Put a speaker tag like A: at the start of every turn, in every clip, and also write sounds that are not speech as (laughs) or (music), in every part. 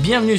A: Bienvenue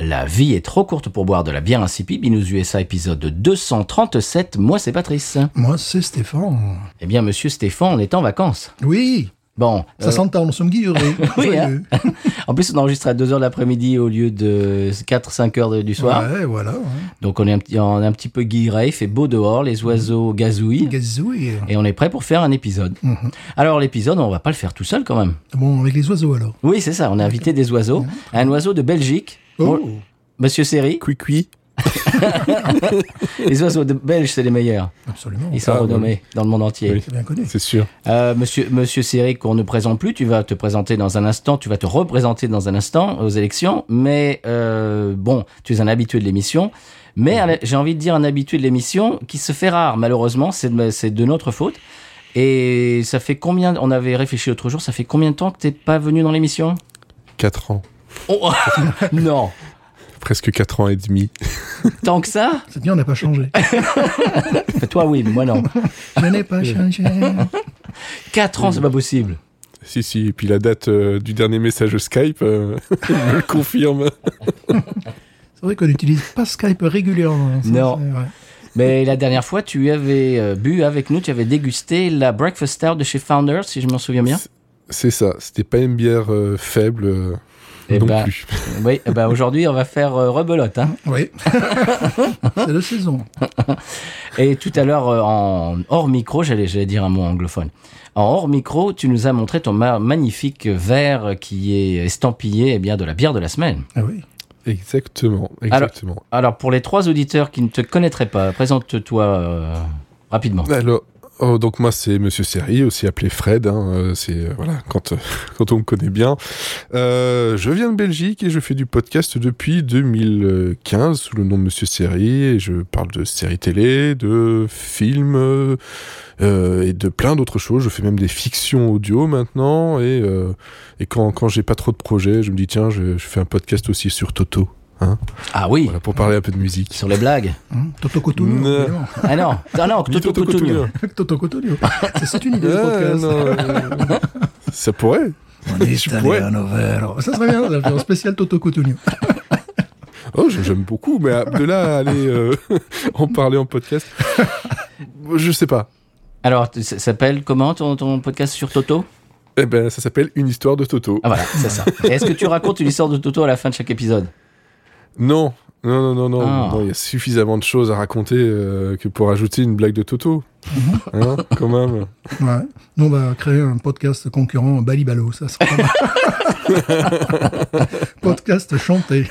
A: La vie est trop courte pour boire de la bière insipide. Binous USA épisode 237. Moi, c'est Patrice.
B: Moi, c'est Stéphane.
A: Eh bien, monsieur Stéphane, on est en vacances.
B: Oui,
A: Bon.
B: ça
A: euh,
B: s'entend, nous sommes guillerés.
A: Oui, hein.
B: Joyeux.
A: (laughs) en plus, on enregistre à 2h de l'après-midi au lieu de 4-5 heures de- du soir.
B: Ouais, voilà. hein.
A: Donc, on est un petit, on est un petit peu guiré, il fait beau dehors, les oiseaux gazouillent.
B: Gazouille.
A: Et on est prêt pour faire un épisode.
C: Mhm.
A: Alors, l'épisode, on va pas le faire tout seul quand même.
B: Bon, avec les oiseaux alors.
A: Oui, c'est ça, on a invité des
C: Mhm.
A: oiseaux. Un oiseau de Belgique.
B: Oh,
A: Bon, Monsieur Seri,
C: Cui-cui.
A: (laughs) les oiseaux de Belges, c'est les meilleurs.
B: absolument.
A: Ils sont
C: Ah,
A: renommés dans le monde entier.
C: Oui.
B: C'est bien connu.
C: C'est sûr.
A: Euh, monsieur, monsieur Seri, qu'on ne présente plus, tu vas te présenter dans un instant, tu vas te représenter dans un instant aux élections, mais euh, bon, tu es un habitué de l'émission, mais un- j'ai envie de dire un habitué de l'émission qui se fait rare, malheureusement, c'est de, c'est de notre faute. Et ça fait combien, on avait réfléchi l'autre jour, ça fait combien de temps que t'es pas venu dans l'émission
C: 4 ans.
A: Oh, (laughs) Non,
C: Presque 4 ans et demi. (laughs)
A: tant que ça
B: C'est bien, on n'a pas changé.
A: Toi oui, mais moi non.
B: Je n'ai pas changé.
A: 4 ans, c'est pas possible.
C: Si, si. Et puis la date euh, du dernier message Skype, euh, (laughs) il me le confirme.
B: C'est vrai qu'on n'utilise pas Skype régulièrement. hein, ça,
A: Non.
B: c'est vrai.
A: Mais la dernière fois, tu avais euh, bu avec nous, tu avais dégusté la Breakfast Star de chez Founders, si je m'en souviens bien.
C: C'est ça. C'était pas une bière euh, faible euh,
A: Eh
C: non
A: ben,
C: plus. (laughs)
A: Oui, eh ben aujourd'hui, on va faire euh, rebelote. hein.
B: Oui. (laughs) c'est la saison.
A: Et tout à l'heure, euh, en hors micro, j'allais j'allais dire un mot anglophone. En hors micro, tu nous as montré ton ma- magnifique verre qui est estampillé eh bien, de la bière de la semaine.
B: Ah oui.
C: Exactement. Exactement.
A: Alors, pour les trois auditeurs qui ne te connaîtraient pas, présente-toi euh, rapidement.
C: Alors. oh, donc moi c'est Monsieur Seri, aussi appelé Fred. hein, euh, c'est euh, voilà quand euh, quand on me connaît bien. Euh, je viens de Belgique et je fais du podcast depuis 2015 sous le nom de Monsieur Série et je parle de séries télé, de films euh, euh, et de plein d'autres choses. Je fais même des fictions audio maintenant et, euh, et quand, quand j'ai pas trop de projets, je me dis tiens, je, je fais un podcast aussi sur Toto. Hein,
A: Ah oui,
C: voilà, pour parler un peu de musique.
A: sur les blagues.
B: Hein, Toto Cotonio.
C: Ne-
B: évidemment. (laughs)
A: Ah non, ah non,
C: Ni
A: Toto
C: Toto
A: Cotugno.
C: Cotugno.
B: Toto Cotonio. Ça, C'est une idée de
C: Ah,
B: podcast.
C: non, euh, ça pourrait.
B: On est allé
C: pourrais.
B: à Novero. Ça serait bien, un spécial Toto Cotonio.
C: Oh, je- j'aime beaucoup, mais à- de là à aller euh, (laughs) en parler
A: (laughs)
C: en podcast, je sais pas.
A: Alors, t- ça s'appelle comment ton, ton podcast sur Toto
C: Eh ben, ça s'appelle Une histoire de Toto.
A: Ah voilà, c'est
B: (laughs)
A: ça. Et Est-ce que tu racontes une histoire de Toto à la fin de chaque épisode
C: Non, non, non, non, non.
A: Ah.
C: Non, Il y a suffisamment de choses à raconter euh, que pour ajouter une blague
A: (laughs)
C: de Toto. Hein, quand même.
B: Ouais. Nous, on va créer un podcast concurrent Balibalo, ça sera pas mal. podcast chanté.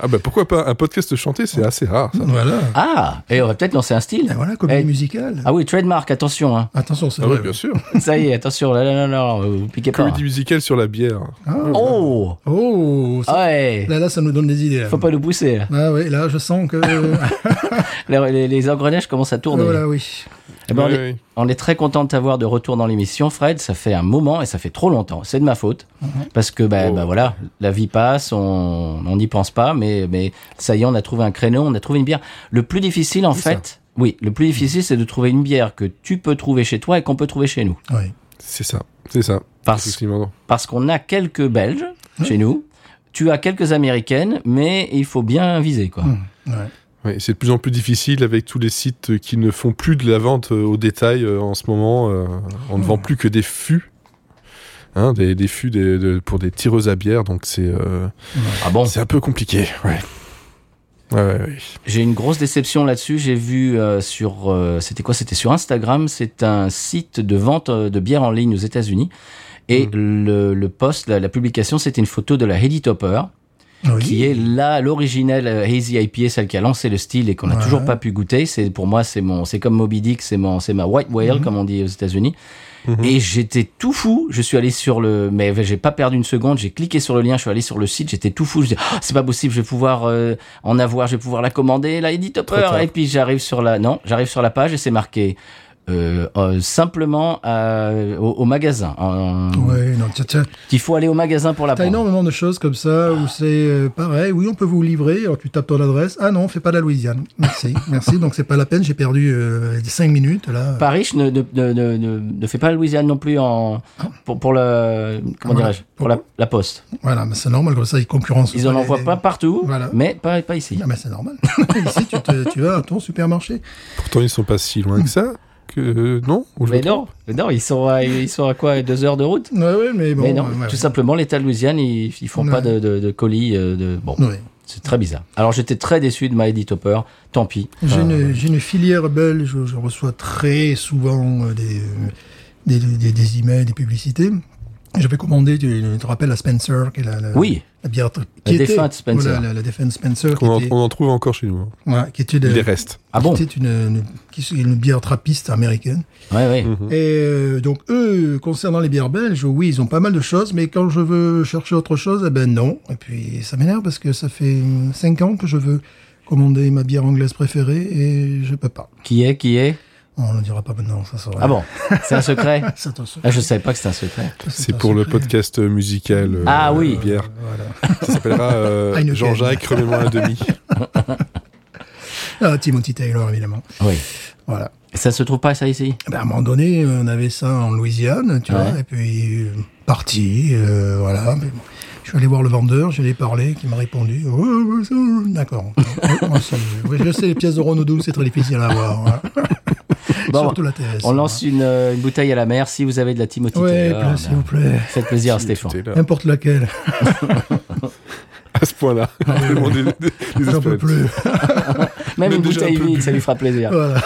C: Ah ben, pourquoi pas Un podcast chanté, c'est assez rare. Ça.
B: Voilà.
A: Ah, et on va peut-être lancer un style.
B: Et voilà, comédie
A: Eh,
B: musicale.
A: Ah oui, trademark, attention. Hein.
B: Attention, c'est
C: Ah oui,
B: vrai.
C: bien sûr.
A: Ça y est, attention, là, là, là, là, vous piquez pas.
C: Comédie musicale sur la bière.
A: Oh
B: Oh, ça-
A: Ouais
B: là, là, ça nous donne des idées. là.
A: Ah. Faut pas nous pousser. là.
B: Ah oui, là, je sens que. Ah,
A: Les, les- les engrenages commencent à tourner.
B: voilà, oui.
A: Eh ben, on,
C: Oui,
A: est,
C: oui.
A: on est très content de t'avoir de retour dans l'émission, Fred. Ça fait un moment et ça fait trop longtemps. C'est de ma faute. Parce que, ben
C: Oh.
A: ben voilà, la vie passe, on on n'y pense pas, mais, mais ça y est, on a trouvé un créneau, on a trouvé une bière. Le plus difficile, en
C: C'est
A: fait, oui, le plus difficile, c'est de trouver une bière que tu peux trouver chez toi et qu'on peut trouver chez nous.
B: Oui.
C: C'est ça. C'est ça.
A: Parce
C: Effectivement.
A: parce qu'on a quelques Belges chez nous. Tu as quelques Américaines, mais il faut bien viser, quoi.
B: Ouais.
C: Oui, c'est de plus en plus difficile avec tous les sites qui ne font plus de la vente euh, au détail euh, en ce moment. euh, on ne vend plus que des fûts. Hein, des, des fûts des- de- pour des tireuses à bière, donc c'est euh,
A: Ah bon
C: c'est un peu compliqué. Ouais. Ouais, ouais, ouais.
A: J'ai une grosse déception là-dessus. J'ai vu euh, sur, euh, c'était quoi C'était sur Instagram. C'est un site de vente euh, de bière en ligne aux États-Unis. Et le, le post, la, la publication, c'était une photo de la Heidi Topper
B: Oui.
A: qui est là l'originelle euh, Hazy IPA, celle qui a lancé le style et qu'on n'a
B: Ouais.
A: toujours pas pu goûter. C'est pour moi, c'est mon, c'est comme Moby Dick, c'est mon, c'est ma white
B: Mhm.
A: whale comme on dit aux États-Unis. Et j'étais tout fou. Je suis allé sur le, mais j'ai pas perdu une seconde. J'ai cliqué sur le lien, je suis allé sur le site, j'étais tout fou. Je dis, Ah, c'est pas possible, je vais pouvoir euh, en avoir, je vais pouvoir la commander. Là, il dit topper.
C: tard.
A: Et puis j'arrive sur la, non, j'arrive sur la page et c'est marqué. euh, euh, simplement à- au, au magasin. En-
B: Ouais, non, tiens, tiens.
A: Il faut aller au magasin pour la
B: T'as
A: prendre.
B: énormément de choses comme ça où c'est euh, pareil. Oui, on peut vous livrer. Alors tu tapes ton adresse. Ah non, on fait pas la Louisiane. Merci, merci. Donc c'est pas la peine. J'ai perdu euh, 5 minutes là.
A: Paris ne, ne, ne, ne, ne- ne fait pas la Louisiane non plus en, pour, pour le, comment
B: Voilà.
A: dirais-je, pour la, la poste.
B: Voilà, mais c'est normal comme ça. Ils concurrencent.
A: Ils en
B: les-
A: envoient
B: les-
A: pas partout,
B: Voilà.
A: mais pas, pas ici.
B: Ah mais c'est normal. (laughs) Ici, tu, te- tu vas à ton supermarché.
C: Pourtant, ils sont pas si loin que ça. Que, euh, non Ou je
A: Mais
C: me
A: non, mais non, ils sont à, ils sont à quoi, deux heures de route?
B: Ouais, ouais, mais bon.
A: mais non,
B: ouais, ouais.
A: tout simplement, l'État de Louisiane, ils, ils font
B: Ouais.
A: pas de, de, de colis. euh, De, bon,
B: Ouais.
A: c'est très bizarre. Alors j'étais très déçu de ma Eddie Topper, tant pis.
B: J'ai
A: Euh,
B: une, j'ai une filière belge, où je reçois très souvent euh, des, euh, des, des, des emails, des publicités. Et J'avais commandé, tu tu te rappelles, la Spencer, qui est la, la-
A: Oui.
B: la bière tr-
A: La
B: qui était-
A: défunte Spencer.
B: voilà, la, la défunte Spencer, qui
C: trompe. on, en,
B: était,
C: on en trouve encore chez nous. hein.
B: voilà, qui était, de-
C: Les restes.
A: Ah
B: qui
A: bon?
B: était une, une- qui est une bière trappiste américaine.
A: Ouais, ouais.
B: Et euh, donc eux, concernant les bières belges, oui, ils ont pas mal de choses, mais quand je veux chercher autre chose, eh ben non. Et puis ça m'énerve parce que ça fait euh, cinq ans que je veux commander ma bière anglaise préférée et je peux pas.
A: Qui est, qui est?
B: On ne dira pas maintenant, ça sera.
A: Ah
B: (laughs)
A: bon? C'est un secret?
B: C'est un secret,
A: Ah, je savais pas que c'était un secret.
C: C'est
B: un
C: pour le
B: secret.
C: podcast musical. euh,
A: Ah oui.
C: Bière.
B: Voilà.
C: Ça s'appellera euh,
B: Heineken.
C: Jean-Jacques, remets-moi un demi.
B: Ah, Timothy Taylor, évidemment.
A: Oui.
B: Voilà.
A: Ça se trouve pas, ça, ici?
B: Eh Ben, à un moment donné, on avait ça en Louisiane, tu
A: Ouais.
B: vois, et puis euh, parti, euh, voilà. Mais bon, Je suis allé voir le vendeur, je lui ai parlé, qui m'a répondu. Ouais, ouais, ça, ouais. D'accord.
A: (laughs)
B: Ouais, moi, c'est- ouais, je sais, les pièces de Renaudot, c'est très difficile à avoir. hein.
A: (laughs) Bon,
B: Surtout la TS.
A: On lance une, euh, une bouteille à la mer si vous avez de la Timothy
B: Ah, Ouais,
A: Taylor.
B: plein, s'il vous plaît.
A: Faites plaisir à Ah, Stéphane.
C: T'es là.
B: N'importe laquelle.
C: À ce point-là. Vraiment des- des- des
B: J'en peux
C: espèces.
B: plus.
A: Même
C: Mais
A: une
C: déjà un
A: bouteille
C: peu
A: vide,
C: bu.
A: ça lui fera plaisir.
B: (laughs) Voilà.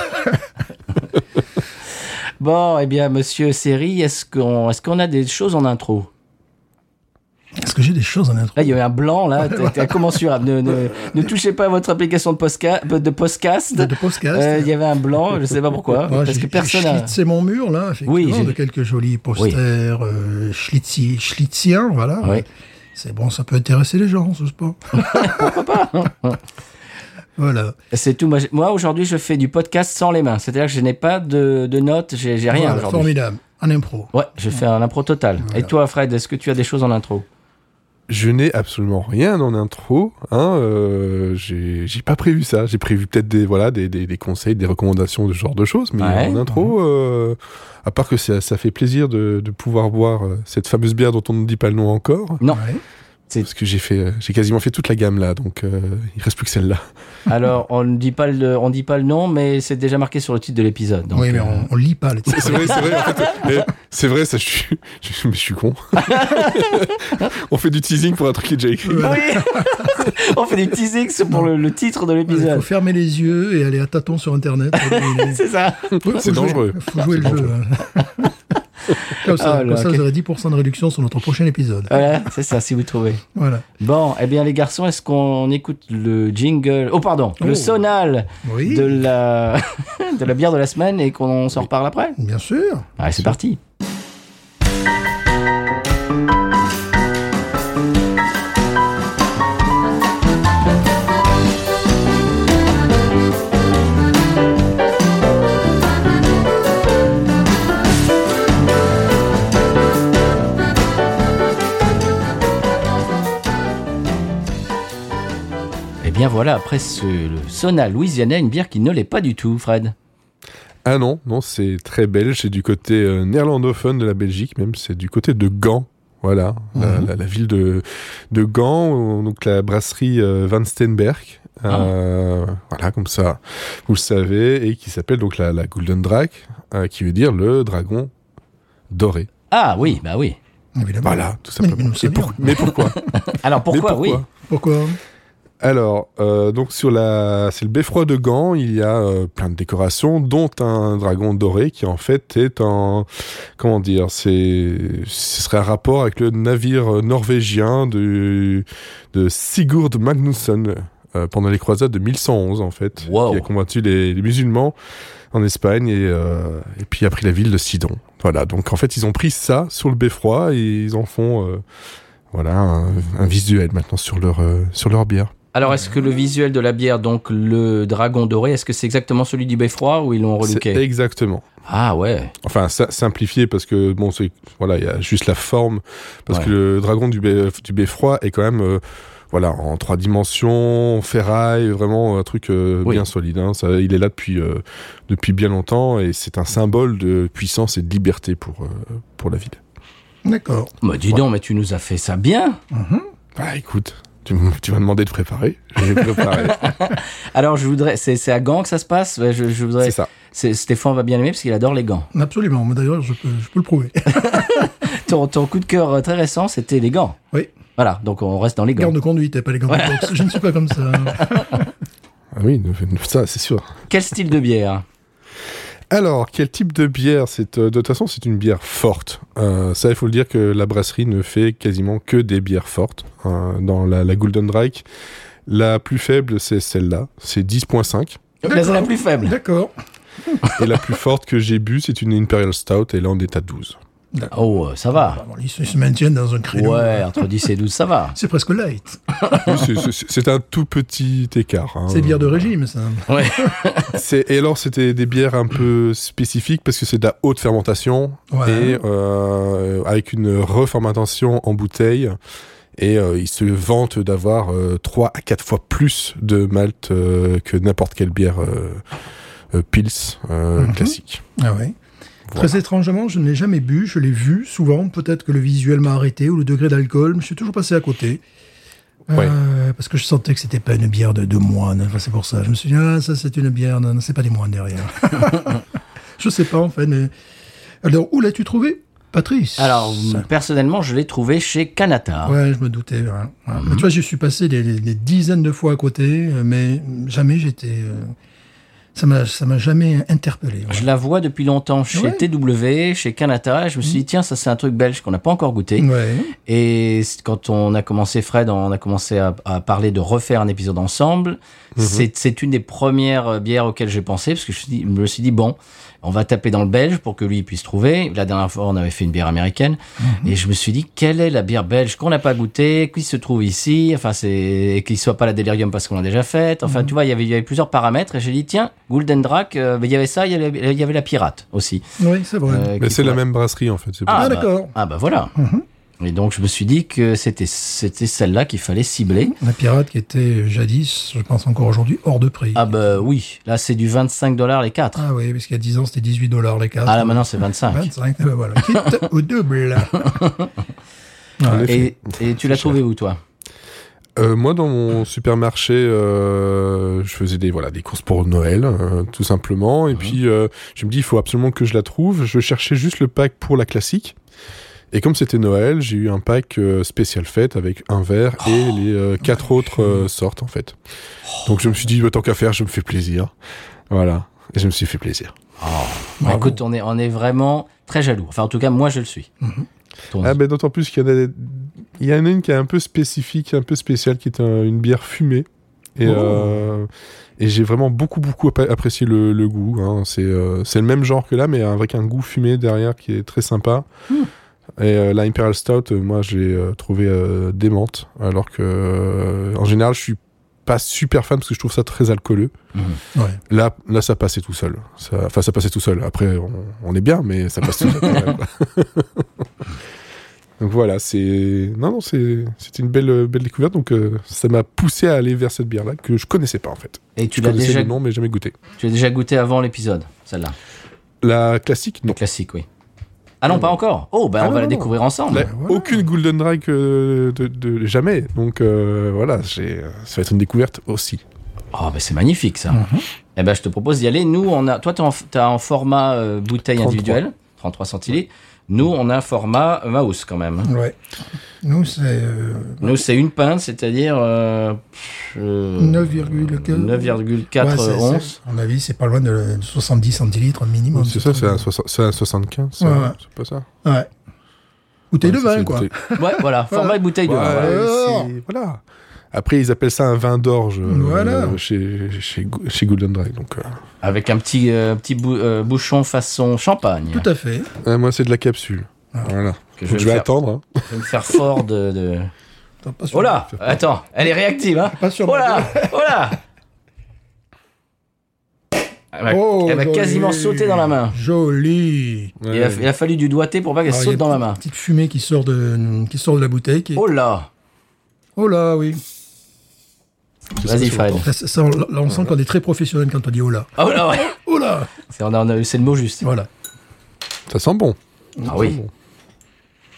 A: Bon, eh bien, monsieur Seri, est-ce qu'on est qu'on a des choses en intro
B: Est-ce que j'ai des choses en intro
A: Là, il y a eu un blanc,
B: (laughs)
A: là, t'es- t'es incommensurable. Ne, ne, ne touchez pas à votre application de, posca- de podcast.
B: de, de podcast
A: Euh, il y avait un blanc, je sais pas pourquoi.
B: Moi,
A: Ah, parce
B: j'ai-
A: que personne
B: j'ai
A: n'a-
B: schlitzé mon mur, là, effectivement,
A: Oui, j'ai-
B: de quelques jolis posters, euh, schlitzi- schlitzien, voilà.
A: Oui.
B: C'est bon, ça peut intéresser les gens,
A: (laughs)
B: ce sport. Pourquoi
A: hein.
B: pas Voilà.
A: C'est tout. Moi, j'ai- Moi, aujourd'hui, je fais du podcast sans les mains. C'est-à-dire que je n'ai pas de, de notes, j'ai j'ai rien
B: Voilà,
A: aujourd'hui.
B: formidable. En impro.
A: Ouais, je fais un impro total. Et toi, Fred, est-ce que tu as des choses en intro
C: Je n'ai absolument rien en intro. Hein, euh, j'ai j'ai pas prévu ça. J'ai prévu peut-être des voilà des, des, des conseils, des recommandations, de ce genre de choses. Mais
A: Ouais.
C: en intro, euh, à part que ça, ça fait plaisir de, de pouvoir boire euh, cette fameuse bière dont on ne dit pas le nom encore.
A: Non.
B: Ouais.
C: Parce que j'ai fait, euh, j'ai quasiment fait toute la gamme là, donc euh, il reste plus que celle-là.
A: Alors, on ne dit pas le, on dit pas le nom, mais c'est déjà marqué sur le titre de l'épisode. donc,
B: oui, mais
A: euh,
B: on, on lit pas les titres.
C: C'est vrai, c'est vrai. en fait, euh, c'est vrai, ça, je suis, (laughs) je- mais je suis con. on fait du teasing pour un truc qui est déjà écrit.
A: Oui (laughs) On fait des petits X pour le, le titre de
B: Il faut
A: l'épisode.
B: fermer les yeux et aller à tâtons
A: (laughs)
B: sur Internet. Faut-
A: C'est ça.
B: faut
C: C'est
B: jouer-
C: dangereux.
B: faut jouer le jeu.
A: (laughs)
B: hein. comme ça,
A: Ah,
B: comme
A: là,
B: ça,
A: ok.
B: vous aurez 10% de réduction sur notre prochain épisode.
A: Voilà, c'est ça, si vous trouvez.
B: Voilà.
A: Bon, eh bien, les garçons, est-ce qu'on écoute le jingle Oh, pardon, le
B: Oh.
A: sonal
B: Oui,
A: de la... (laughs) de la bière de la semaine et qu'on s'en reparle après
B: bien sûr.
A: Allez, c'est parti Eh bien voilà, après ce le sauna louisianais, une bière qui ne l'est pas du tout, Fred.
C: Ah non, non, c'est très belge, c'est du côté euh, néerlandophone de la Belgique, même c'est du côté de Gand. Voilà, la,
B: Mhm.
C: la- la ville de, de Gand, où- donc la brasserie euh, Van Steenberg. euh,
B: Ah.
C: Voilà, comme ça, vous le savez, et qui s'appelle donc la, la Golden Drake, qui veut dire le dragon doré.
A: Ah oui, bah oui.
B: Évidemment.
C: Voilà, tout
B: Mais-
C: simplement.
B: mais nous le (laughs)
C: Et pour-
B: savions.
C: (laughs) mais pourquoi
A: Alors pourquoi,
C: Mais
A: oui
B: Pourquoi
C: Alors, euh, donc sur la, c'est le beffroi de Gand, il y a euh, plein de décorations, dont un dragon doré qui en fait est un, comment dire, c'est, ce serait un rapport avec le navire euh, norvégien du, de Sigurd Magnusson euh, pendant les croisades de 1111 en fait,
A: Wow.
C: qui a combattu les, les musulmans en Espagne et, euh, et puis a pris la ville de Sidon. Voilà, donc en fait ils ont pris ça sur le beffroi et ils en font euh, voilà un, un visuel maintenant sur leur euh, sur leur bière.
A: Alors, est-ce que le visuel de la bière, donc le dragon doré, est-ce que c'est exactement celui du beffroi ou ils l'ont
C: C'est
A: relooké
C: Exactement.
A: Ah ouais.
C: Enfin ça- simplifié parce que bon c'est voilà il y a juste la forme parce
A: Ouais.
C: que le dragon du, beff- du beffroi est quand même euh, voilà en trois dimensions en ferraille vraiment un truc euh,
A: Oui.
C: bien solide hein. Ça, il est là depuis euh, depuis bien longtemps et c'est un symbole de puissance et de liberté pour euh, pour la ville.
B: D'accord.
A: Bah, dis donc, mais tu nous as fait ça bien.
C: Bah écoute, tu, m- tu m'as demandé de préparer.
A: (laughs)
C: J'ai préparé.
A: Alors, je voudrais. C'est c'est à Gand que ça se passe Ouais, je, je voudrais.
C: c'est ça.
A: c'est- Stéphane va bien aimer parce qu'il adore les gants.
B: Absolument. Mais d'ailleurs, je peux, je peux le
C: Ah
B: prouver.
A: Ton, ton coup de cœur euh, très récent, c'était les gants.
B: Oui.
A: Voilà, donc on reste dans les gants.
B: Garde de conduite, et pas les gardes de corps. Je ne suis pas comme
C: (laughs)
B: ça.
C: Ah oui, ne- ne- ça c'est sûr.
A: Quel style de bière
C: Alors, quel type de bière C'est euh, de toute façon c'est une bière forte. Euh, ça, il faut le dire que la brasserie ne fait quasiment que des bières fortes. hein. dans la, la Golden Drake, la plus faible c'est celle-là, c'est 10.5.
A: Là, C'est la plus faible.
B: D'accord.
C: Et la plus forte que j'ai bu, c'est une Imperial Stout et là on est à 12.
A: Oh, euh, ça va.
B: Ah bon, Ils se se maintiennent dans un créneau.
A: Ouais, entre 10 et 12, ça va.
B: C'est presque light.
C: Oui, c'est- c'est- C'est un tout petit écart. hein.
B: C'est bière de régime, ça.
A: Ouais.
C: C'est- Et alors, c'était des bières un peu spécifiques parce que c'est de la haute fermentation
B: Ouais.
C: et euh, avec une refermentation en bouteille. Et euh, ils se vantent d'avoir 3 à 4 fois plus de malt euh, que n'importe quelle bière euh, euh, Pils euh,
B: Mhm.
C: classique.
B: Ah ouais.
C: Voilà.
B: Très étrangement, je ne l'ai jamais bu, je l'ai vu souvent. Peut-être que le visuel m'a arrêté ou le degré d'alcool, mais je suis toujours passé à côté.
C: Ouais.
B: Euh, parce que je sentais que c'était pas une bière de, de moine. Enfin, c'est pour ça. Je me suis dit, ah, ça c'est une bière, non, non, c'est pas des moines
C: (laughs)
B: derrière. je sais pas en fait. Mais... Alors, où l'as-tu trouvé Patrice
A: Alors, personnellement, je l'ai trouvé chez Canata.
B: Ouais, je me doutais. ouais. Ouais.
A: Mhm.
B: Mais Tu vois, j'y suis passé des, des- des dizaines de fois à côté, euh, mais jamais j'étais. euh, Ça m'a ça m'a jamais interpellé. ouais.
A: Je la vois depuis longtemps chez
B: Ouais.
A: TW, chez Canata. Je me suis dit, tiens, ça c'est un truc belge qu'on n'a pas encore goûté.
B: Ouais.
A: Et c- quand on a commencé, Fred, on a commencé à, à parler de refaire un épisode
C: Mhm.
A: ensemble. C'est- C'est une des premières euh, bières auxquelles j'ai pensé, parce que je me suis dit- me suis dit, bon, on va taper dans le belge pour que lui puisse trouver. La dernière fois, on avait fait une bière américaine.
C: Mhm.
A: Et je me suis dit, quelle est la bière belge qu'on n'a pas goûtée, qui se trouve ici, enfin, c'est, et qu'il soit pas la délirium parce qu'on l'a déjà faite.
C: Mhm.
A: Enfin, tu vois, il y avait- il y avait plusieurs paramètres. Et j'ai dit, tiens, Golden Drake, euh, mais il y avait ça, il y avait, il y avait la pirate aussi.
B: Oui, c'est vrai.
A: euh,
C: Mais
A: qui
C: c'est la
A: pourrait-
C: même brasserie en fait. c'est pour
B: Ah,
A: Ah, bah.
B: d'accord.
A: ah bah voilà.
B: Mhm.
A: Et donc je me suis dit que c'était c'était celle-là qu'il fallait cibler.
B: La pirate qui était euh, jadis, je pense encore aujourd'hui, hors de prix.
A: Ah bah oui, là c'est du 25 dollars les 4.
B: Ah oui, parce qu'il y a 10 ans, c'était 18 dollars les cartes.
A: Ah là maintenant c'est 25.
B: 25, eh ben voilà. Quitte
A: (laughs)
B: au double.
C: ça. En
B: Ouais.
C: effet.
A: Et, et tu l'as trouvé où toi
C: Euh, moi, dans mon supermarché, euh, je faisais des voilà des courses pour Noël, euh, tout simplement. Et puis, euh, je me dis, il faut absolument que je la trouve. Je cherchais juste le pack pour la classique. Et comme c'était Noël, j'ai eu un pack euh, spécial fête avec un verre et les euh, quatre autres euh, sortes en fait. Donc je me suis dit, bah, tant qu'à faire, je me fais plaisir. Voilà. Et je me suis fait plaisir.
B: Bravo.
A: Écoute, on est on est vraiment très jaloux. Enfin en tout cas moi je le suis.
B: Mhm.
A: Ton-
C: Ah ben d'autant plus qu'il y en a, il y en a une qui est un peu spécifique, un peu spéciale, qui est un- une bière fumée. Et,
A: Oh.
C: euh, et j'ai vraiment beaucoup beaucoup appa- apprécié le, le goût. hein. C'est euh, c'est le même genre que là, mais avec un goût fumé derrière qui est très sympa. Et euh, la Imperial Stout, euh, moi, j'ai trouvé euh, démente. Alors que euh, en général, je suis pas super fan parce que je trouve ça très alcooleux.
B: Ouais.
C: Là, là, ça passait tout seul. Ça- Enfin, ça, passait tout seul. Après, on, on est bien, mais ça passe tout seul. quand même, quoi. donc voilà, c'est non, non, c'est c'était une belle, euh, belle découverte. Donc euh, ça m'a poussé à aller vers cette bière là que je connaissais pas en fait.
A: et tu
C: bah, je
A: l'as
C: connaissais
A: déjà
C: le nom, mais jamais goûté.
A: tu l'as déjà goûté avant l'épisode, celle-là.
C: La classique, non.
A: Classique, oui. Ah non, pas encore. Oh, ben on
C: Ah non,
A: va la
C: non.
A: découvrir ensemble.
C: Là,
B: voilà.
C: Aucune Golden Drake euh, de, de- jamais. Donc euh, voilà, j'ai- ça va être une découverte aussi.
A: Oh, ben c'est magnifique ça. Eh ben je te propose d'y aller. Nous, on a. Toi, t'es en, t'as en format euh, bouteille
C: 33.
A: individuelle, 33 centilitres. Nous, on a un format mouse quand même.
B: Ouais. Nous, c'est euh,
A: Nous, c'est une pinte, c'est-à-dire euh, pff, euh,
B: 9,4.
A: 9,4
B: ouais, c'est-
A: onces.
B: c'est- À mon avis, c'est pas loin de 70 centilitres minimum.
C: C'est ça, c'est un, soix- c'est un 75, ça,
B: Ouais, ouais.
C: c'est pas ça
B: Ouais. Bouteille de
C: Ouais, ça,
B: vin,
C: c'est
B: quoi.
C: une-
A: Ouais, voilà, format et bouteille de
C: Ouais,
A: vin. voilà.
C: c'est- voilà. Après, ils appellent ça un vin d'orge euh,
B: Voilà.
C: chez, chez, Go- chez Golden Drag. Donc, euh.
A: Avec un petit, euh, petit bou- euh, bouchon façon champagne.
B: Tout à fait.
C: Ah, moi, c'est de la capsule.
B: Ah.
C: Voilà.
A: Que je
C: Donc, je
A: vais
C: vais
A: faire.
C: attendre. hein.
A: Je vais me faire fort de. de-
B: Attends, pas sur-
A: Oh là Attends, elle est réactive, hein
B: Pas sur
A: Oh
B: ma
A: là (laughs) Oh là Elle m'a-
B: Oh,
A: Elle m'a
B: joli.
A: quasiment sauté dans la main.
B: Joli.
A: Il, a, il a fallu du doigté pour pas qu'elle
B: Alors, il y a
A: saute dans la
B: une
A: main.
B: Petite fumée qui sort de, qui sort de la bouteille. qui est-
A: Oh là
B: Oh là, oui.
C: C'est ça,
A: Vas-y,
C: c'est
A: Fred.
C: longtemps.
B: Ça, ça, ça, on- là, on sent qu'on est très professionnel quand on dit oh là.
A: Oh là, ouais
B: Oh là
A: C'est on a- on a- c'est le mot juste.
B: Voilà.
C: Ça sent bon.
A: Ah oui.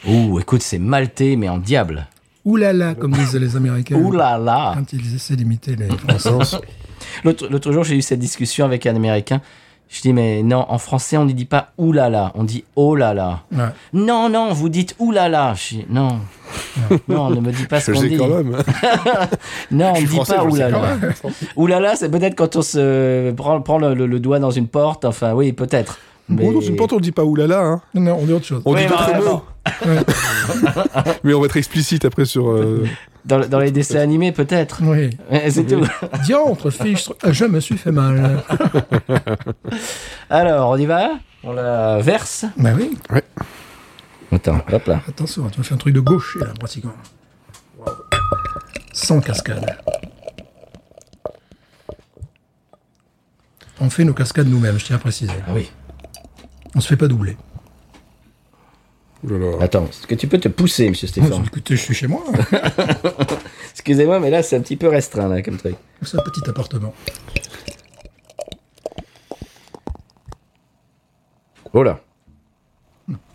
A: Ouh, écoute, c'est maltais, mais en diable.
B: Ouh là là, comme disent les Américains.
A: Ouh là là
B: Quand ils essaient d'imiter les Français.
A: L'autre l'autre jour, j'ai eu cette discussion avec un Américain. Je dis, mais non, en français, on ne dit pas ouh là là, on dit oh là là.
B: Ouais.
A: Non, non, vous dites ouh là là. Je dis, (laughs) non, non, ne me dis pas
C: Je
A: ce
C: le
A: qu'on
C: sais
A: dit.
C: quand même. hein.
A: Non, on
C: Je
A: ne
C: suis
A: dit
C: français,
A: pas
C: je le sais quand
A: oulala.
C: même.
A: (laughs) Oulala, c'est peut-être quand on se prend, prend le, le- le doigt dans une porte. Enfin, oui, peut-être. Mais...
C: Bon, dans une porte, on dit pas oulala. Hein.
B: Non, on dit autre chose.
C: On
A: Oui,
C: dit
A: bah,
C: d'autres
A: bon.
C: mots. Mais on va être explicite après sur.
A: (laughs)
C: euh,
A: dans, dans les dessins animés, (laughs) peut-être.
B: Oui.
A: Eh, C'est tout.
B: Diantre, fichtre, je me suis fait mal.
A: (laughs) Alors, on y va On la verse
B: bah oui,
A: Attends, hop là.
B: attention, hein, tu me fais un truc de gauche là, pratiquement. Sans cascade. On fait nos cascades nous-mêmes, je tiens à préciser.
A: Ah oui.
B: On se fait pas doubler.
C: oulala.
A: Attends, est-ce que tu peux te pousser, monsieur Stéphane
B: Écoutez, je suis chez moi.
A: (laughs)
B: hein. (laughs)
A: Excusez-moi, mais là, c'est un petit peu restreint, là, comme truc.
B: C'est un petit appartement.
A: Oh là.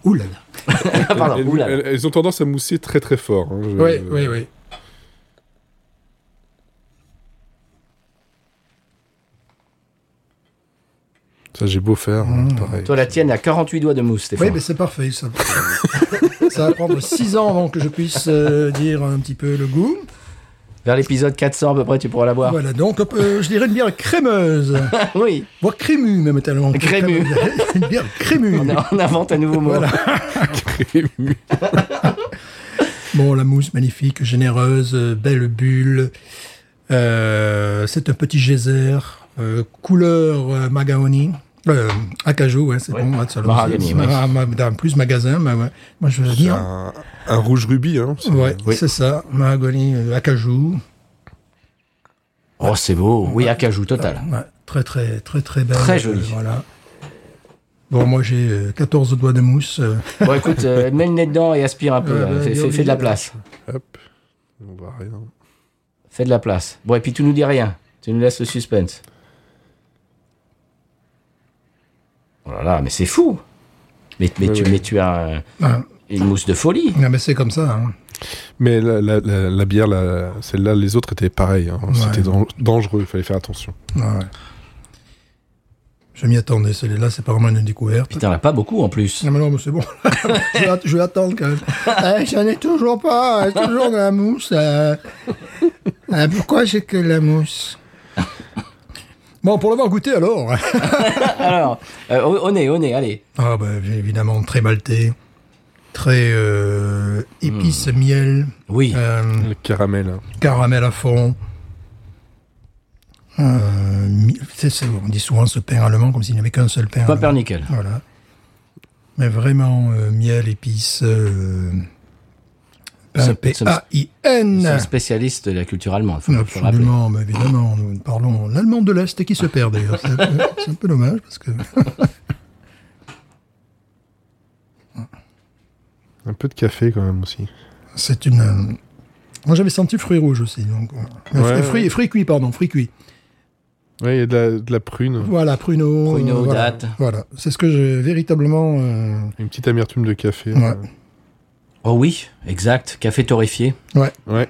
B: Ouh là là.
A: Ah, pardon,
C: Elles,
A: oulala.
C: elles- elles ont tendance à mousser très très fort. hein. Je-
B: Oui, oui, oui.
C: Ça, j'ai beau faire. hein,
B: Mmh.
C: Pareil.
A: Toi, la tienne a 48 doigts de mousse,
B: Oui,
A: Stéphane.
B: mais c'est parfait. (laughs) Ça, ça va prendre six ans avant que je puisse euh, dire un petit peu le goût.
A: Vers l'épisode 400, à peu près, tu pourras la boire.
B: Voilà, donc euh, je dirais une bière crémeuse.
A: (laughs) oui,
B: Voire crémue, même tellement.
A: Crémue.
B: une bière crémue.
A: (laughs) on, a- on invente un nouveau mot.
B: Voilà. Bon, la mousse magnifique, généreuse, euh, belle bulle. Euh, c'est un petit geyser. euh, couleur euh, Magaoni. Euh, Acajou, ouais, c'est
A: Ouais.
B: bon. ouais, ça,
A: Mahogany,
B: c'est-
A: ouais.
B: ah, ma- dans plus magasin, mais ouais. moi je veux
C: C'est
B: dire.
C: un, un rouge rubis. Hein. C'est-
B: Ouais,
A: Oui.
B: c'est ça. Mahogany, euh, Acajou.
A: Oh, c'est beau. Oui, acajou total.
B: Ouais, très, très, très, très belle. Euh,
A: Très jolie.
B: voilà. Bon, moi j'ai euh, 14 doigts de mousse. euh,
A: Bon, écoute,
B: (laughs)
A: euh, mets le nez dedans et aspire un peu.
B: Ouais,
A: là.
B: ouais,
A: fais,
B: bien
A: fais- fais de
B: obligé,
A: la
B: là.
A: place.
C: Hop. On voit rien.
A: Fais de la place. Bon, et puis tu nous dis rien. Tu nous laisses le suspense. Oh là là, mais c'est fou. Mais, mais
C: Ouais,
A: tu,
C: ouais.
A: mais tu as euh,
B: ah,
A: une mousse de folie.
B: non, mais c'est comme ça. hein.
C: Mais la, la- la- la bière, la- celle-là, les autres étaient pareils. hein. C'était dan- dangereux, il fallait faire attention.
B: Ah ouais. Je m'y attendais, celui-là, c'est pas vraiment une découverte.
A: Putain, on a pas beaucoup en plus.
B: Non, Ah, mais non, mais c'est bon. (laughs) je, vais, att- je vais attendre quand même. Eh, J'en ai toujours pas, euh, toujours de la mousse. euh. Euh, pourquoi j'ai que de la mousse Bon, pour l'avoir goûté alors.
A: Alors, euh, au, au nez, au nez, allez.
B: ah, ben, évidemment, très maltais, très euh, épice, miel,
A: Oui.
B: euh,
C: Le caramel. hein.
B: caramel à fond. Euh, mi- c'est- c'est- on dit souvent ce pain allemand comme s'il n'y avait qu'un seul pain.
A: Pas
B: allemand.
A: pernickel.
B: Voilà. Mais vraiment, euh, miel, épices, euh,
A: Nous
B: pain,
A: sommes- nous sommes- Nous sommes
B: P-A-I-N.
A: spécialistes de la culture allemande, faut, faut le rappeler.
B: Ah. Absolument, mais évidemment, nous parlons l'allemand de l'Est qui se perd d'ailleurs. C'est un,
A: (laughs)
B: peu- c'est un peu dommage parce que.
C: Un peu de café quand même aussi.
B: C'est une. euh, Moi j'avais senti fruits rouges aussi, donc. euh,
C: Ouais,
B: fruits, fruits, fruits cuits, pardon, fruits cuits.
C: Ouais, il y a de la, de la
A: Mmh.
C: prune,
B: Voilà, pruneaux.
A: Pruneaux,
B: euh, voilà,
A: dattes.
B: Voilà, c'est ce que j'ai véritablement. euh,
C: une petite amertume de café. hein.
B: Ouais.
A: Oh oui, exact. Café torréfié.
B: Ouais,
C: Ouais.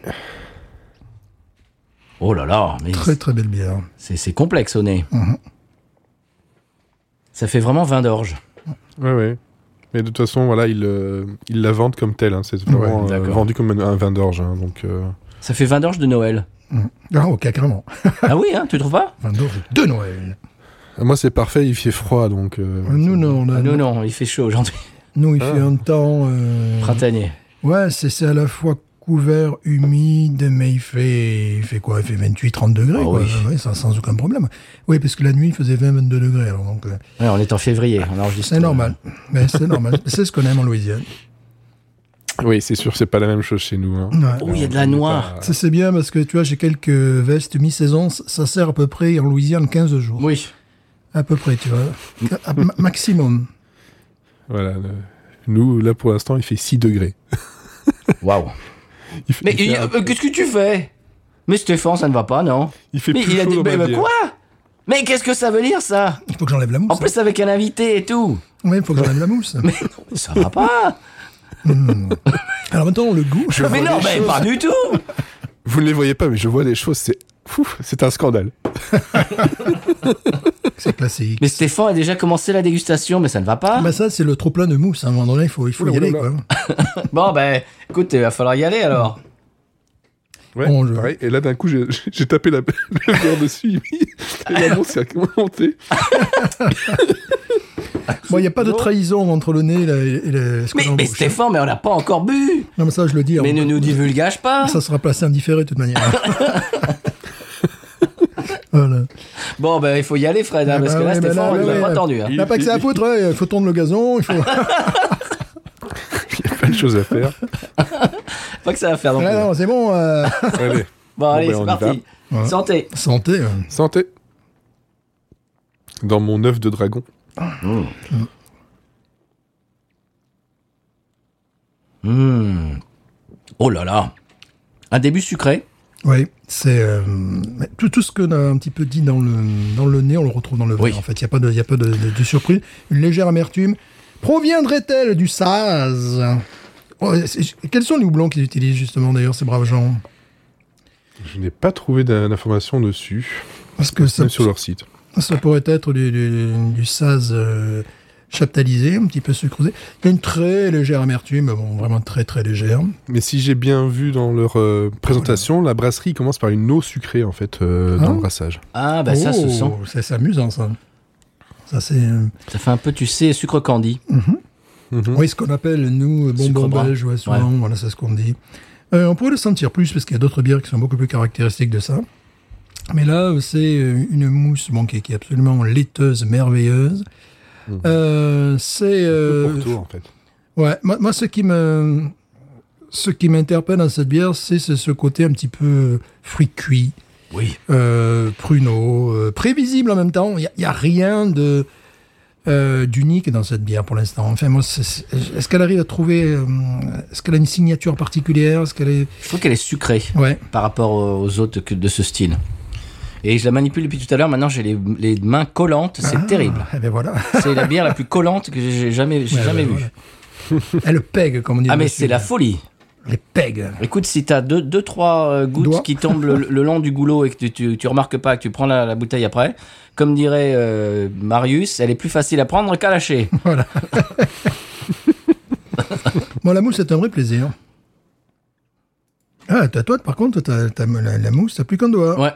A: Oh là là, mais
B: très très belle bière.
A: c'est c'est complexe au nez.
B: Mhm.
A: Ça fait vraiment vin d'orge.
C: Ouais, ouais. Mais de toute façon, voilà, ils, euh, ils la vendent comme telle. hein. C'est vraiment
A: Ouais,
C: euh,
A: d'accord.
C: vendu comme un, un vin d'orge. hein. donc, euh,
A: Ça fait 20 d'orge de Noël.
B: Ah, ok, carrément.
A: ah oui, hein, tu trouves pas
B: Vin d'orge de Noël.
C: moi, c'est parfait. Il fait froid, donc. euh,
B: Nous, non, on a-
A: Ah, Non, non, il fait chaud aujourd'hui.
B: nous, il
C: Ah.
B: fait un temps. euh,
A: Printanier.
B: Ouais, c'est c'est à la fois couvert, humide, mais il fait, il fait quoi Il fait 28, 30 degrés,
A: Ah
B: quoi.
A: oui.
B: Ouais, ça, sans aucun problème. Oui, parce que la nuit, il faisait 20, 22 degrés, alors donc, euh,
A: Ouais, on est en février, on enregistre.
B: c'est normal. Mais c'est
A: (laughs)
B: normal. C'est ce qu'on aime en Louisiane.
C: Oui, c'est sûr, c'est pas la même chose chez nous. hein.
B: Ouais.
A: Oh, il y a de
C: On
A: la
C: n'est
A: noix.
C: pas-
B: Ça, c'est bien parce que tu vois, j'ai quelques vestes mi-saison. Ça ça sert à peu près en Louisiane 15 jours.
A: Oui.
B: À peu près, tu vois. À- ma- maximum.
C: Voilà. le- Nous, là, pour l'instant, il fait 6 degrés.
A: Waouh.
C: Il fait,
A: Mais
C: il
A: il-
C: fait un-
A: euh, qu'est-ce que tu fais Mais Stéphane, ça ne va pas, non
C: il fait
A: Mais
C: plus
A: il a
C: chaud
A: dit
C: dans
A: mais,
C: ma
A: mais
C: bière.
A: quoi Mais qu'est-ce que ça veut dire ça
B: Il faut que j'enlève la mousse.
A: En plus avec un invité et tout.
B: Oui, il faut que j'enlève la mousse.
A: Mais non, mais ça va pas.
B: Alors maintenant, le goût.
A: mais non, mais pas du tout.
C: Vous ne les voyez pas, mais je vois les choses, c'est fou, c'est un scandale.
B: C'est classique.
A: Mais Stéphane a déjà commencé la dégustation, mais ça ne va pas.
B: Bah, ça, c'est le trop plein de mousse. À un moment donné, il faut, il faut
C: Oula,
B: y aller,
C: oula,
B: quoi.
C: oula.
A: Bon ben, écoute, il va falloir y aller alors.
C: Ouais,
B: Bon, je-
C: pareil. Et là, d'un coup, j'ai- (laughs) j'ai tapé la le verre dessus, et la mousse a monté.
B: Bon, il n'y a pas de trahison entre le nez et, la, et la- ce qu'on
A: Mais,
B: a en
A: mais
B: bouche.
A: Stéphane, mais on n'a pas encore bu.
B: Non, mais ça, je le dis.
A: Mais
B: on-
A: ne nous divulgage pas.
B: Ça sera placé en différé, de
A: (laughs)
B: toute manière. (laughs) voilà.
A: Bon ben, il faut y aller, Fred, hein,
B: Ah
A: parce
B: bah
A: que là,
B: ouais, bah
A: Stéphane,
B: là,
A: il
B: ouais,
A: l'a
B: ouais.
A: pas tendu. hein.
C: Il-
B: Il n'a pas que ça à foutre, ouais, il faut tourner le gazon, il faut... Ah,
C: Il n'y a pas de choses à faire.
A: Pas que ça va faire non plus.
B: non, c'est bon, euh,
C: Allez,
A: Bon, allez,
C: ben, on
A: c'est
C: y
A: parti.
B: va. Ouais.
A: Santé.
B: santé. euh.
C: santé. Dans mon œuf de dragon.
A: Hmm. Oh là là. Un début sucré.
B: Oui, c'est euh, tout, tout ce qu'on a un petit peu dit dans le, dans le nez, on le retrouve dans le verre.
A: Oui.
B: En fait, il n'y a pas, de, il y a pas de, de- de surprise. Une légère amertume. Proviendrait-elle du Saz Oh, c'est- Quels sont les houblons qu'ils utilisent justement d'ailleurs, ces braves gens
C: Je n'ai pas trouvé d'in- d'informations dessus,
B: Parce que ça,
C: même sur leur site.
B: ça pourrait être du, du, du Saz euh, chaptalisé, un petit peu sucrosé. Il y a une très légère amertume, bon, vraiment très très légère.
C: Mais si j'ai bien vu dans leur euh, présentation, la brasserie commence par une eau sucrée, en fait, euh,
B: Ah.
C: dans le brassage.
A: Ah, bah ça se
B: Oh,
A: sent.
B: c'est- C'est amusant ça. Ça c'est... euh,
A: Ça fait un peu, tu sais, sucre candy.
C: Mhm.
B: Oui, ce qu'on appelle, nous, bonbon
A: bras.
B: belge, ouais, souvent, voilà, c'est ce qu'on dit. Euh, on pourrait le sentir plus parce qu'il y a d'autres bières qui sont beaucoup plus caractéristiques de ça. Mais là, euh, c'est euh, une mousse bon, qui, qui est absolument laiteuse, merveilleuse.
A: Mhm.
B: Euh, c'est. euh,
C: Pour tout, en fait.
B: ouais, moi, moi, ce qui me. Ce qui m'interpelle dans cette bière, c'est c'est ce côté un petit peu euh, fruit cuit,
A: Oui.
B: euh, pruneau, euh, prévisible en même temps. Il n'y a, rien de euh, d'unique dans cette bière pour l'instant. Enfin, moi, c'est- c'est- est-ce qu'elle arrive à trouver, euh, est-ce qu'elle a une signature particulière, est-ce qu'elle est,
A: Je trouve qu'elle est sucrée
B: ouais,
A: par rapport aux autres que- de ce style. Et je la manipule depuis tout à l'heure. Maintenant, j'ai les, les mains collantes. C'est
B: Ah,
A: terrible.
B: Eh ben voilà.
A: C'est la bière la plus collante que j'ai jamais, j'ai
B: Ouais,
A: jamais
B: (laughs) ouais,
A: vue.
B: voilà. Elle pègue, comme on dit.
A: Ah, mais
B: dessus.
A: c'est la folie.
B: Elle pègue.
A: Écoute, si t'as deux, deux, trois euh, gouttes
B: Doigts.
A: qui tombent le, le long du goulot et que tu, tu, tu remarques pas, que tu prends la, la bouteille après, comme dirait euh, Marius, elle est plus facile à prendre qu'à lâcher.
B: (laughs) Voilà. bon, la mousse, c'est un vrai plaisir. Ah, t'as toi, par contre, t'as, t'as- la, la mousse, t'as plus qu'un doigt.
A: (laughs) Ouais.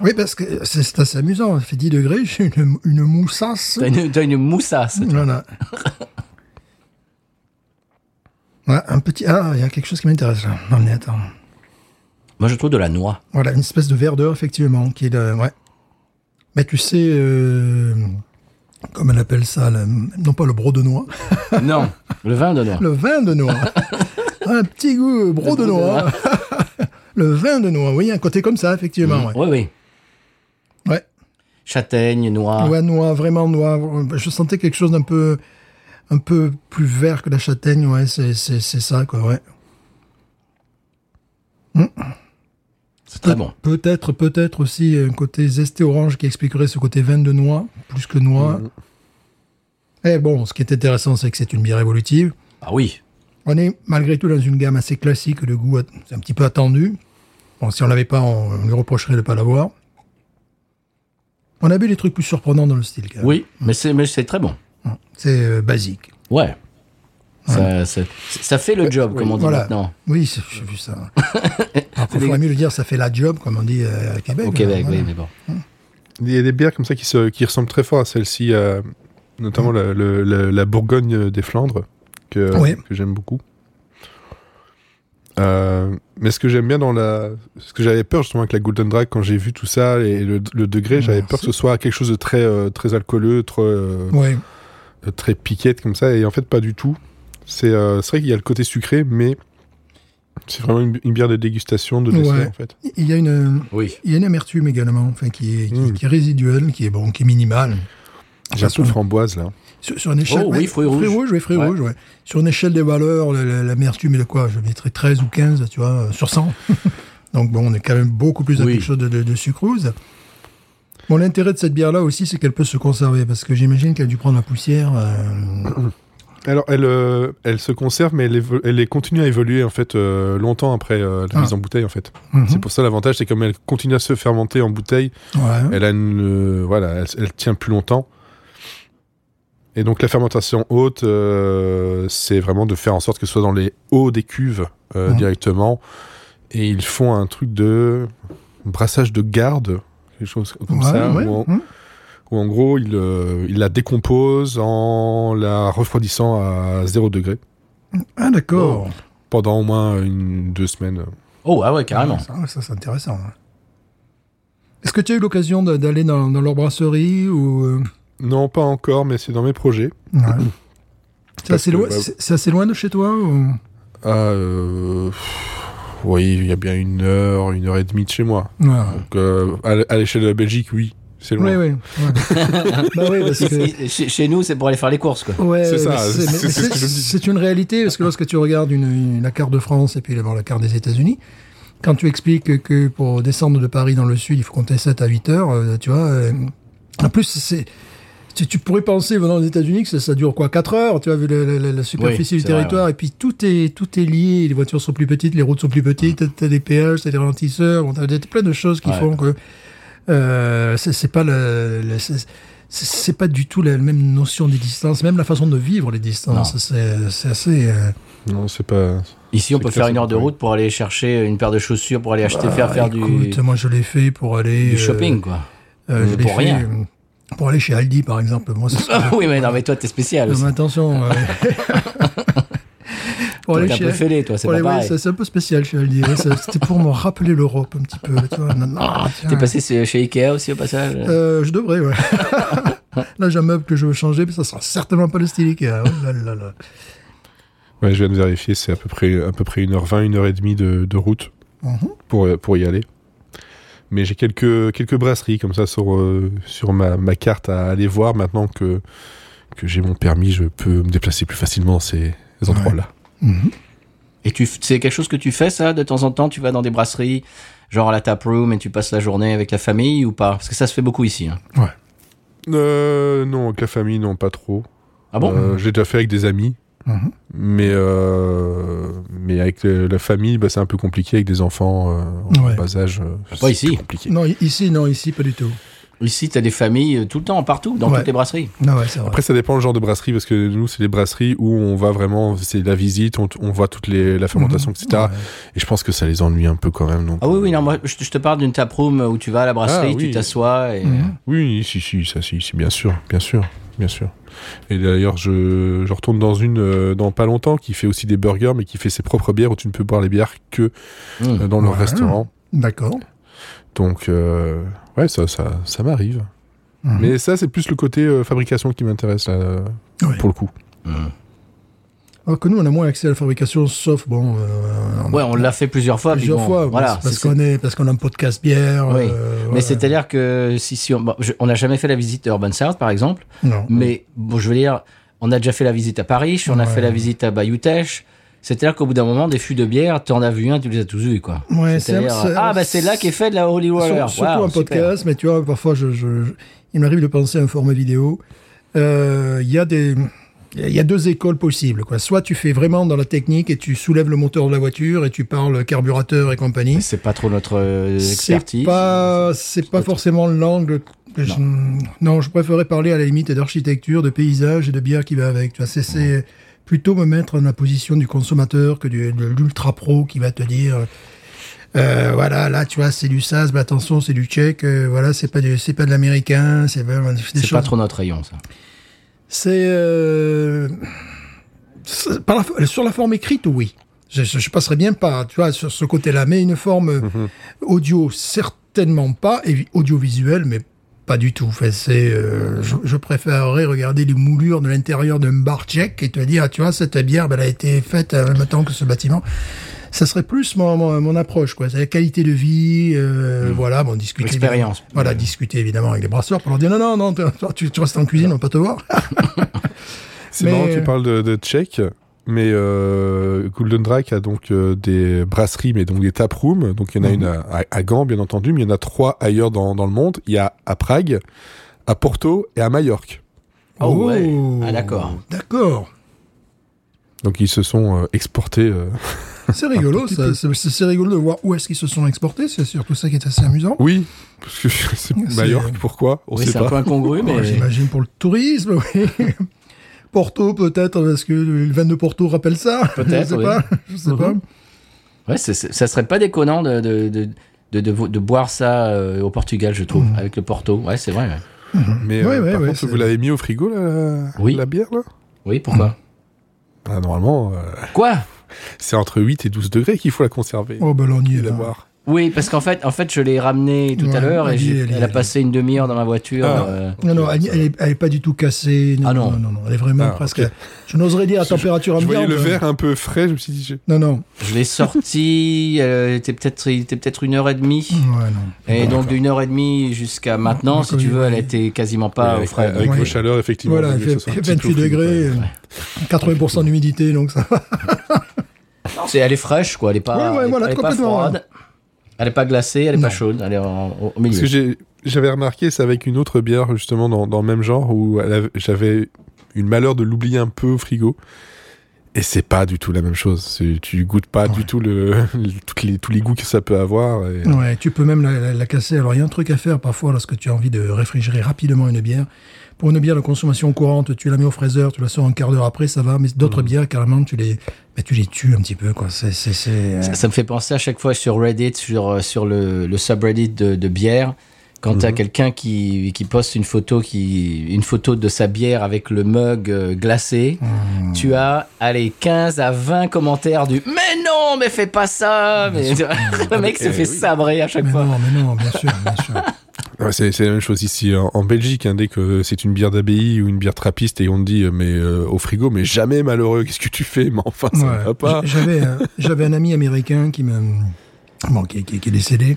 B: Oui, parce que c'est, c'est assez amusant. Il fait 10 degrés, (laughs) j'ai une, une moussasse.
A: T'as une, t'as une moussasse. (laughs)
B: Voilà. Ouais, un petit. Ah, il y a quelque chose qui m'intéresse là. Non, mais attends.
A: Moi, je trouve de la noix.
B: Voilà, une espèce de verdeur, effectivement, qui est le- Ouais. Mais tu sais, euh, comment on appelle ça le- Non pas le bro de noix,
A: (laughs) Non, le vin de noix.
B: le vin de noix. un petit goût euh, bro
A: bro
B: de,
A: de
B: noix.
A: noix.
B: (laughs) le vin de noix, oui, un côté comme ça, effectivement. Ouais.
A: Oui, oui.
B: ouais.
A: Châtaigne, noix.
B: Ouais, noix, vraiment noix. Je sentais quelque chose d'un peu, un peu plus vert que la châtaigne. Ouais, c'est, c'est, c'est ça, quoi. Ouais.
A: C'est très bon.
B: Peut-être, peut-être aussi un côté zesté orange qui expliquerait ce côté vin de noix, plus que noix. Et bon, ce qui est intéressant, c'est que c'est une bière évolutive.
A: Ah oui.
B: On est malgré tout dans une gamme assez classique de goût, at- c'est un petit peu attendu. Bon, si on l'avait pas, on, on lui reprocherait de ne pas l'avoir. On a vu des trucs plus surprenants dans le style. quand même.
A: Oui, mais c'est mais c'est très bon.
B: C'est euh, basique.
A: Ouais. Ça, ça, ça fait le job, comme on dit
B: voilà.
A: maintenant.
B: Oui, c'est- j'ai
A: (laughs)
B: vu ça. Après, il faudrait mieux le dire, ça fait la job, comme on dit euh, à Québec.
A: Au Québec,
B: voilà.
A: oui, mais bon.
C: Il y a des bières comme ça qui, se, qui ressemblent très fort à celle-ci, euh, notamment la, le- la- la Bourgogne des Flandres, que,
B: Mm. Oui.
C: que j'aime beaucoup. Euh, mais ce que j'aime bien dans la. Ce que j'avais peur justement avec la Golden Drag quand j'ai vu tout ça et le,
B: Bah,
C: le degré, j'avais peur que ce soit quelque chose de très, euh, très alcooleux, très, euh,
B: Ouais.
C: très piquette comme ça, et en fait pas du tout. C'est euh, c'est vrai qu'il y a le côté sucré, mais c'est vraiment une, une bière de dégustation, de dessert
B: Ouais.
C: en fait.
B: Il y a une,
A: Oui.
B: il y a une amertume également, enfin, qui est, qui,
C: Mm.
B: qui est résiduelle, qui est bon, qui est minimale.
C: J'ai un peu
B: Sur-
C: framboise là.
B: Sur, sur une échelle.
A: Oh oui,
B: ouais,
A: fruits rouges.
B: oui, fruits
A: Ouais.
B: rouges, ouais. Sur une échelle des valeurs, la- la- l'amertume est de quoi Je mettrais 13 ou 15, tu vois, euh, sur 100. (laughs) Donc bon, on est quand même beaucoup plus à
A: Oui.
B: quelque chose de, de, de sucrose. Bon, l'intérêt de cette bière-là aussi, c'est qu'elle peut se conserver, parce que j'imagine qu'elle a dû prendre la poussière. euh,
C: Alors, elle, euh, elle se conserve, mais elle, évo- elle est- continue à évoluer en fait euh, longtemps après euh, la
B: Ah.
C: mise en bouteille en fait.
B: mhm.
C: C'est pour ça l'avantage, c'est comme elle continue à se fermenter en bouteille,
B: Ouais.
C: elle a une, euh, voilà, elle, elle tient plus longtemps. Et donc la fermentation haute, euh, c'est vraiment de faire en sorte que ce soit dans les hauts des cuves euh,
B: Mhm.
C: directement. Et ils font un truc de brassage de garde, quelque chose comme
B: Ouais,
C: ça.
B: ouais,
C: où en-
B: mhm.
C: où en gros il, euh, il la décompose en la refroidissant à 0 degré
B: Ah d'accord.
C: pendant au moins une deux semaines.
A: Oh, ah ouais, carrément.
B: Ça, ça, c'est intéressant. hein. Est-ce que tu as eu l'occasion de- d'aller dans, dans leur brasserie ou euh,
C: Non, pas encore, mais c'est dans mes projets.
B: ouais. C'est
C: Parce
B: assez,
C: que,
B: loin-
C: bah,
B: c'est- c'est assez loin de chez toi ou-
C: Ah, euh, pff, oui, il y a bien une heure, une heure et demie de chez moi.
B: Ouais.
C: Donc, euh, à l- à l'échelle de la Belgique, oui, c'est loin.
B: Oui, oui.
C: (laughs)
B: ouais. bah oui, parce que.
A: Et- et Chez, chez nous, c'est pour aller faire les courses, quoi.
B: Ouais,
C: C'est ça,
B: mais
C: c'est-
B: mais
C: c'est ce que je me dis.
B: c'est une réalité, parce que lorsque tu regardes une, une- la carte de France et puis d'abord la carte des États-Unis, quand tu expliques que pour descendre de Paris dans le sud, il faut compter 7 à 8 heures, euh, tu vois. euh, en plus, c'est. Tu, tu pourrais penser, venant des États-Unis, que ça, ça dure quoi 4 heures, tu vois, vu la, la- la- la superficie
A: Oui,
B: du
A: c'est vrai,
B: territoire. Et puis tout est, tout est lié. Les voitures sont plus petites, les routes sont plus petites, t'as des péages, t'as des ralentisseurs, bon, t'as des- plein de choses qui
A: Mm. Ouais.
B: font que. Euh, c'est c'est pas le, le- c'est- c'est c'est pas du tout la même notion des distances, même la façon de vivre les distances. C'est c'est assez. euh,
C: Non, c'est pas.
A: Ici, on peut
C: C'est
A: faire
C: clair,
A: une heure de
C: oui.
A: route pour aller chercher une paire de chaussures, pour aller acheter, faire, faire
B: Bah, écoute,
A: du,
B: moi je l'ai fait pour aller
A: du
B: euh,
A: shopping, quoi.
B: euh, je
A: Mais
B: l'ai
A: pour
B: fait,
A: rien.
B: euh, Pour aller chez Aldi par exemple, moi. c'est
A: (laughs)
B: ce que-
A: Ah oui, mais non, Ah, mais toi, t'es spécial
B: Non,
A: aussi.
B: mais attention.
A: (laughs)
B: euh, Oh, pour
A: Toi, T'es un peu fêlé, toi, c'est
B: pour
A: pas
B: aller- ouais,
A: pareil.
B: c'est- c'est un peu spécial chez Aldi. ouais, ça- C'était pour me rappeler l'Europe un petit peu. tu vois, non, non,
A: Ah, T'es
B: tiens.
A: passé chez chez Ikea aussi, au passage
B: Euh, je devrais, ouais. (laughs) Là, j'ai un meuble que je veux changer, mais ça sera certainement pas le style Ikea. Oh là là là.
C: Ouais, je viens de vérifier, c'est à peu près, à peu près 1h20, 1h30 de, de route
B: Mhm.
C: pour, euh, pour y aller. Mais j'ai quelques, quelques brasseries comme ça sur, euh, sur ma, ma carte à aller voir maintenant que, que j'ai mon permis, je peux me déplacer plus facilement dans ces endroits-là.
A: Et tu, f- c'est quelque chose que tu fais, ça, de temps en temps Tu vas dans des brasseries, genre à la tap room, et tu passes la journée avec la famille ou pas Parce que ça se fait beaucoup ici. hein.
C: Euh, non, avec la famille, non, pas trop.
A: Ah bon
C: Euh, J'ai déjà fait avec des amis.
B: Mhm.
C: Mais, euh, mais avec euh, la famille, bah, c'est un peu compliqué avec des enfants euh, en
B: Ouais.
C: bas âge. euh, c'est
A: ici.
C: plus compliqué.
B: Non, i- ici, non, ici, pas du tout.
A: Ici, t'as des familles euh, tout le temps, partout, dans
B: Ouais.
A: toutes les brasseries.
B: Non, ouais, c'est vrai.
C: Après, ça dépend le genre de brasserie, parce que nous, c'est les brasseries où on va vraiment, c'est la visite, on, on voit toute les, la
B: Mhm.
C: fermentation, etc. Et je pense que ça les ennuie un peu quand même. Donc,
A: Ah oui, oui,
C: euh,
A: non, moi, je te- je te parle d'une tap room où tu vas à la brasserie,
C: Ah, oui.
A: tu t'assois et.
B: Mhm.
C: euh, Oui, si, si, ça, si, si, bien sûr, bien sûr, bien sûr. Et d'ailleurs, je, je retourne dans une, euh, dans pas longtemps, qui fait aussi des burgers, mais qui fait ses propres bières où tu ne peux boire les bières que
A: Mmh.
C: euh, dans leur
B: Ouais.
C: restaurant.
B: D'accord.
C: Donc, euh, ouais, ça, ça, ça m'arrive.
B: Mhm.
C: Mais ça, c'est plus le côté euh, fabrication qui m'intéresse, là, euh,
B: Ouais.
C: pour le coup.
B: Alors que nous, on a moins accès à la fabrication, sauf, bon, euh,
A: Ouais, on l'a fait plusieurs fois. puis
B: plusieurs
A: bon,
B: fois. bon,
A: Voilà.
B: c'est
A: c'est-
B: parce qu'on est, parce qu'on a un podcast bière.
A: Oui.
B: euh,
A: Mais
B: ouais.
A: c'est-à-dire que si, si on bon, je- on n'a jamais fait la visite d'Urban South, par exemple,
B: Non.
A: mais bon, je veux dire, on a déjà fait la visite à Paris, on a
B: Ouais.
A: fait la visite à Bayoutech. C'est-à-dire qu'au bout d'un moment, des fûts de bière, t'en as vu un, tu les as tous vus, quoi.
B: Ouais,
A: C'est-à-dire,
B: c'est- c'est-
A: ah, bah c'est là qu'est fait de la Holy Water.
B: Sur- surtout
A: Waouh,
B: un
A: super.
B: podcast, mais tu vois, parfois, je, je- je- il m'arrive de penser à un format vidéo. Euh, Il y a des. Il y a deux écoles possibles. Quoi. Soit tu fais vraiment dans la technique et tu soulèves le moteur de la voiture et tu parles carburateur et compagnie.
A: Mais C'est pas trop notre euh,
B: C'est
A: expertise.
B: pas, c'est pas forcément l'angle. que je- Non. je préférais parler à la limite d'architecture, de paysage et de bière qui va avec. Tu vois, c'est, c'est plutôt me mettre dans la position du consommateur que du- de l'ultra pro qui va te dire euh, voilà là tu vois c'est du sas mais attention c'est du tchèque euh, voilà c'est pas du c'est pas de l'américain c'est vraiment des
A: C'est pas
B: choses-
A: trop notre rayon, ça.
B: c'est euh, c'est- par la- sur la forme écrite, oui. Je, je, je passerai bien par, tu vois, sur ce côté-là, mais une forme audio certainement pas, et audiovisuelle, mais pas du tout. Enfin, c'est, euh, je, je préférerais regarder les moulures de l'intérieur d'un bar tchèque et te dire, tu vois, cette bière, ben, elle a été faite en même temps que ce bâtiment. Ça serait plus mon, mon, mon approche, quoi. C'est la qualité de vie, euh, voilà, bon, discuter.
A: L'expérience.
B: évidemment. Voilà, discuter évidemment avec les brasseurs pour leur dire, non, non, non, toi, toi, tu, tu restes en cuisine, on va pas te voir.
C: C'est
B: Mais-
C: marrant que tu parles de, de Tchèque, mais euh, Golden Drake a donc euh, des brasseries, mais donc des taprooms. Donc il y en a une
B: Mhm.
C: à, à- à Gand, bien entendu, mais il y en a trois ailleurs dans, dans le monde. Il y a à Prague, à Porto et à Majorque.
A: Oh, ouais. Ah, d'accord.
B: D'accord.
C: Donc ils se sont euh, exportés. euh.
B: C'est
A: Ah,
B: rigolo, ça. C'est- C'est c'est rigolo de voir où est-ce qu'ils se sont exportés. C'est surtout ça qui est assez amusant.
C: Oui, parce que (laughs) c'est
B: C'est-
C: Majorque, pourquoi On
A: Oui,
C: sait
A: c'est un peu
C: pas.
A: incongru, mais.
B: (laughs) Ouais, J'imagine pour le tourisme, (laughs) oui. Porto, peut-être, parce que le vin de Porto rappelle ça.
A: Peut-être,
B: (laughs) Je sais
A: oui. Mm-hmm.
B: pas. Je sais pas.
A: Ouais, c'est- c'est- ça serait pas déconnant de, de, de, de, de- de boire ça euh, au Portugal, je
B: Mm.
A: trouve, avec le Porto. Ouais, c'est vrai. ouais.
C: Mais
B: Ouais,
C: euh,
B: ouais,
C: par
B: ouais,
C: contre,
B: c'est-
C: vous l'avez mis au frigo, la,
A: Oui.
C: la bière, là
A: Oui, pourquoi
C: Ah, Normalement, euh,
A: Quoi
C: c'est entre 8 et 12 degrés qu'il faut la conserver
B: Oh, ben là, on y
C: et
B: est.
C: la
B: là.
C: boire.
A: Oui, parce qu'en fait, en fait, je l'ai ramenée tout
B: Ouais,
A: à l'heure et
B: elle y
A: j'ai-
B: est, elle y
A: elle a
B: est.
A: passé une demi-heure dans ma voiture.
C: Ah.
A: euh,
B: Non, non, elle, elle est, elle est pas du tout cassée. Non,
A: Ah, non.
B: non, non, non, Elle est vraiment
C: Ah,
B: presque.
C: ok.
B: Je n'oserais dire à température
C: Je voyais
B: ambiante.
C: le verre un peu frais, je me suis dit... j'ai-
B: Non, non.
A: je l'ai sortie, (laughs) euh, il était peut-être il était peut-être une heure et demie.
B: Ouais, non.
A: Et donc d'une heure et demie jusqu'à maintenant,
B: Ouais,
A: si
B: comme
A: tu
B: il
A: veux,
B: est.
A: elle était quasiment pas au
C: avec,
A: frais.
C: avec
A: donc,
C: vos
A: euh,
C: chaleurs, effectivement.
B: Voilà,
C: vous voulez
B: fait-
C: que ce soit un petit peu
B: 28
C: au frigo,
B: degrés,
C: ouais.
B: euh, 80% d'humidité, donc ça va.
A: c'est- elle est fraîche, quoi. Elle est pas,
B: Ouais, ouais,
A: elle est-
B: voilà,
A: elle est pas
B: complètement.
A: froide. Elle est pas glacée, elle est
B: Non.
A: pas chaude. Elle est en- au- au
C: Parce
A: milieu.
C: que j'ai- j'avais remarqué, c'est avec une autre bière, justement, dans, dans le même genre, où elle avait- j'avais une malheur de l'oublier un peu au frigo. Et c'est pas du tout la même chose. C'est- Tu goûtes pas du tout le, (laughs) le- toutes les, tous les goûts que ça peut avoir. et-
B: Ouais, tu peux même la, la- la casser. Alors, il y a un truc à faire parfois lorsque tu as envie de réfrigérer rapidement une bière. Pour une bière de consommation courante, tu la mets au fraiseur, tu la sors un quart d'heure après, ça va. Mais
A: Mhm.
B: d'autres bières, carrément, tu les, bah, tu les tues un petit peu, quoi. C'est, c'est, c'est, euh,
A: Ça, ça me fait penser à chaque fois sur Reddit, sur, euh, sur le, le subreddit de, de bière, quand t'as quelqu'un qui, qui poste une photo, qui, une photo de sa bière avec le mug euh, glacé, tu as, allez, 15 à 20 commentaires du « Mais non, mais fais pas ça !» mais, (laughs) Le mec se
C: Eh
A: fait
C: oui.
A: sabrer à chaque
B: Mais
A: fois.
B: non, mais non, bien sûr, bien sûr.
C: Ouais, c'est c'est la même chose ici en, en Belgique. hein, dès que c'est une bière d'abbaye ou une bière trappiste et on te dit euh, mais euh, au frigo, mais jamais malheureux, qu'est-ce que tu fais Mais enfin, (laughs) ça
B: Ouais.
C: ne va pas.
B: J- J'avais un, j'avais un ami américain qui me, bon, qui, qui- qui est décédé.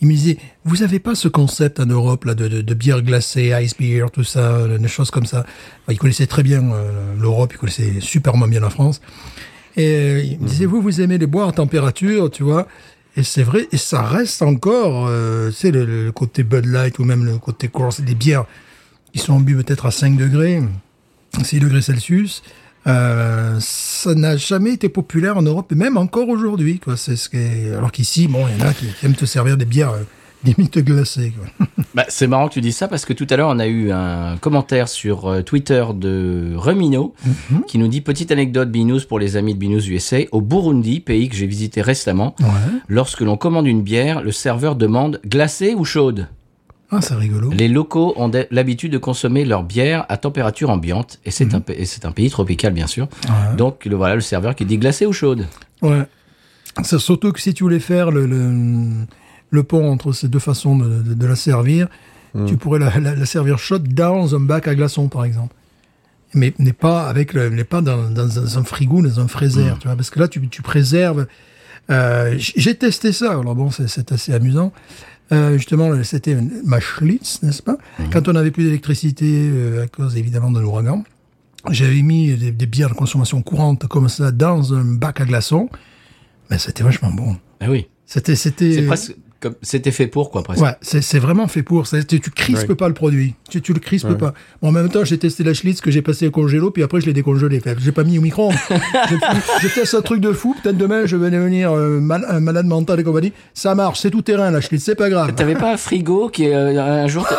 B: Il me disait, vous avez pas ce concept en Europe là de, de, de bière glacée, ice beer, tout ça, de- des choses comme ça. Enfin, il connaissait très bien euh, l'Europe, il connaissait superment bien la France. Et euh, il me disait,
C: Mhm.
B: vous, vous aimez les boire à température, tu vois. Et c'est vrai, et ça reste encore, euh, c'est le, le côté Bud Light ou même le côté Coors, des bières qui sont bu peut-être à 5 degrés, 6 degrés Celsius. Euh, ça n'a jamais été populaire en Europe, et même encore aujourd'hui. Quoi. C'est ce qui est- Alors qu'ici, bon, il y en a qui, qui aiment te servir des (laughs) bières euh, limite glacées. Quoi.
A: Bah, c'est marrant que tu dises ça parce que tout à l'heure on a eu un commentaire sur euh, Twitter de Remino qui nous dit petite anecdote Binous pour les amis de Binous USA au Burundi pays que j'ai visité récemment
B: Ouais.
A: lorsque l'on commande une bière le serveur demande glacée ou chaude
B: Ah, c'est rigolo.
A: les locaux ont de- l'habitude de consommer leur bière à température ambiante et c'est un pa- et c'est un pays tropical bien sûr
B: Mhm. Ouais.
A: donc le, voilà le serveur qui dit glacée ou chaude
B: Ouais. C'est surtout que si tu voulais faire le, le, le pont entre ces deux façons de, de- de la servir, tu pourrais la, la- la servir chaude dans un bac à glaçons, par exemple. Mais n'est pas avec le, n'est pas dans, dans un- un frigo, dans un fraiser, tu vois, parce que là tu, tu préserves. euh, j- j'ai testé ça. Alors bon, c'est, c'est assez amusant. Euh, justement, le- c'était une- ma Schlitz, n'est-ce pas Quand on n'avait plus d'électricité euh, à cause évidemment de l'ouragan, j'avais mis des, des bières de consommation courante comme ça dans un bac à glaçons. Mais Bah, c'était vachement bon.
A: ah oui
B: C'était, c'était.
A: c'est presque comme c'était fait pour quoi presque
B: Ouais, c'est, c'est vraiment fait pour. C'est, tu, tu crispes
C: Ouais.
B: pas le produit. Tu, tu le crispes pas. Bon, en même temps, j'ai testé la Schlitz que j'ai passé au congélo, puis après je l'ai décongelé. Enfin, j'ai pas mis
A: (laughs)
B: au micro-ondes. je, je teste un truc de fou. Peut-être demain je vais devenir euh, mal- un malade mental et compagnie. Ça marche, c'est tout terrain la Schlitz, c'est pas grave.
A: t'avais pas un frigo qui est, euh, un jour T'as-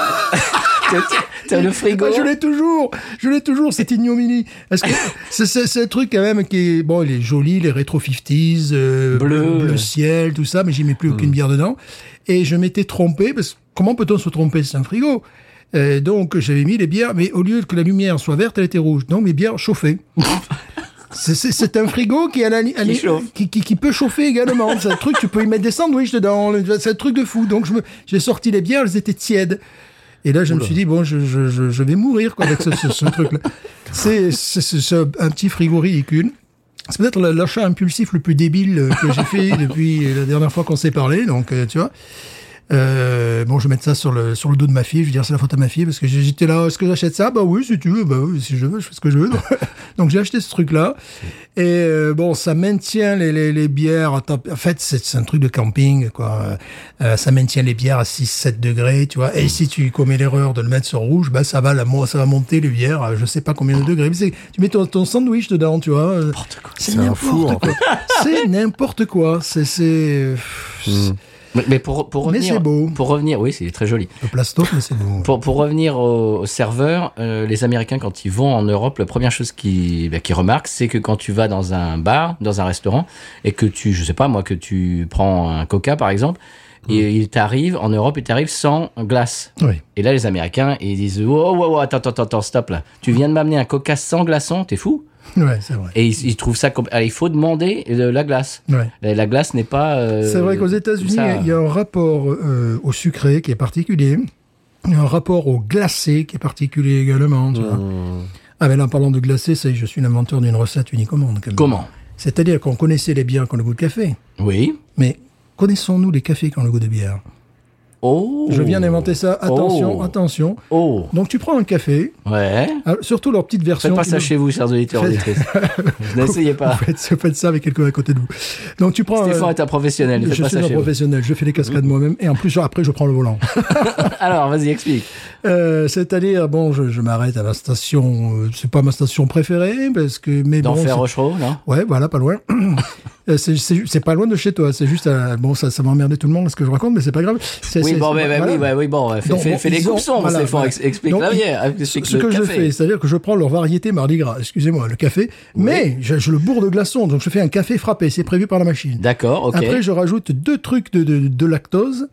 A: (laughs) T'as le frigo.
B: Ah, je l'ai toujours, je l'ai toujours, cette ignominie.
A: (laughs)
B: Est-ce que c'est, c'est- c'est un truc quand même qui est bon, il est joli, les rétro 50s, euh,
A: Bleu. Hmm.
B: bleu ciel, tout ça, mais j'y mets plus aucune bière dedans. Et je m'étais trompé parce que comment peut-on se tromper C'est un frigo. Euh, donc j'avais mis les bières, mais au lieu que la lumière soit verte, elle était rouge. Donc mes bières chauffaient. C'est, c'est- c'est un frigo qui, à la li- à
A: Qui
B: li-
A: chauffe.
B: qui- qui- qui peut chauffer également. C'est un truc, tu peux y mettre des sandwichs dedans. le- C'est un truc de fou. Donc je me- j'ai sorti les bières, elles étaient tièdes. Et là, je me suis dit, bon, je, je, je, je vais mourir quoi, avec ce, ce- ce truc-là. C'est c'est- c'est- c'est un petit frigo ridicule. C'est peut-être le- l'achat impulsif le plus débile euh, que j'ai fait depuis la dernière fois qu'on s'est parlé. Donc, euh, tu vois. Euh, bon, je vais mettre ça sur le, sur le dos de ma fille. Je vais dire, c'est la faute à ma fille parce que j'étais là. Est-ce que j'achète ça Bah oui, si tu veux. Bah oui, si je veux, je fais ce que
A: (laughs)
B: je veux. Donc, j'ai acheté ce truc-là. Et euh, bon, ça maintient les, les, les bières. à temp- En fait, c'est c'est un truc de camping, quoi. Euh, ça maintient les bières à 6-7 degrés, tu vois. Et si tu commets l'erreur de le mettre sur rouge, bah, ça va, la, mo- ça va monter les bières à je sais pas combien de degrés. Mais c'est- Tu mets ton, ton sandwich dedans, tu vois. euh, C'est
C: C'est un four, en
B: n'importe quoi. C'est n'importe quoi. C'est c'est-
A: Mais, mais pour, pour
B: Mais
A: revenir.
B: c'est beau.
A: Pour revenir, oui, c'est très joli.
B: le plastoc, mais c'est bon.
A: Pour, pour revenir au, au serveur, euh, les Américains, quand ils vont en Europe, la première chose qu'ils bah, qu'ils remarquent, c'est que quand tu vas dans un bar, dans un restaurant, et que tu, je sais pas moi, que tu prends un coca par exemple,
B: Mm.
A: et il t'arrive, en Europe, il t'arrive sans glace.
B: Oui.
A: Et là, les Américains, ils disent Wow, wow, wow, attends, attends, attends, stop là. Tu viens de m'amener un coca sans glaçon, t'es fou
B: Ouais, c'est vrai.
A: Et ils, ils trouvent ça comme. Ah, Il faut demander de la glace.
B: Ouais.
A: La, la glace n'est pas. euh,
B: C'est vrai qu'aux États-Unis,
A: ça.
B: il y a un rapport euh, au sucré qui est particulier. Il y a un rapport au glacé qui est particulier également. tu vois.
A: Hmm.
B: Ah, mais là, en parlant de glacé, ça y est, je suis l'inventeur d'une recette unicommande. quand même.
A: Comment
B: C'est-à-dire qu'on connaissait les bières qui ont le goût de café.
A: Oui.
B: Mais connaissons-nous les cafés qui ont le goût de bière
A: Oh
B: Je viens d'inventer ça. Attention,
A: Oh.
B: attention.
A: Oh
B: Donc, tu prends un café,
A: Ouais.
B: ah, surtout leur petite version.
A: Faites pas
B: qui-
A: ça chez vous, chers auditeurs
B: Faites-
A: auditrices. N'essayez pas.
B: (laughs) Faites, faites ça avec quelqu'un à côté de vous. Donc, tu prends.
A: Stéphane
B: euh,
A: est un professionnel. Faites
B: je
A: pas
B: suis
A: ça
B: un
A: chez vous. Mm.
B: professionnel, je fais les cascades moi-même et en plus genre, après je prends
A: (laughs)
B: le volant.
A: Alors, vas-y, explique.
B: Euh, C'est-à-dire bon, je, je m'arrête à la station, euh, c'est pas ma station préférée parce que mais bon,
A: D'enfer
B: c'est-
A: Rochereau, non
B: Ouais, voilà,
A: (coughs)
B: pas loin. Euh, c'est- c'est c'est pas loin de chez toi. C'est juste, à- bon, ça, ça m'a emmerdé tout le monde ce que je raconte, mais c'est pas grave. C'est-
A: Oui,
B: c'est-
A: bon,
B: c'est-
A: mais, mais
B: voilà.
A: oui, bah, oui, bon, ouais, fais,
B: Donc,
A: fais,
B: bon,
A: fais les
B: ils ont-
A: coups sombres,
B: voilà,
A: Stéphane.
B: voilà.
A: ex- Explique
B: Donc,
A: la bière.
B: ils-
A: Explique
B: Ce
A: le
B: que je
A: café.
B: fais, c'est-à-dire que je prends leur variété Mardi Gras, excusez-moi, le café, mais je, je le bourre de glaçons, donc je fais un café frappé, c'est prévu par la machine.
A: D'accord, ok.
B: Après, je rajoute deux trucs de, de, de lactose,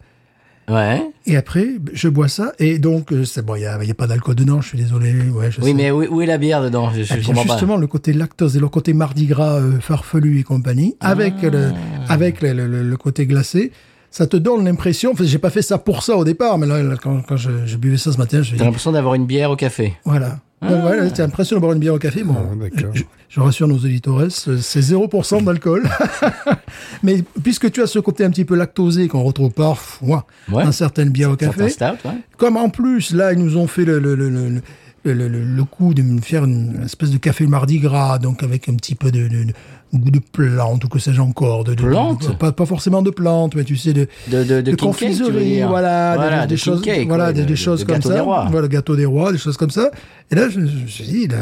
A: Ouais.
B: et après, je bois ça, et donc, euh, c'est bon, il n'y a, il y a pas d'alcool dedans, je suis désolé. Ouais, je
A: Oui,
B: sais.
A: mais où, où est la bière dedans Je, je
B: Eh bien,
A: comprends pas.
B: justement, le côté lactose et le côté mardi gras euh, farfelu et compagnie, avec le,
A: Ah.
B: avec le, le- le- le côté glacé, ça te donne l'impression. Enfin, j'ai pas fait ça pour ça au départ, mais là, là, quand, quand je, je buvais ça ce matin, je me
A: T'as l'impression Ah. d'avoir une bière au café.
B: voilà. Donc, voilà, t'as l'impression de boire une bière au café. Bon,
C: Ah, d'accord.
B: je, je rassure nos auditeurs, euh, c'est 0% d'alcool. (laughs) mais puisque tu as ce côté un petit peu lactosé qu'on retrouve parfois
A: Ouais.
B: dans certaines bières au café,
A: Certains stout, ouais.
B: comme en plus, là, ils nous ont fait le, le, le, le, le, le- le- le coup de me faire une espèce de café mardi gras, donc avec un petit peu de, de, de goût de plante ou que sais-je encore. De, de- de-
A: Plante
B: de- pas, pas forcément de plante, mais tu sais, de,
A: De, de, de king
B: de
A: cake, tu veux
B: confiserie,
A: dire.
B: voilà, des-
A: Voilà,
B: des,
A: de king
B: choses,
A: cake,
B: voilà,
A: ouais,
B: des,
A: de-
B: des
A: de-
B: choses
A: de
B: comme
A: gâteau
B: ça.
A: des rois.
B: Voilà, gâteau des rois, des choses comme ça. Et là, je, je, je me suis dit, là,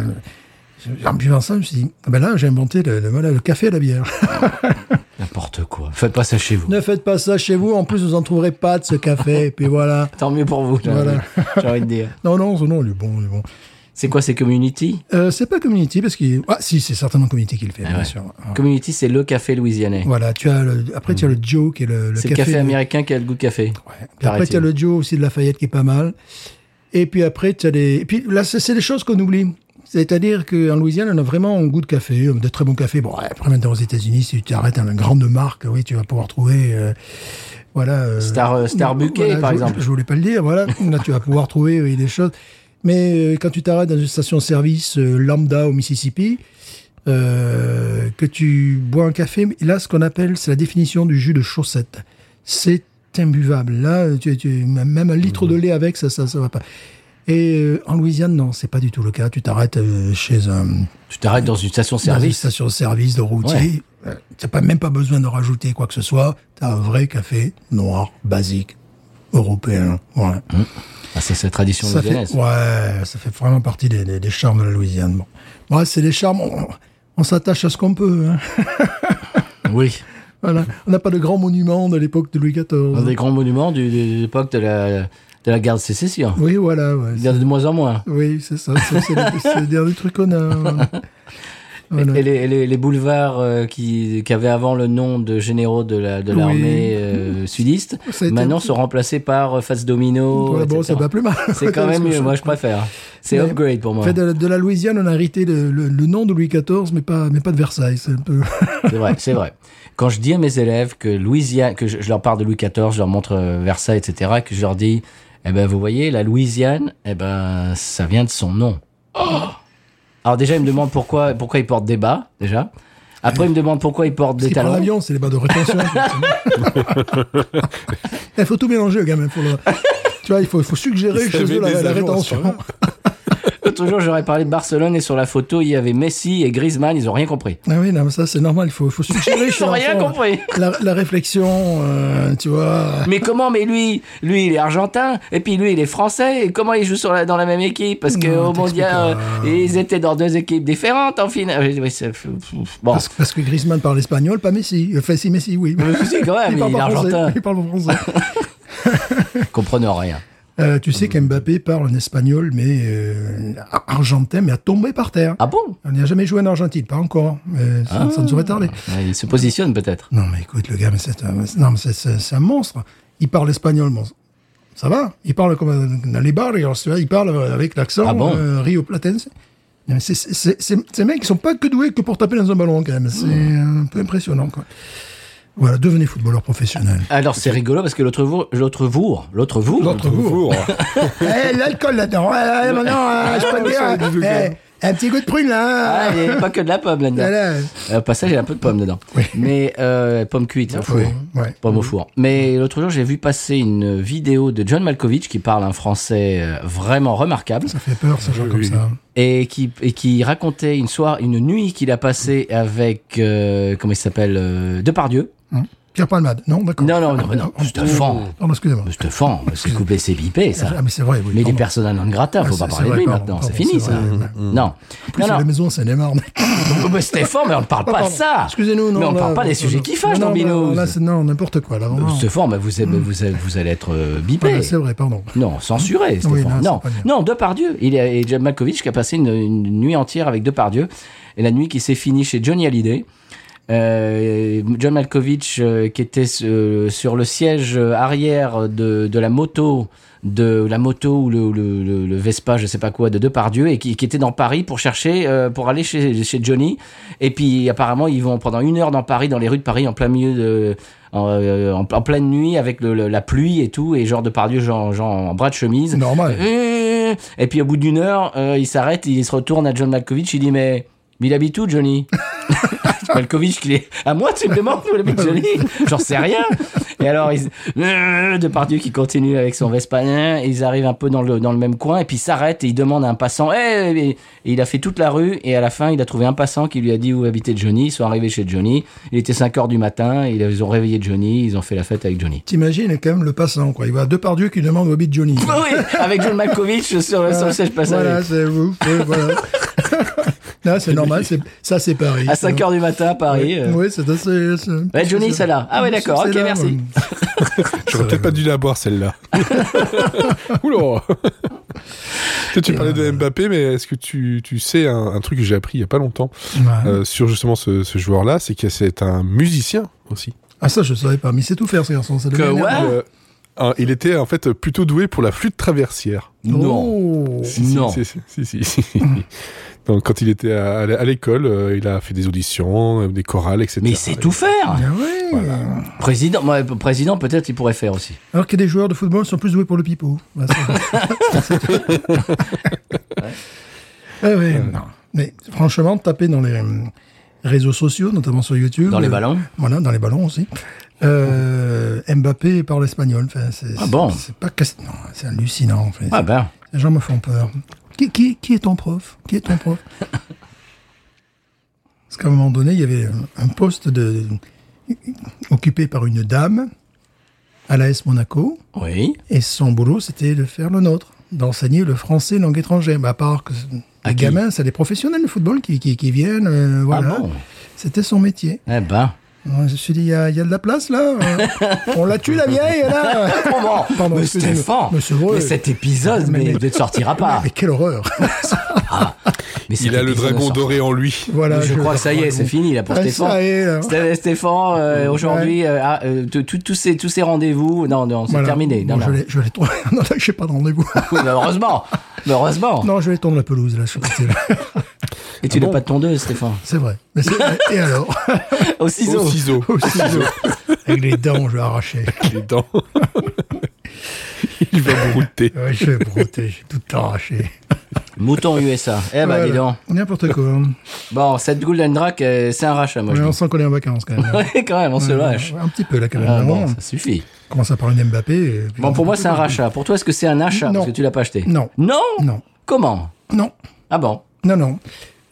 B: je- en buvant ça, je me suis dit, ah ben là, j'ai inventé le, le- voilà, le café à la bière. (laughs)
A: N'importe quoi. Faites pas ça chez vous.
B: ne faites pas ça chez vous, en plus, vous en trouverez pas de ce café, et puis voilà.
A: Tant mieux pour vous, j'ai
B: Voilà.
A: envie- j'ai envie de
B: (laughs)
A: dire.
B: Non, non, non, il est bon, il est bon.
A: C'est quoi, c'est Community
B: Euh, c'est pas Community parce qu'il. Ah, si, c'est certainement Community qui le fait, bien
A: Ah ouais.
B: sûr. Ouais.
A: Community, c'est le café louisianais.
B: Voilà, tu as le... après tu as le Joe qui est le, le
A: Mm. C'est le café
B: de-
A: américain qui a le goût de café.
B: Ouais. Puis Après tu
A: paraît-il.
B: as le Joe aussi de Lafayette qui est pas mal. Et puis après tu as les. Et puis là c'est c'est des choses qu'on oublie. C'est-à-dire qu'en Louisiane, on a vraiment un goût de café, euh, de très bon café. Bon, ouais, après maintenant aux États-Unis, si tu arrêtes à une grande marque, oui, tu vas pouvoir trouver. euh, voilà. euh,
A: Star- euh, Starbucks,
B: voilà,
A: par
B: je-
A: exemple.
B: Je, je voulais pas le
A: (laughs)
B: dire, voilà. Là, tu vas pouvoir trouver oui, des choses. Mais euh, quand tu t'arrêtes dans une station-service euh, lambda au Mississippi, euh, que tu bois un café, mais là, ce qu'on appelle, c'est la définition du jus de chaussette. C'est imbuvable. Là, euh, tu, tu- même un litre
A: Mhm.
B: de lait avec, ça, ça, ça va pas. Et euh, en Louisiane, non, c'est pas du tout le cas. Tu t'arrêtes euh, chez un
A: Tu t'arrêtes dans une
B: dans une
A: station-service.
B: station-service de routier. Euh, T'as pas même pas besoin de rajouter quoi que ce soit. T'as un vrai café noir, basique, européen. Ouais.
A: Ah, c'est cette tradition
B: Ça fait,
A: louisianaise.
B: ouais, ça fait vraiment partie des, des- des charmes de la Louisiane. Bon, Bon, c'est les charmes. On, on s'attache à ce qu'on peut. hein. (laughs)
A: Oui.
B: Voilà. On n'a pas de grands monuments de l'époque de Louis XIV.
A: Un des grands monuments du- de, de l'époque de la, de la guerre de sécession.
B: Oui, voilà. ouais.
A: Il y en a de moins en moins.
B: Oui, c'est ça. C'est c'est le c'est le dernier truc
A: (laughs)
B: qu'on a. Voilà.
A: Et les, et les- les boulevards euh, qui, qui avaient avant le nom de généraux de la- de
B: Oui.
A: l'armée euh, sudiste,
B: Ça a été-
A: maintenant sont remplacés par euh, face domino.
B: Voilà, bon,
A: etc.
B: c'est pas plus mal.
A: C'est quand même mieux, moi je préfère. C'est
B: Mais-
A: upgrade pour moi.
B: Fait, de, de la Louisiane, on a hérité le, le- le nom de Louis XIV, mais pas, mais pas de Versailles. C'est un peu.
A: C'est vrai, c'est vrai. Quand je dis à mes élèves que Louisiane, que je, je leur parle de Louis XIV, je leur montre euh, Versailles, etc., que je leur dis, eh ben, vous voyez, la Louisiane, eh ben, ça vient de son nom.
B: Oh
A: Alors déjà, ils me demandent pourquoi, pourquoi ils portent des bas, déjà. Après, ils me demandent pourquoi ils portent des
B: Qui prend
A: talons.
B: l'avion, c'est les bas de rétention.
A: (laughs)
B: Il faut tout mélanger quand même. Faut le- Tu vois, il faut, faut suggérer
C: Ils
B: chez eux
C: avaient
B: la,
C: des
B: la
C: avions à ce
B: rétention.
C: moment-là.
A: L'autre jour, j'aurais parlé de Barcelone et sur la photo, il y avait Messi et Griezmann, ils ont rien compris.
B: Ah oui, non, mais ça c'est normal. Il faut, faut suggérer
A: Ils
B: chez
A: ont rien
B: l'enfant
A: compris.
B: la, la réflexion, euh, tu vois.
A: Mais comment Mais lui, lui, il est argentin, et puis lui, il est français. Et comment ils jouent sur la, dans la même équipe Parce que
B: Non,
A: au mondial,
B: t'expliques,
A: euh,
B: euh,
A: ils étaient dans deux équipes différentes en finale. Ah, Oui, c'est- Bon,
B: Parce, parce que Griezmann parle espagnol, pas Messi. Enfin, si Messi, oui.
A: Mais si, quand même, il est
B: pas français.
A: argentin.
B: (laughs) Il parle pas français.
A: comprenant rien.
B: Euh, tu sais qu'Mbappé parle un espagnol, mais euh, ar- argentin, mais a tombé par terre.
A: Ah bon
B: On n'y a jamais joué en Argentine, pas encore. mais ça, ça ne saurait tarder.
A: Ouais, Il se positionne peut-être.
B: Non, mais écoute, le gars, mais c'est un, non, mais c'est- c'est- c'est un monstre. Il parle espagnol, bon, ça va. Il parle comme un- dans les bars, alors, tu vois, il parle avec l'accent
A: Ah bon
B: euh, rio platense. Non, mais c'est- c'est- c'est- c'est- Ces mecs, ils sont pas que doués que pour taper dans un ballon, quand même. C'est un peu impressionnant, quoi. Voilà, devenez footballeur professionnel.
A: Alors c'est rigolo parce que l'autre jour, l'autre jour, l'autre jour,
B: L'autre goût. Eh, l'alcool là-dedans. Eh, eh, maintenant, euh, je peux te dire,
C: Ça, les deux
B: eh,
C: gars.
B: un petit goût de prune, là.
A: ah, il y avait pas que de la pomme là-dedans.
B: Voilà.
A: Euh, Au passage, il y a un peu de pomme dedans.
B: Oui. Mhm.
A: Mais euh, pomme cuite. hein, faut-
B: Oui, ouais.
A: Pomme au four. Mais l'autre jour, j'ai vu passer une vidéo de John Malkovich qui parle un français euh, vraiment remarquable.
B: Ça fait peur, ce genre comme
C: Oui.
B: ça.
A: et qui, et qui racontait une soirée, une nuit qu'il a passée avec, euh, comment il s'appelle, euh, Depardieu.
B: Hein? Pierre Palmade, non, d'accord. Ah,
A: Non, non, non, mais non, Stéphane.
B: Pardon, excusez-moi.
A: Stéphane, c'est coupé, c'est bipé, ça.
B: Ah, mais c'est vrai, oui.
A: Mais il est
B: pardon.
A: persona non grata,
B: Ah,
A: faut
B: c'est-
A: pas
B: c'est
A: parler de
B: vrai,
A: lui
B: pardon,
A: maintenant,
B: pardon,
A: c'est fini,
B: c'est
A: ça.
B: vrai, ouais.
A: Non.
B: Plus
A: non,
B: à la
A: non.
B: maison, c'est marne
A: Mais Stéphane, mais on ne
B: (laughs)
A: parle pas de ça.
B: Excusez-nous, non.
A: Mais on ne
B: là,
A: parle pas des
B: non,
A: sujets
B: non,
A: qui fâchent
B: non,
A: dans
B: non,
A: Binous.
B: là, c'est- Non, n'importe quoi, là, vraiment.
A: Stéphane, mais vous, êtes- vous, êtes- vous allez être euh, bipé.
B: Voilà, C'est vrai, pardon.
A: Non, censuré, Stéphane.
B: non, c'est
A: non,
B: pas bien.
A: non, Depardieu. Il est, et John Malkovich qui a passé une, une nuit entière avec Depardieu. Et la nuit qui s'est finie chez Johnny Hallyday. Euh, John Malkovich euh, qui était euh, sur le siège arrière de, de la moto de la moto ou le, le, le- le Vespa je sais pas quoi de Depardieu et qui, qui était dans Paris pour chercher euh, pour aller chez, chez Johnny et puis apparemment ils vont pendant une heure dans Paris dans les rues de Paris en plein milieu de en, euh, en- en pleine nuit avec le- le- la pluie et tout et genre Depardieu genre, genre en bras de chemise (laughs)
B: C'est normal.
A: Euh, et puis au bout d'une heure euh, il s'arrête et il se retourne à John Malkovich il dit mais mais il habite où (laughs) Johnny Malkovich qui est à moi tu me demandes où habite Johnny j'en sais rien et alors ils de Pardieu qui continue avec son Vespa et ils arrivent un peu dans le dans le même coin et puis ils s'arrêtent et ils demandent à un passant Eh, eh, eh. et il a fait toute la rue et à la fin il a trouvé un passant qui lui a dit où habitait Johnny ils sont arrivés chez Johnny il était 5 heures du matin et ils ont réveillé Johnny ils ont fait la fête avec Johnny
B: T'imagines quand même le passant, quoi. Il voit Depardieu qui demande où habite Johnny.
A: oui avec John Malkovich sur le, sur le siège passager
B: Voilà, c'est vous. oui,
A: (laughs)
B: voilà. Là, c'est normal. c'est- Ça, c'est Paris.
A: à 5 heures du matin à Paris euh.
B: Oui, c'est assez. c'est-
A: Ouais, Johnny, ça là. Ah ouais, d'accord,
B: C'est
A: ok,
B: là,
A: merci.
B: ouais.
A: (laughs)
C: J'aurais peut-être pas dû la boire
B: (laughs)
C: celle-là. Oula Toi, Tu parlais
B: euh,
C: de Mbappé, mais est-ce que tu, tu sais un, un truc que j'ai appris il y a pas longtemps
B: Ah Ouais.
C: euh, sur justement ce, ce joueur-là, c'est que c'est un musicien aussi.
B: Ah, ça, je savais pas. Mais c'est tout faire, ce garçon. ça
A: Que
B: devient
A: ouais.
B: énorme.
C: Euh, un- il était en fait plutôt doué pour la flûte traversière.
A: non
B: Oh.
C: Euh, Si, si,
A: Non.
C: si, si, si, si. Donc, quand il était à, à l'école, euh, il a fait des auditions, euh, des chorales, etc.
A: mais il sait tout faire
B: Ah ouais.
A: président moi, président peut-être il pourrait faire aussi
B: Alors que des joueurs de football sont plus doués pour le pipeau. Bah, ça-
A: (laughs)
B: Ah ouais,
A: Euh,
B: non. Mais franchement, taper dans les euh, réseaux sociaux, notamment sur YouTube.
A: Dans les
B: euh,
A: ballons.
B: Voilà, dans les ballons aussi. Euh, Mbappé parle espagnol. Enfin, c'est-
A: Ah bon
B: c'est- C'est pas casse- non, c'est hallucinant. en fait.
A: ah ben
B: Les gens me font peur. Qui, qui, qui est ton prof Qui est
A: (laughs)
B: ton prof Parce qu'à un moment donné, il y avait un poste de... occupé par une dame à l'AS Monaco,
A: oui
B: et son boulot, c'était de faire le nôtre, d'enseigner le français langue étrangère. Bah, à part que
A: À
B: les
A: qui Ah
B: gamins, c'est des professionnels de football qui, qui, qui viennent, euh, voilà.
A: bon
B: C'était son métier.
A: eh ben
B: Ouais, je me suis dit, il y, a il y a de la place là.
A: (laughs)
B: euh, on la tue la vieille là.
A: Comment
B: Pardon,
A: Mais
B: excusez-moi.
A: Stéphane,
B: Mais c'est vrai.
A: mais cet épisode mais,
B: Mais-
A: ne sortira pas.
B: Mais quelle horreur. (laughs)
A: Mais cet
C: Il a le
A: épisode ne
C: dragon
A: sortira
C: doré en lui.
B: voilà.
A: Mais je crois que ça y est, c'est fini là pour
B: Ah, ça
A: Stéphane.
B: y est, là.
A: Sté- Stéphane, euh, aujourd'hui, euh, ah, euh, tout- tout- tous ces, tous ces rendez-vous, non, non, c'est
B: Voilà.
A: terminé. Non,
B: Bon,
A: non.
B: Je l'ai- je l'ai trouvé. (laughs) Non, là, je n'ai pas
A: (laughs)
B: de rendez-vous.
A: Oui, mais heureusement, mais heureusement.
B: non, je vais tondre la pelouse là. sur le côté, là.
A: Et tu n'es pas de tondeuse, Stéphane.
B: (laughs) C'est vrai. Mais c'est- Et alors (laughs)
A: Au
C: Au
A: ciseau.
C: ciseau.
B: Au ciseau. Avec les dents, je vais arracher.
C: Les dents. (laughs) Il va brouter.
B: Ouais, je vais brouter, j'ai tout arraché.
A: Mouton USA. Eh ben,
B: Voilà.
A: dis donc.
B: N'importe quoi. hein.
A: Bon, cette Golden Drac, euh, c'est un rachat, moi,
B: Ouais,
A: je
B: on
A: dis.
B: sent qu'on est en vacances
A: (laughs)
B: quand même. hein.
A: Ouais, quand même, on se lâche.
B: Un petit peu là quand même.
A: Ah, bon,
B: Vraiment,
A: ça suffit.
B: On commence à parler d'Mbappé. et puis-
A: Bon, pour moi, c'est un rachat. Pour toi, est-ce que c'est un achat
B: Non.
A: Parce que tu l'as pas acheté.
B: Non.
A: Non
B: Non.
A: Comment
B: Non.
A: Ah bon
B: Non, non.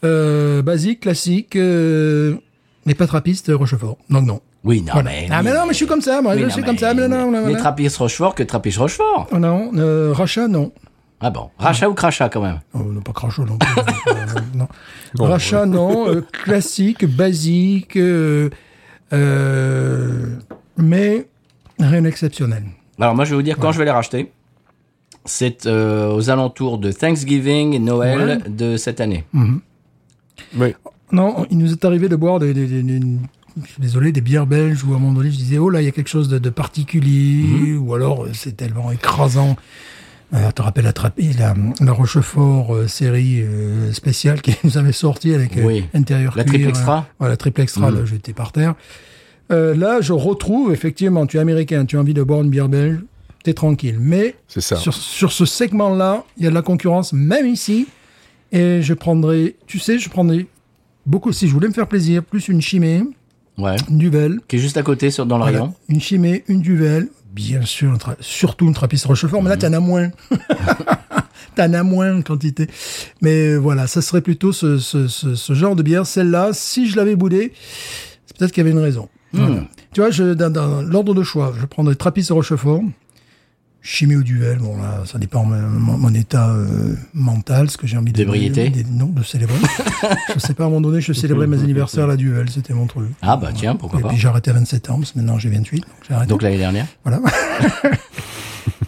B: Euh, basique, classique, euh, mais pas trappiste, Rochefort. Donc non.
A: Oui, non,
B: Voilà.
A: mais.
B: ah mais non, mais je suis comme ça, moi,
A: Oui,
B: je
A: non,
B: suis
A: mais-
B: comme ça, mais non, non, non,
A: Mais
B: non.
A: Trappiste Rochefort que Trappiste Rochefort.
B: Oh, non, euh, rachat, non.
A: Ah bon Rachat ou crachat, quand même
B: Oh, non, pas crachot, non. Euh, non.
C: Non,
B: rachat, non. euh, classique, basique, euh, euh, mais rien d'exceptionnel.
A: Alors moi je vais vous dire quand je vais les racheter. C'est euh, aux alentours de Thanksgiving et Noël de cette année.
B: Hmm.
C: Ouais.
B: Non, il nous est arrivé de boire des, des- des- des- je suis désolé, des bières belges où à un moment donné je disais, oh là, il y a quelque chose de, de particulier,
A: Mhm.
B: ou alors euh, c'est tellement écrasant. Euh, te rappelles attraper la, la Rochefort euh, série euh, spéciale qui nous avait sorti avec euh,
A: Oui.
B: intérieur
A: La
B: cuir,
A: triple
B: euh,
A: extra Mhm.
B: voilà, la triple extra, là, j'étais par terre. Euh, là, je retrouve, effectivement, tu es américain, tu as envie de boire une bière belge, t'es tranquille. Mais
C: C'est ça.
B: sur, sur ce segment-là, il y a de la concurrence, même ici. Et je prendrais, tu sais, je prendrais beaucoup, si je voulais me faire plaisir, plus une chimée,
A: Ouais.
B: une duvel.
A: Qui est juste à côté sur, dans le
B: Voilà.
A: rayon.
B: Une chimée, une duvel, bien sûr, un tra- surtout une trappiste Rochefort, mais là, t'en as (laughs) moins. t'en as moins en quantité. Mais euh, voilà, ça serait plutôt ce, ce- ce- ce genre de bière. Celle-là, si je l'avais boudée, c'est peut-être qu'il y avait une raison. Voilà. Tu vois, je, dans, dans l'ordre de choix, je prendrais trappiste Rochefort, chimée ou duvel. Bon, là, ça dépend de mon, mon état euh, mental, ce que j'ai envie de
A: D'ébriété.
B: de- Non, de (laughs) célébrer. je sais pas, à un moment donné, je célébrais mes anniversaires à la duvel, c'était mon truc.
A: Ah bah tiens, pourquoi
B: Et
A: pas.
B: puis j'ai arrêté à 27 ans, parce que maintenant j'ai 28, donc j'ai arrêté.
A: Donc l'année dernière.
B: Voilà. (laughs)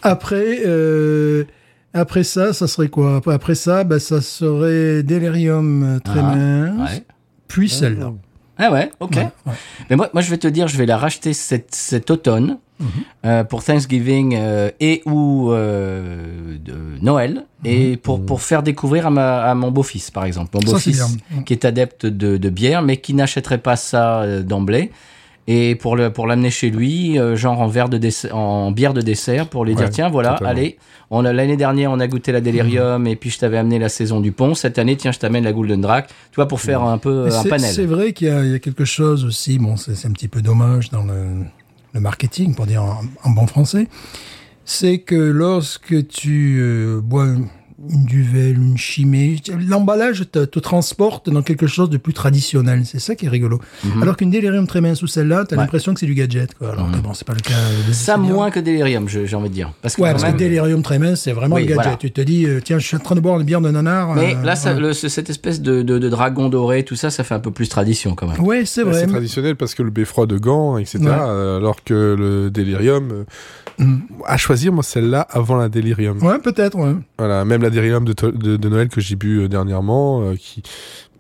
B: après, euh, après ça, ça serait quoi après, après ça, bah, ça serait Delirium euh, très
A: Ah,
B: mince,
A: ouais.
B: puis celle-là.
A: Ah ouais, ok. Mais moi, moi, je vais te dire, je vais la racheter cet, cet automne
B: Mhm.
A: euh, pour Thanksgiving euh, et ou euh, de Noël et pour, pour faire découvrir à, ma, à mon beau-fils, par exemple. Mon
B: Mhm. Ça,
A: beau-fils
B: c'est bien. Mhm.
A: qui est adepte de, de bière, mais qui n'achèterait pas ça euh, d'emblée. Et pour le pour l'amener chez lui, euh, genre en verre de déce- en bière de dessert, pour lui dire
C: Ouais,
A: tiens voilà,
C: totalement.
A: allez, on a l'année dernière on a goûté la Delirium
B: Mhm.
A: et puis je t'avais amené la saison du pont. Cette année tiens je t'amène la Golden Drac, tu vois pour faire un peu
B: Et
A: un
B: c'est-
A: panel.
B: C'est vrai qu'il y, a il y a quelque chose aussi, bon, c'est c'est un petit peu dommage dans le, le marketing, pour dire en, en bon français, c'est que lorsque tu euh, bois une, une duvel, une chimée, l'emballage te, te transporte dans quelque chose de plus traditionnel. C'est ça qui est rigolo. Alors qu'une délirium très mince ou celle-là, t'as
A: Mhm. Ouais. Mhm.
B: l'impression que c'est du gadget, quoi. Alors que bon, c'est pas le cas de
A: Ça
B: Cécilia.
A: moins que Delirium, je- j'ai envie de dire. Parce que,
B: Ouais,
A: quand
B: parce que
A: même-
B: délirium très mince, c'est vraiment
A: Oui,
B: le gadget.
A: voilà.
B: Tu te dis, euh, tiens, je suis en train de boire une bière de nanar.
A: mais
B: euh,
A: là, ça-
B: voilà.
A: le- ce- cette espèce de, de- de dragon doré, tout ça, ça fait un peu plus tradition quand même.
B: Ouais, c'est vrai.
C: C'est traditionnel parce que le beffroi de Gand, etc.
B: Ouais.
C: euh, Alors que le Delirium, euh, à choisir moi celle-là avant la Delirium.
B: Ouais, peut-être, ouais.
C: Voilà, même la Delirium de, to- de, de Noël que j'ai bu euh, dernièrement, euh, qui,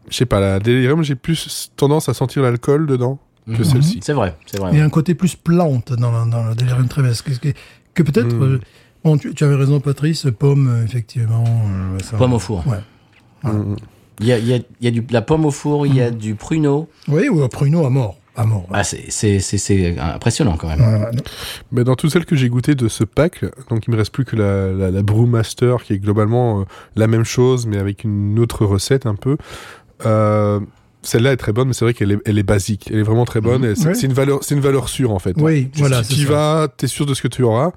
C: je sais pas, la Delirium, j'ai plus tendance à sentir l'alcool dedans que celle-ci.
A: C'est vrai, c'est vrai.
B: Il y a un côté plus plante dans, la- dans le délirium Tremens. Que, que, que peut-être. euh, bon, tu, tu avais raison, Patrice, pomme, euh, effectivement. euh, ça-
A: Pomme au four.
B: Ouais.
A: Il y a, il y a- il y a du, de la pomme au four, il y a du pruneau.
B: Oui, ou un pruneau à mort. À mort. Mm. ouais.
A: Ah, c'est- c'est c'est- c'est impressionnant quand même.
B: Ouais, ouais, non.
C: Mais dans toutes celles que j'ai goûtées de ce pack, donc il me reste plus que la, la, la Brewmaster, qui est globalement euh, la même chose, mais avec une autre recette un peu. Euh, celle-là est très bonne, mais c'est vrai qu'elle est, elle est basique. Elle est vraiment très bonne. et C'est,
B: Mmh. Ouais.
C: c'est une valeur, c'est une valeur sûre en fait.
B: Oui,
C: Tu,
B: voilà,
C: tu
B: c'est ça.
C: y
B: Mmh.
C: vas, t'es sûr de ce que tu auras.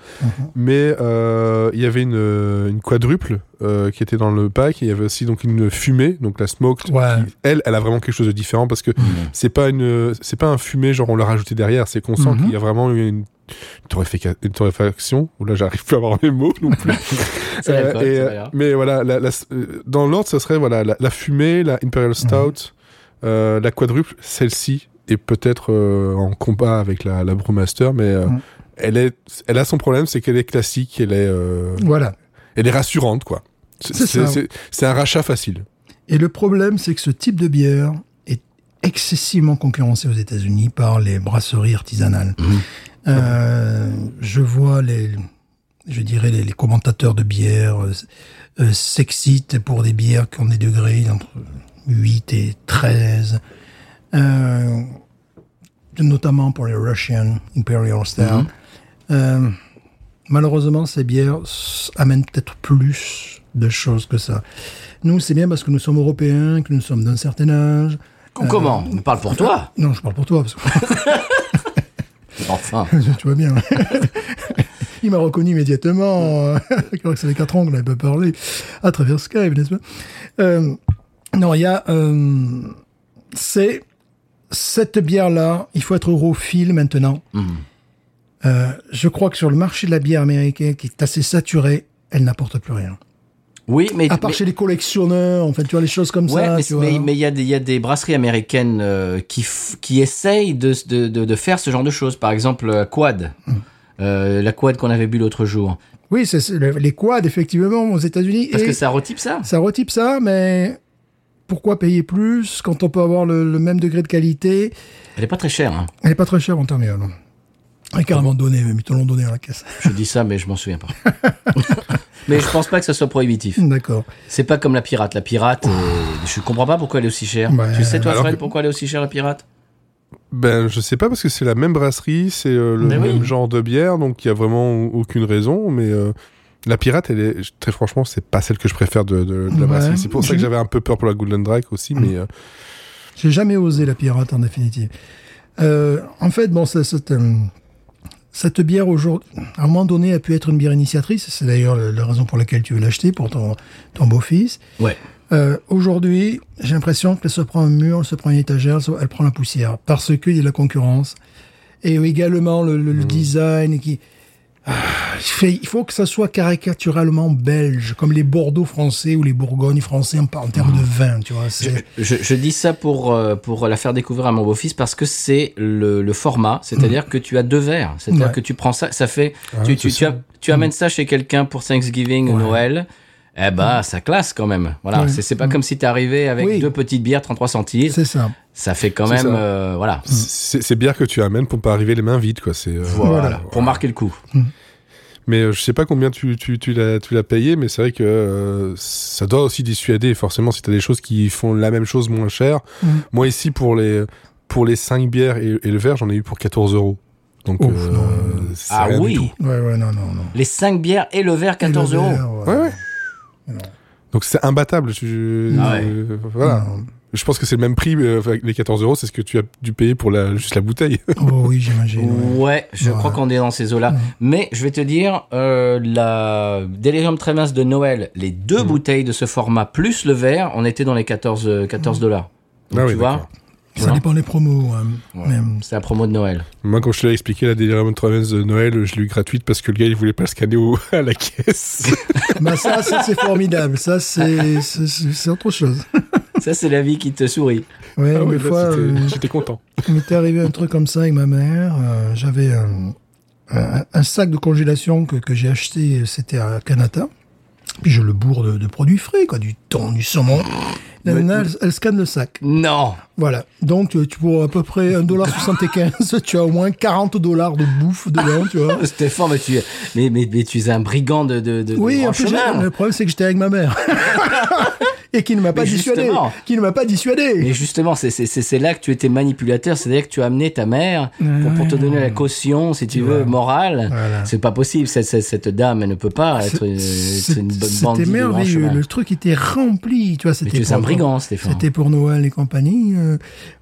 C: Mais euh, il y avait une, euh, une quadruple euh, qui était dans le pack. et Il y avait aussi donc une fumée, donc la smoke.
B: Ouais.
C: qui, elle, elle a vraiment quelque chose de différent parce que
B: Mhm.
C: c'est pas une, c'est pas un fumé genre on l'a rajouté derrière. C'est qu'on sent
B: Mhm.
C: qu'il y a vraiment une, une torréfica- une torréfaction. Ouh Là, j'arrive plus à avoir les mots
B: (laughs)
C: non plus.
A: C'est
C: Euh,
A: l'alcool,
C: et,
A: c'est
C: euh,
A: pas grave.
C: mais voilà, la- la- euh,
B: Mhm.
C: dans l'ordre, ça serait voilà la, la fumée, la imperial stout, euh, la quadruple, celle-ci est peut-être euh, en combat avec la, la Brewmaster, mais euh,
B: Mm.
C: elle est, elle a son problème, c'est qu'elle est classique, elle est, euh,
B: Voilà.
C: elle est rassurante, quoi. C'est-
B: C'est
C: C'est
B: ça.
C: c'est- c'est un rachat facile.
B: Et le problème, c'est que ce type de bière est excessivement concurrencé aux États-Unis par les brasseries artisanales. Euh, je vois les, je dirais les, les commentateurs de bière euh, euh, s'excitent pour des bières qui ont des degrés entre 8 et 13. Euh, notamment pour les Russian Imperial Stout. Euh, malheureusement, ces bières s- amènent peut-être plus de choses que ça. Nous, c'est bien parce que nous sommes européens, que nous sommes d'un certain âge.
A: Comment On
B: Euh,
A: parle pour
B: (laughs)
A: toi.
B: Non, je parle pour toi, parce que (laughs)
A: Enfin.
B: tu vois bien. (laughs) Il m'a reconnu immédiatement. (laughs) euh, Je crois que ça fait 4 ans qu'on n'avait pas parlé à travers Skype, n'est-ce pas Euh, Non, il y a... euh, c'est... Cette bière-là, il faut être europhile maintenant. Euh, je crois que sur le marché de la bière américaine, qui est assez saturé, elle n'apporte plus rien.
A: Oui, mais.
B: À part
A: mais-
B: chez les collectionneurs, en fait, tu vois, les choses comme
A: Ouais,
B: ça.
A: mais
B: tu
A: mais- mais
B: vois.
A: il y, a des- il y a des brasseries américaines euh, qui, f- qui essayent de, de, de, de faire ce genre de choses. Par exemple, euh, Quad.
B: Mm.
A: Euh, la Quad qu'on avait bu l'autre jour.
B: Oui, c'est c'est le- les quads, effectivement, aux États-Unis.
A: Parce
B: et
A: que ça retype ça.
B: ça retype ça, mais pourquoi payer plus quand on peut avoir le, le même degré de qualité
A: Elle est pas très chère. Hein.
B: Elle est pas très chère en terminale. Et carrément donné, même, ils te l'ont donné à la caisse. (laughs)
A: Je dis ça, mais je m'en souviens pas. (laughs) mais je pense pas que ça soit prohibitif.
B: D'accord.
A: C'est pas comme la pirate. La pirate, euh, je comprends pas pourquoi elle est aussi chère.
B: Ouais.
A: Tu sais, toi,
C: Alors
A: Fred,
C: que-
A: pourquoi elle est aussi chère, la pirate
C: Ben, je sais pas parce que c'est la même brasserie, c'est euh, le
A: Mais oui.
C: même genre de bière, donc il y a vraiment aucune raison. Mais euh, la pirate, elle est très franchement, c'est pas celle que je préfère de, de- de la
B: Ouais.
C: brasserie. C'est pour ça que
A: Mhm.
B: Je-
C: j'avais un peu peur pour la Golden Drake aussi, mais euh,
B: J'ai jamais osé la pirate en définitive. Euh, en fait, bon, ça- cette, euh, cette bière aujourd'hui, à un moment donné, a pu être une bière initiatrice. C'est d'ailleurs la, la raison pour laquelle tu veux l'acheter pour ton, ton beau-fils.
A: Ouais.
B: Euh, aujourd'hui, j'ai l'impression qu'elle se prend un mur, elle se prend une étagère, elle se- elle prend la poussière parce qu'il y a de la concurrence et également le,
C: Mmh.
B: le- le design qui Ah, il fait- il faut que ça soit caricaturalement belge, comme les Bordeaux français ou les Bourgognes français en, par- en
C: Mmh.
B: termes de vin, tu vois.
A: Je,
B: c'est-
A: je- je dis ça pour, euh, pour la faire découvrir à mon beau-fils parce que c'est le, le format, c'est-à-dire que tu as deux verres, c'est-à-dire
B: Mm. Ouais. Ah
A: que tu prends ça, ça fait, tu, tu,
C: c'est
A: tu, as- tu amènes
B: Mm.
A: ça chez quelqu'un pour Thanksgiving ou Noël, eh ben ça classe quand même. Voilà,
B: Mm. Ouais. Mm.
A: c'est c'est pas comme si t'es arrivé avec
B: Oui.
A: deux petites bières 33 centilitres,
B: C'est Mm. ça.
A: ça fait quand
C: C'est
A: même,
C: ça.
A: euh, voilà.
C: c'est c'est bière que tu amènes pour pas arriver les mains vides, quoi. C'est euh,
A: Voilà,
B: Voilà.
A: pour marquer le coup.
C: Mais euh, je sais pas combien tu, tu, tu l'as tu l'as payé, mais c'est vrai que euh, ça doit aussi dissuader. Forcément, si t'as des choses qui font la même chose moins cher.
B: Mhm.
C: Moi ici pour les pour les 5 bières et, et le verre, j'en ai eu pour 14 euros. Donc
B: Ouf,
C: euh,
B: non.
C: c'est
A: Ah
C: rien du tout.
A: oui,
B: Ouais, ouais, non, non, non.
A: les 5 bières et le verre 14
B: Et le
A: euros.
B: verre, ouais.
C: Ouais, ouais. Donc c'est imbattable. Je,
A: Ah ouais.
C: euh, voilà.
B: Non.
C: Je pense que c'est le même prix. euh, enfin, les 14 euros, c'est ce que tu as dû payer pour la, juste la bouteille. (laughs)
B: Oh oui, j'imagine. ouais.
A: Ouais, je
B: Ouais.
A: crois qu'on est dans ces eaux-là. Mais je vais te dire, euh, la Delirium Tremens de Noël, les deux
C: Mm.
A: bouteilles de ce format plus le verre, on était dans les 14, euh, 14 dollars. Donc,
C: Ah oui,
A: tu vois,
C: d'accord.
B: Ça dépend des promos. ouais. Mais,
A: c'est la promo de
C: (laughs)
A: Noël.
C: Moi, quand je te l'ai expliqué, la Delirium Travels de Noël, je l'ai eu gratuite parce que le gars, il voulait pas le scanner au- (laughs) à la caisse.
B: bah, ça, ça, c'est formidable. Ça, c'est c'est- c'est- c'est autre chose.
A: Ça, c'est la vie qui te sourit.
B: Ouais,
C: Ah
B: une
C: ouais, là,
B: fois,
C: c'était-
B: euh,
C: j'étais content.
B: il m'était arrivé un truc comme ça avec ma mère. euh, J'avais un, un- un sac de congélation que, que j'ai acheté, c'était à Canada. Puis je le bourre de, de produits frais, quoi, du thon, du saumon. La nana, elle, elle scanne le sac.
A: Non
B: Voilà. Donc, euh, tu, tu- pour à peu près 1,75$, tu as au moins 40 dollars de bouffe dedans, tu vois.
A: Stéphane, mais tu, mais, mais, mais tu es un brigand de, de, de, de
B: Oui,
A: grand
B: en plus,
A: chemin.
B: j'ai- le problème, c'est que j'étais avec
A: (laughs)
B: ma mère. Et qui ne m'a pas
A: Mais
B: dissuadé.
A: justement.
B: Qui ne m'a pas dissuadé.
A: Mais justement, c'est- c'est c'est- c'est là que tu étais manipulateur, c'est-à-dire que tu as amené ta mère pour, pour te donner la caution, si tu veux, morale.
B: Voilà.
A: C'est pas possible, cette, cette, cette dame, elle ne peut pas être, euh, être
B: C'est-
A: une bonne
B: C'était
A: bandit de grand
B: merveilleux.
A: chemin.
B: Le truc était rempli, tu vois.
A: Mais
B: C'était
A: tu es un
B: pour-
A: brigand, Stéphane.
B: C'était pour Noël et compagnie. euh,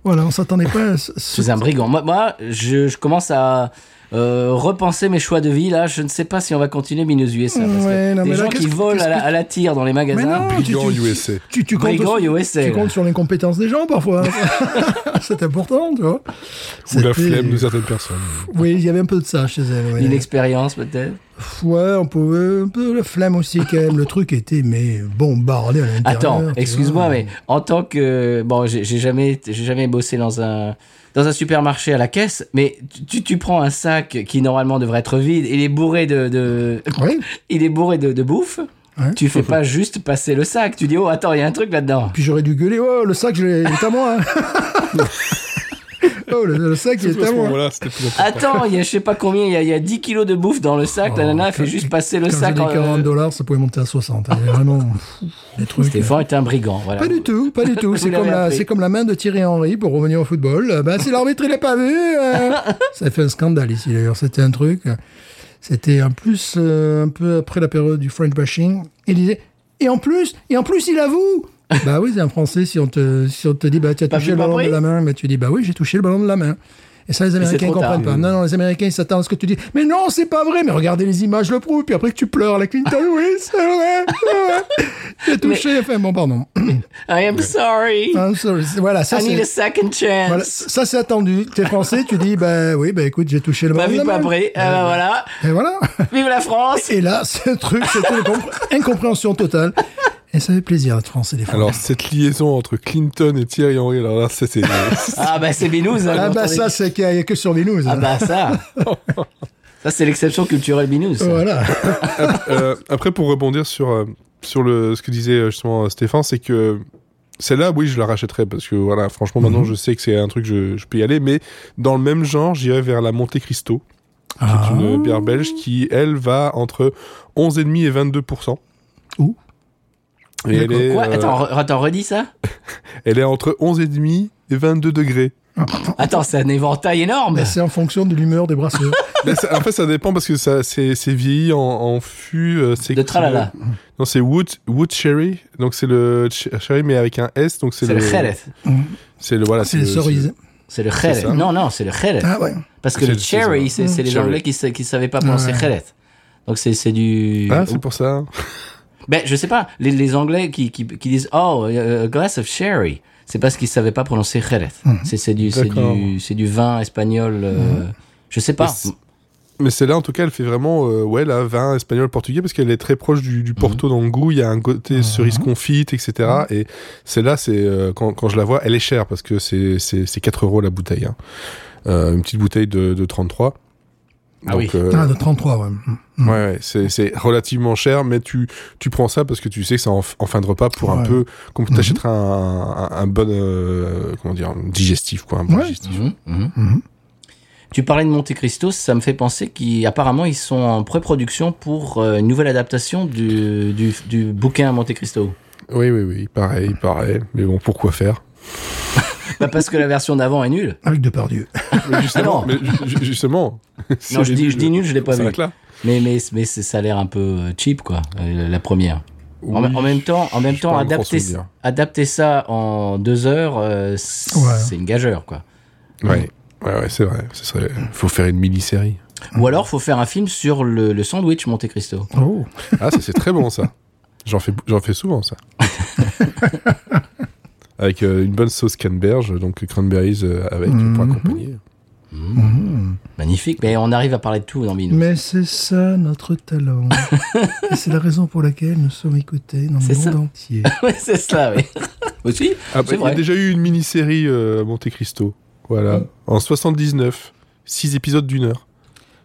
B: voilà, on s'attendait pas à ce-
A: Tu es un brigand. Moi, moi, je, je commence à euh, repenser mes choix de vie. Là, je ne sais pas si on va continuer Minus USA. Parce que
B: Ouais, non,
A: des
B: mais là,
A: gens qui
B: qu'est-ce-
A: volent à la,
B: qu'est-ce que-
A: à la tire dans les
B: Mais
A: magasins.
B: non, tu-
C: Brigand
B: tu-
C: USA.
B: Tu, tu comptes,
A: Brigand
B: sur-
A: USA,
B: tu
A: là.
B: comptes sur l'incompétence des gens
A: (laughs)
B: parfois. (laughs) c'est important, tu vois.
C: Ou
B: C'était-
C: la flemme de certaines personnes.
B: Oui, il y avait un peu de ça chez elle. ouais.
A: L'inexpérience, peut-être.
B: Ouais, on pouvait un peu la flamme aussi quand même. Le truc était mais bombardé à l'intérieur.
A: Attends,
B: tu vois.
A: excuse-moi, mais en tant que bon, j'ai j'ai jamais, j'ai jamais bossé dans un dans un supermarché à la caisse, mais tu, tu prends un sac qui normalement devrait être vide, il est bourré de, de (laughs)
B: Oui.
A: il est bourré de, de bouffe.
B: Ouais.
A: Tu fais pas juste passer le sac, tu dis oh attends il y a un truc là-dedans.
B: Puis j'aurais dû gueuler. Oh, le sac, je l'ai- il est à moi.
C: (laughs)
B: hein. oh, le, le sac, il
C: Surtout
B: est
C: à
B: à
C: ce
B: moi.
C: moment-là, c'était plus important.
A: Attends il y a je sais pas combien, il y a, il y a 10 kilos de bouffe dans le sac, la
B: Oh,
A: nana elle fait
B: quand-
A: juste passer le
B: Quand j'ai
A: sac.
B: dit
A: en- euh,
B: 40 dollars, ça pouvait monter à 60. Il y avait vraiment pff, des trucs. euh,
A: Stéphane est un brigand, voilà.
B: Pas du tout, pas du tout. C'est
A: l'avez
B: comme, la,
A: appris.
B: c'est comme la main de Thierry Henry pour revenir au football. Euh, Ben, si l'arbitre il l'a pas vu, euh,
A: (laughs)
B: ça a fait un scandale ici d'ailleurs. C'était un truc. C'était en plus euh, un peu après la période du French bashing. Il disait et en plus et en plus il avoue. bah oui, c'est un français. Si on te si on te dit bah tu as
A: Pas
B: touché
A: vu,
B: le
A: pas
B: ballon
A: pris
B: de la main, bah tu dis bah oui j'ai touché le ballon de la main. Et ça, les Américains
A: trop
B: comprennent
A: tard.
B: pas. Non, non, les Américains, ils s'attendent à ce que tu dis. Mais non, c'est pas vrai. Mais regardez les images, le prouvent. Puis après que tu pleures, la Clinton, oui, c'est vrai.
A: (laughs)
B: c'est vrai. J'ai touché. Enfin, bon, pardon.
A: (clears throat) I am sorry.
B: Ah, ça, c'est- Voilà, ça
A: I need
B: c'est
A: a second chance.
B: voilà, ça, c'est attendu. T'es français, tu dis bah oui, bah écoute, j'ai touché le
A: Pas
B: ballon de
A: vu
B: la
A: pas
B: main.
A: pris. Ah bah voilà.
B: Et voilà.
A: Vive la France.
B: Et là, ce truc, c'était une compré- incompréhension totale. Et ça fait plaisir d'être français des fois.
C: Alors, cette liaison entre Clinton et Thierry Henry, alors là, ça, c'est.
B: (laughs)
A: Ah bah c'est Binous. hein,
B: ah
A: quand on
B: bah
A: est-
B: ça, c'est qu'il n'y a que sur les news. hein.
A: Ah bah
B: (laughs)
A: ça. ça c'est l'exception culturelle Binous. ça.
B: Voilà.
C: Euh, après, pour rebondir sur, euh, sur le, ce que disait euh, justement euh, Stéphane, c'est que celle-là, oui, je la rachèterais parce que voilà, franchement,
B: Mhm.
C: maintenant, je sais que c'est un truc, je, je peux y aller, mais dans le même genre, j'irais vers la Monte Cristo, qui
B: Ah.
C: est une bière belge qui, elle, va entre 11,5 et 22%.
B: Ouh.
C: Et elle
B: D'accord.
C: est,
A: Quoi
C: euh,
A: Attends, re- attends, redis ça.
C: elle est entre 11,5 et 22 degrés.
A: Attends, c'est un éventail énorme.
B: Mais Bah, c'est en fonction de l'humeur des brasseurs.
C: Mais ça- en fait, ça dépend parce que ça, c'est, c'est vieilli en, en fût. euh, c'est
A: De tralala.
C: Non, c'est wood, wood cherry. Donc c'est le ch- cherry, mais avec un S. Donc c'est,
A: C'est le Jerez.
C: C'est le voilà.
B: Ah, c'est les
C: le-
B: cerises.
A: C'est le Jerez.
C: ça.
A: Non, non, c'est le Jerez.
B: Ah ouais.
A: Parce que
C: C'est-
A: le
C: c'est-
A: cherry, c'est c'est les
C: Cherry.
A: Anglais qui sa- qui savaient pas prononcer
B: Ouais.
A: Jerez. Donc c'est c'est du.
C: Ah, c'est pour ça.
A: Ben, je sais pas. Les, les Anglais qui, qui, qui disent Oh, a glass of sherry. C'est parce qu'ils savaient pas prononcer jerez.
B: Hmm.
A: C'est c'est du, c'est
C: D'accord.
A: du, c'est du vin espagnol. euh, Je sais
C: Mais
A: pas.
C: c'est- Mais celle-là, en tout cas, elle fait vraiment euh, ouais, la vin espagnol portugais parce qu'elle est très proche du, du
A: Mhm.
C: Porto dans le goût. Il y a un côté cerise confite, etc. Et celle-là, c'est euh, quand, quand je la vois, elle est chère parce que c'est c'est c'est 4 euros la bouteille. hein. Euh, une petite bouteille de, de 33.
A: Ah oui.
C: euh,
B: Ah, de 33, ouais. mm.
A: Mm.
C: Ouais, ouais, c'est, c'est relativement cher, mais tu, tu prends ça parce que tu sais que c'est en, f- en fin de repas pour un
B: Ouais.
C: peu, comme
A: Mm-hmm.
C: t'achèteras un, un, un bon, euh, comment dire, un digestif, quoi. Un bon
B: Ouais.
C: digestif.
A: Mhm, mhm.
B: Mm-hmm.
A: Tu parlais de Monte Cristo, ça me fait penser qu'apparemment ils sont en pré-production pour euh, une nouvelle adaptation du, du, du bouquin Monte Cristo.
C: Oui, oui, oui, pareil, pareil. Mais bon,
A: (laughs)
C: pourquoi faire?
A: Bah, parce que la version d'avant est nulle.
B: Avec Depardieu.
C: Mais justement,
A: Ah non.
C: mais ju- ju- justement. (laughs)
A: Non, je dis, je dis nul, je l'ai pas
C: C'est
A: vu.
C: vrai que là.
A: Mais, mais, mais c'est- ça a l'air un peu euh, cheap, quoi, euh, la- la première. En,
C: Oui,
A: en même temps, en même
C: j'ai pas
A: temps,
C: un grand
A: adapter,
C: souvenir.
A: adapter ça en deux heures, euh, c'est
B: Ouais.
A: c'est une gageure, quoi.
C: Ouais. Ouais, ouais, c'est vrai. Ce serait, faut faire une mini-série.
B: Mm.
A: Ou alors, faut faire un film sur le, le sandwich Monte Cristo.
B: Oh.
C: Ah, ça, c'est très bon, ça. J'en fais, j'en fais souvent,
A: (laughs)
C: ça. avec euh, une bonne sauce canneberge, donc cranberries euh, avec, pour
B: Mhm.
C: accompagner.
A: Magnifique. Mais on arrive à parler de tout dans Binou.
B: Mais c'est ça notre
A: (laughs)
B: talent. Et c'est la raison pour laquelle nous sommes écoutés dans le
A: C'est
B: monde
A: ça.
B: entier.
A: (laughs) Ouais, c'est ça,
B: (laughs)
A: oui. Aussi,
C: Ah bah,
A: c'est
C: il y a
A: vrai.
C: déjà eu une mini-série euh, Monte Cristo. Voilà. En 79. 6 épisodes d'une heure.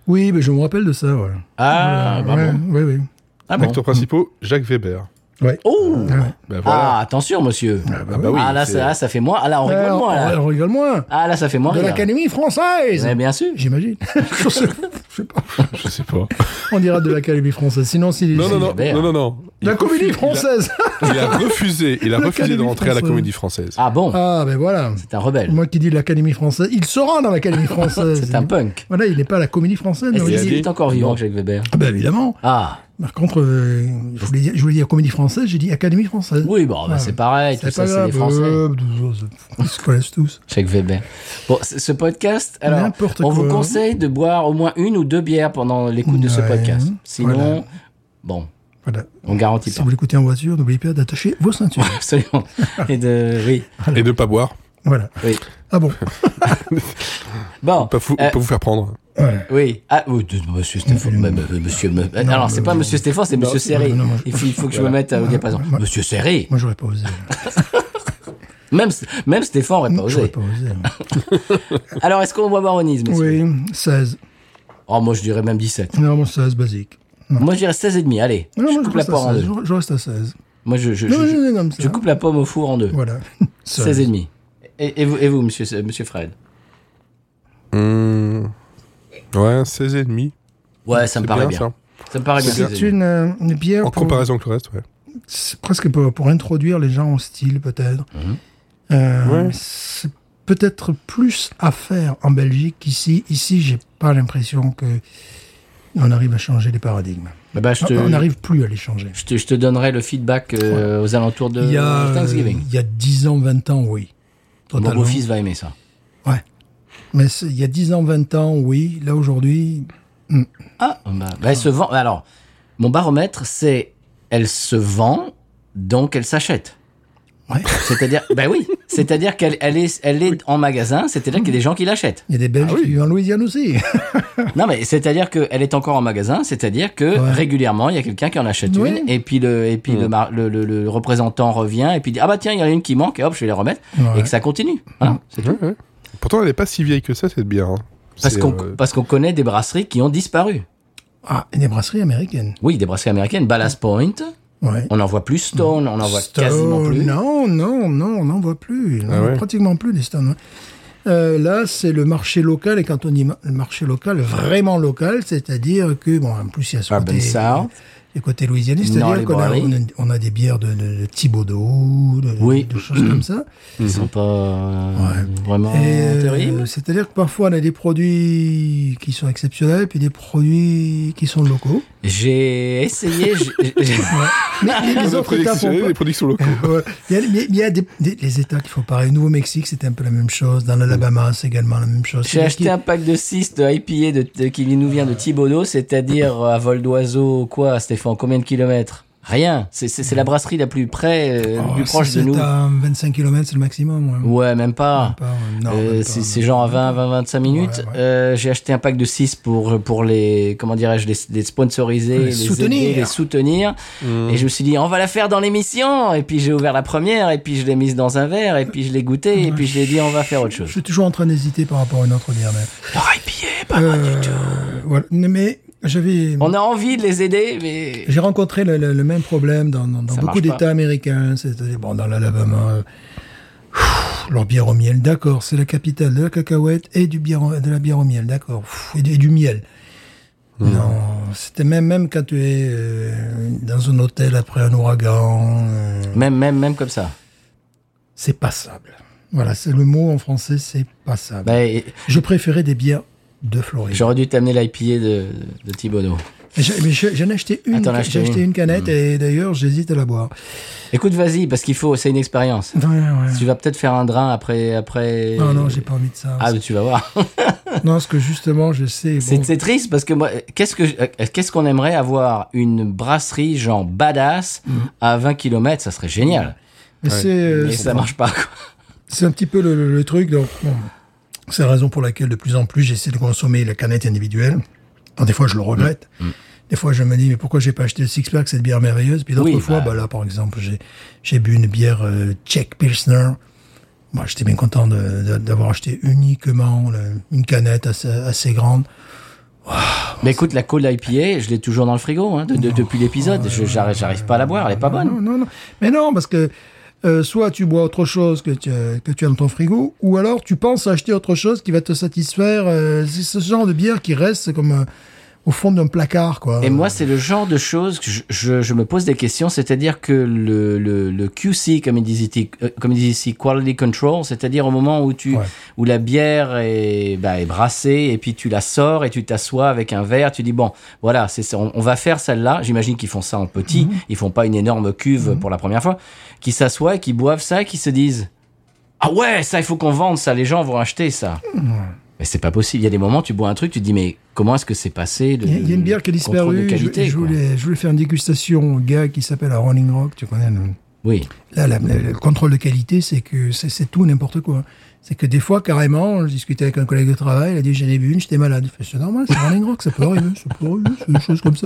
B: Oui, mais je me rappelle de ça, ouais.
A: Ah,
B: ouais,
A: bravo.
B: ouais, ouais.
A: Ah bon.
C: Acteurs principaux, Jacques Weber.
A: Oh
B: Ah ouais.
C: Bah
A: Ah,
C: voilà.
A: attention, monsieur.
B: Ah bah
C: Ah bah
B: oui.
C: oui,
A: ah, là,
C: c'est-
A: ça, ah, ça fait moins. Ah, là, on
B: Ouais,
A: rigole moins, là.
B: on rigole moins.
A: Ah, là, ça fait moins
B: De
A: rire.
B: l'Académie française.
A: Ouais, bien sûr.
B: J'imagine. (laughs) je, sais, je sais pas.
C: Je
A: (laughs)
C: sais pas.
B: On dira de l'Académie française. Sinon, si.
C: Non, non, non,
A: Weber.
C: non, non, non.
B: De La
C: Il
B: comédie
C: refuse-
B: française.
C: (laughs) Il a, il a refusé. Il a refusé de
B: L'Académie
C: rentrer à la
B: française.
C: comédie française.
A: Ah bon
B: Ah, ben voilà.
A: C'est un rebelle.
B: Moi qui dis l'Académie française, il se rend
A: (laughs)
B: dans l'Académie française.
A: C'est un punk.
B: Voilà, il n'est pas à la comédie française.
A: Est-ce
B: non, il
C: a
A: qu'il
B: est-
A: est encore vivant,
C: Non.
A: Jacques Weber
B: Ah, ben évidemment.
A: Ah,
B: Par contre, euh, je, voulais dire, je voulais dire comédie française, j'ai dit Académie française.
A: oui, bon, bah,
B: Ouais.
A: c'est pareil. Tout ça, c'est les Français.
B: Euh, Ils se connaissent tous.
A: Jacques Weber. Bon, c- ce podcast, alors,
B: N'importe
A: on
B: quoi.
A: vous conseille de boire au moins une ou deux bières pendant l'écoute de ce
B: Ouais.
A: podcast. Sinon,
B: Voilà.
A: bon,
B: Voilà.
A: on garantit
B: Si
A: pas.
B: vous l'écoutez en voiture, n'oubliez pas d'attacher vos ceintures.
A: (laughs) Absolument. Et de, oui,
C: Et de pas boire.
B: voilà.
A: oui. (laughs)
B: Ah bon
A: Bon,
C: Pas, fou-
A: euh,
C: pas vous faire prendre.
A: Oui. Ah, oui, de- monsieur Stéphane. mais- mais- mais- Monsieur. mais- mais-
B: Non,
A: alors, c'est
B: mais-
A: pas monsieur Stéphane, c'est
B: Non,
A: monsieur Serré.
B: non, non, moi, je-
A: Il faut, il faut que je me
B: voilà.
A: mette à
B: Moi,
A: OK, par exemple.
B: moi-
A: Monsieur Serré.
B: Moi, j'aurais pas osé.
A: Même, même Stéphane aurait (laughs) pas
B: J'aurais
A: osé.
B: pas osé. hein.
A: (laughs) Alors, est-ce qu'on boit Baronise, messieurs
B: oui, 16.
A: Oh, moi, je dirais même 17.
B: Non, moi, 16, basique. Non.
A: Moi, je dirais 16 et demi. Allez,
B: Non,
A: je
B: moi,
A: coupe
B: je
A: la
B: reste,
A: poire en
B: à
A: deux.
B: 16. Je, je reste à 16.
A: Moi, je, je,
B: Non,
A: je-
B: non,
A: je-
B: non, comme ça.
A: je coupe la pomme au four en deux. (laughs)
B: Voilà.
A: 16 et demi. Et, et vous, et vous monsieur, euh, monsieur Fred
C: Hum, Ouais, 16 et demi.
A: Ouais, ça me
C: C'est
A: paraît bien.
C: ça.
A: Ça me paraît bien. 16 et
B: C'est
A: demi.
B: une, euh, une bière.
C: En
B: pour-
C: comparaison avec le reste, ouais.
B: c'est presque pour, pour introduire les gens au style, peut-être.
A: Mhm.
B: Euh,
C: Ouais.
B: C'est peut-être plus à faire en Belgique qu'ici. Ici, j'ai pas l'impression que on arrive à changer les paradigmes.
A: Bah, bah, je, te,
B: Ah, On n'arrive plus à les changer.
A: je, te, je te donnerai le feedback euh, aux alentours de
B: il, y a, euh,
A: Thanksgiving.
B: il y a 10 ans, 20 ans, oui.
A: Mon
B: Totalement.
A: beau-fils va aimer ça.
B: Mais c'est- il y a 10 ans, 20 ans, oui. Là, aujourd'hui,
A: Ah, bah, bah, elle se vend. Alors, mon baromètre, c'est elle se vend, donc elle s'achète.
B: ouais.
A: C'est-à-dire, ben oui, c'est-à-dire qu'elle elle est, elle est en magasin, c'est-à-dire qu'il y a des gens qui l'achètent.
B: il y a des Belges
C: Ah oui.
B: qui vivent en
A: (laughs)
B: Louisiane aussi.
A: Non, mais c'est-à-dire qu'elle est encore en magasin, c'est-à-dire que
B: Ah. Ouais.
A: régulièrement, il y a quelqu'un qui en achète
B: Oui.
A: une, et puis, le, et puis le,
C: Mm.
A: mar- le, le- le représentant revient, et puis dit, ah bah tiens, il y en a une qui manque, et hop, je vais les remettre,
B: Ouais. Mm.
A: et que ça continue. hein. Voilà, c'est tout.
C: Ouais, ouais. Pourtant, elle n'est pas si vieille que ça, cette bière. hein.
A: Parce
C: C'est,
A: qu'on
C: euh,
A: parce qu'on connaît des brasseries qui ont disparu.
B: Ah, et des brasseries américaines.
A: Oui, des brasseries américaines, Ballast Point,
B: Ouais.
A: on en voit plus Stone, on en voit
B: Stone,
A: quasiment plus.
B: Non, non, non, on n'en voit plus. On
C: Ah
B: en voit
C: ouais.
B: pratiquement plus des Stone. ouais. Euh, là, c'est le marché local, et quand on dit ma- le marché local, vraiment local, c'est-à-dire que, bon, en plus, il y a ce
A: Ah,
B: côté,
A: ben ça.
B: le côté louisianais,
A: Non, les
B: c'est-à-dire qu'on a,
A: brasseries.
B: on a, on a des bières de, de, de Thibaudot, de,
A: Oui.
B: de choses comme ça.
A: Ils sont pas euh,
B: Ouais.
A: vraiment
B: Et, euh,
A: terribles.
B: c'est-à-dire que parfois, on a des produits qui sont exceptionnels, puis des produits qui
A: (laughs)
B: sont locaux.
A: J'ai essayé. j'ai-
B: (laughs)
A: j'ai-
B: Mais
C: Les autres
B: États font pas-
C: les productions locaux.
B: Ouais. Il y a, mais il y a des, des- les États qui font pareil. Au Nouveau-Mexique, c'était un peu la même chose. Dans l'Alabama, c'est également la même chose.
A: J'ai
B: C'est
A: acheté
B: des-
A: un pack de 6 de IPA de, de- qui nous vient de Thibaudot, c'est-à-dire euh, à vol d'oiseau, quoi, Stéphane Combien de kilomètres Rien. C'est- C'est c'est la brasserie la plus près, euh, la
B: Oh,
A: plus
B: si
A: proche de
B: c'est
A: nous.
B: à 25 km, c'est le maximum. ouais.
A: Ouais, même pas.
B: Pas, ouais. Non,
A: Euh,
B: même pas,
A: c'est
B: non.
A: c'est genre à 20, 20, 25 minutes.
B: Ouais, ouais.
A: Euh, J'ai acheté un pack de 6 pour, pour les, comment dirais-je, les, les sponsoriser,
B: Les
A: les,
B: soutenir.
A: aider, les soutenir. Et je me suis dit, on va la faire dans l'émission. Et puis j'ai ouvert la première, et puis je l'ai mise dans un verre, et puis je l'ai goûtée, et puis je l'ai dit, on va faire autre
B: Je
A: chose.
B: suis toujours en train d'hésiter par rapport à une autre bière. Mais,
A: Par IPA, pas
B: Euh, voilà. Mais- mais j'avais.
A: On a envie de les aider, mais.
B: J'ai rencontré le, le- le même problème dans, dans- dans
A: Ça
B: beaucoup
A: marche pas.
B: d'États américains. C'est-à-dire, bon, dans l'Alabama, euh, pff, leur bière au miel, d'accord, c'est la capitale de la cacahuète et du bière, au- de la bière au miel, d'accord, pff, et, du- et du miel.
A: Hmm.
B: Non, c'était même, même quand tu es euh, dans un hôtel après un ouragan, euh,
A: Même, même, même comme ça.
B: c'est passable. Voilà, c'est le mot en français, c'est passable.
A: Bah, et-
B: Je préférais des bières de Floride.
A: j'aurais dû t'amener l'IPA de, de Thibaudot.
B: Mais j'ai- mais j'ai- J'en ai acheté
A: Ah,
B: une,
A: t'en as acheté
B: j'ai acheté
A: une. Hmm.
B: une canette et d'ailleurs j'hésite à la boire.
A: Écoute, vas-y, parce qu'il faut, c'est une expérience.
B: Ouais, ouais.
A: Tu vas peut-être faire un drain après, après.
B: Non, non, j'ai pas envie de ça.
A: Ah, mais tu vas voir.
B: Non, ce que justement, je sais.
A: C'est
B: bon,
A: c'est triste parce que moi, qu'est-ce que, je- euh, qu'est-ce qu'on aimerait avoir une brasserie genre badass à 20 km, ça serait génial.
B: mais c'est, euh,
A: Mais ça marche pas. quoi.
B: c'est un petit peu le, le- le truc. Donc, bon, c'est la raison pour laquelle de plus en plus j'essaie de consommer la canette individuelle. Alors, des fois,
A: Mm.
B: je le regrette. Des fois, je me dis, mais pourquoi j'ai pas acheté le six pack, cette bière merveilleuse. Puis d'autres
A: Oui,
B: fois,
A: bah.
B: bah. là, par exemple, j'ai, j'ai bu une bière euh, Czech Pilsner. Moi, j'étais bien content de- de- d'avoir acheté uniquement le- une canette assez, assez grande.
A: (laughs) Mais écoute, la cola IPA, je l'ai toujours dans le frigo hein, de- de- depuis l'épisode. Je j'arrive, j'arrive pas à la boire, elle est pas bonne.
B: Non, non, non. Mais non, parce que euh, soit tu bois autre chose que tu, as- que tu as dans ton frigo, ou alors tu penses à acheter autre chose qui va te satisfaire. euh, c'est ce genre de bière qui reste comme euh, au fond d'un placard, quoi.
A: Et moi, c'est le genre de choses que je, je, je me pose des questions, c'est-à-dire que le, le, le QC, comme ils disent ici, euh, comme ils disent ici, quality control, c'est-à-dire au moment où tu
B: Ouais.
A: où la bière est, bah, est brassée et puis tu la sors et tu t'assois avec un verre, tu dis bon, voilà, c'est ça, on, on va faire celle-là. J'imagine qu'ils font ça en petit,
B: Mhm.
A: ils font pas une énorme cuve pour la première fois, qui s'assoient, qui boivent ça, qui se disent ah ouais, ça il faut qu'on vende ça, les gens vont acheter ça. Mais c'est pas possible. Il y a des moments, tu bois un truc, tu te dis, mais comment est-ce que c'est passé de-
B: Il y a- il y a une bière qui a
A: de contrôle
B: disparu.
A: de qualité,
B: je, je
A: quoi.
B: voulais, je voulais faire une dégustation au gars qui s'appelle à Rolling Rock, tu connais. le-
A: Oui.
B: Là, la- la- le contrôle de qualité, c'est que c'est c'est tout, n'importe quoi. C'est que des fois, carrément, je discutais avec un collègue de travail, il a dit j'en ai bu une, j'étais malade. Je fais, C'est normal, c'est Rolling Rock, ça peut arriver, ça peut arriver, c'est des choses comme ça.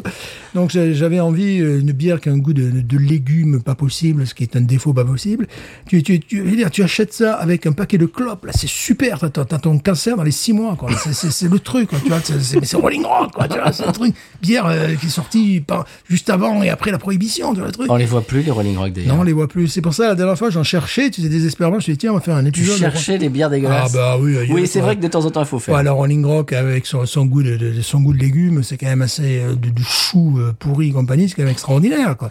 B: Donc j'ai- j'avais envie euh, une bière qui a un goût de, de légumes pas possible, ce qui est un défaut pas possible. Tu, tu, tu, je veux dire, tu achètes ça avec un paquet de clopes, là, c'est super, t'as- t'as t'as ton cancer dans les six mois, quoi. C'est- C'est c'est le truc, quoi, tu vois, c'est- c'est mais c'est Rolling Rock, quoi, tu vois, c'est un truc. Bière euh, qui est sortie par- juste avant et après la prohibition, tu vois, le truc.
A: On les voit plus, les Rolling Rock d'ailleurs.
B: Non, on les voit plus. C'est pour ça, la dernière fois, j'en cherchais, tu sais, désespérément, je me suis dit, tiens, on va faire un
A: Tu
B: épisode.
A: cherchais des bières
B: Ah,
A: dégueulasses.
B: bah oui. il y a-
A: oui, c'est vrai que de temps en temps, il faut faire.
B: Ouais, alors Rolling Rock avec son, son goût de, de- son goût de légumes, c'est quand même assez euh, de, de chou euh, pourri et compagnie, c'est quand même extraordinaire quoi.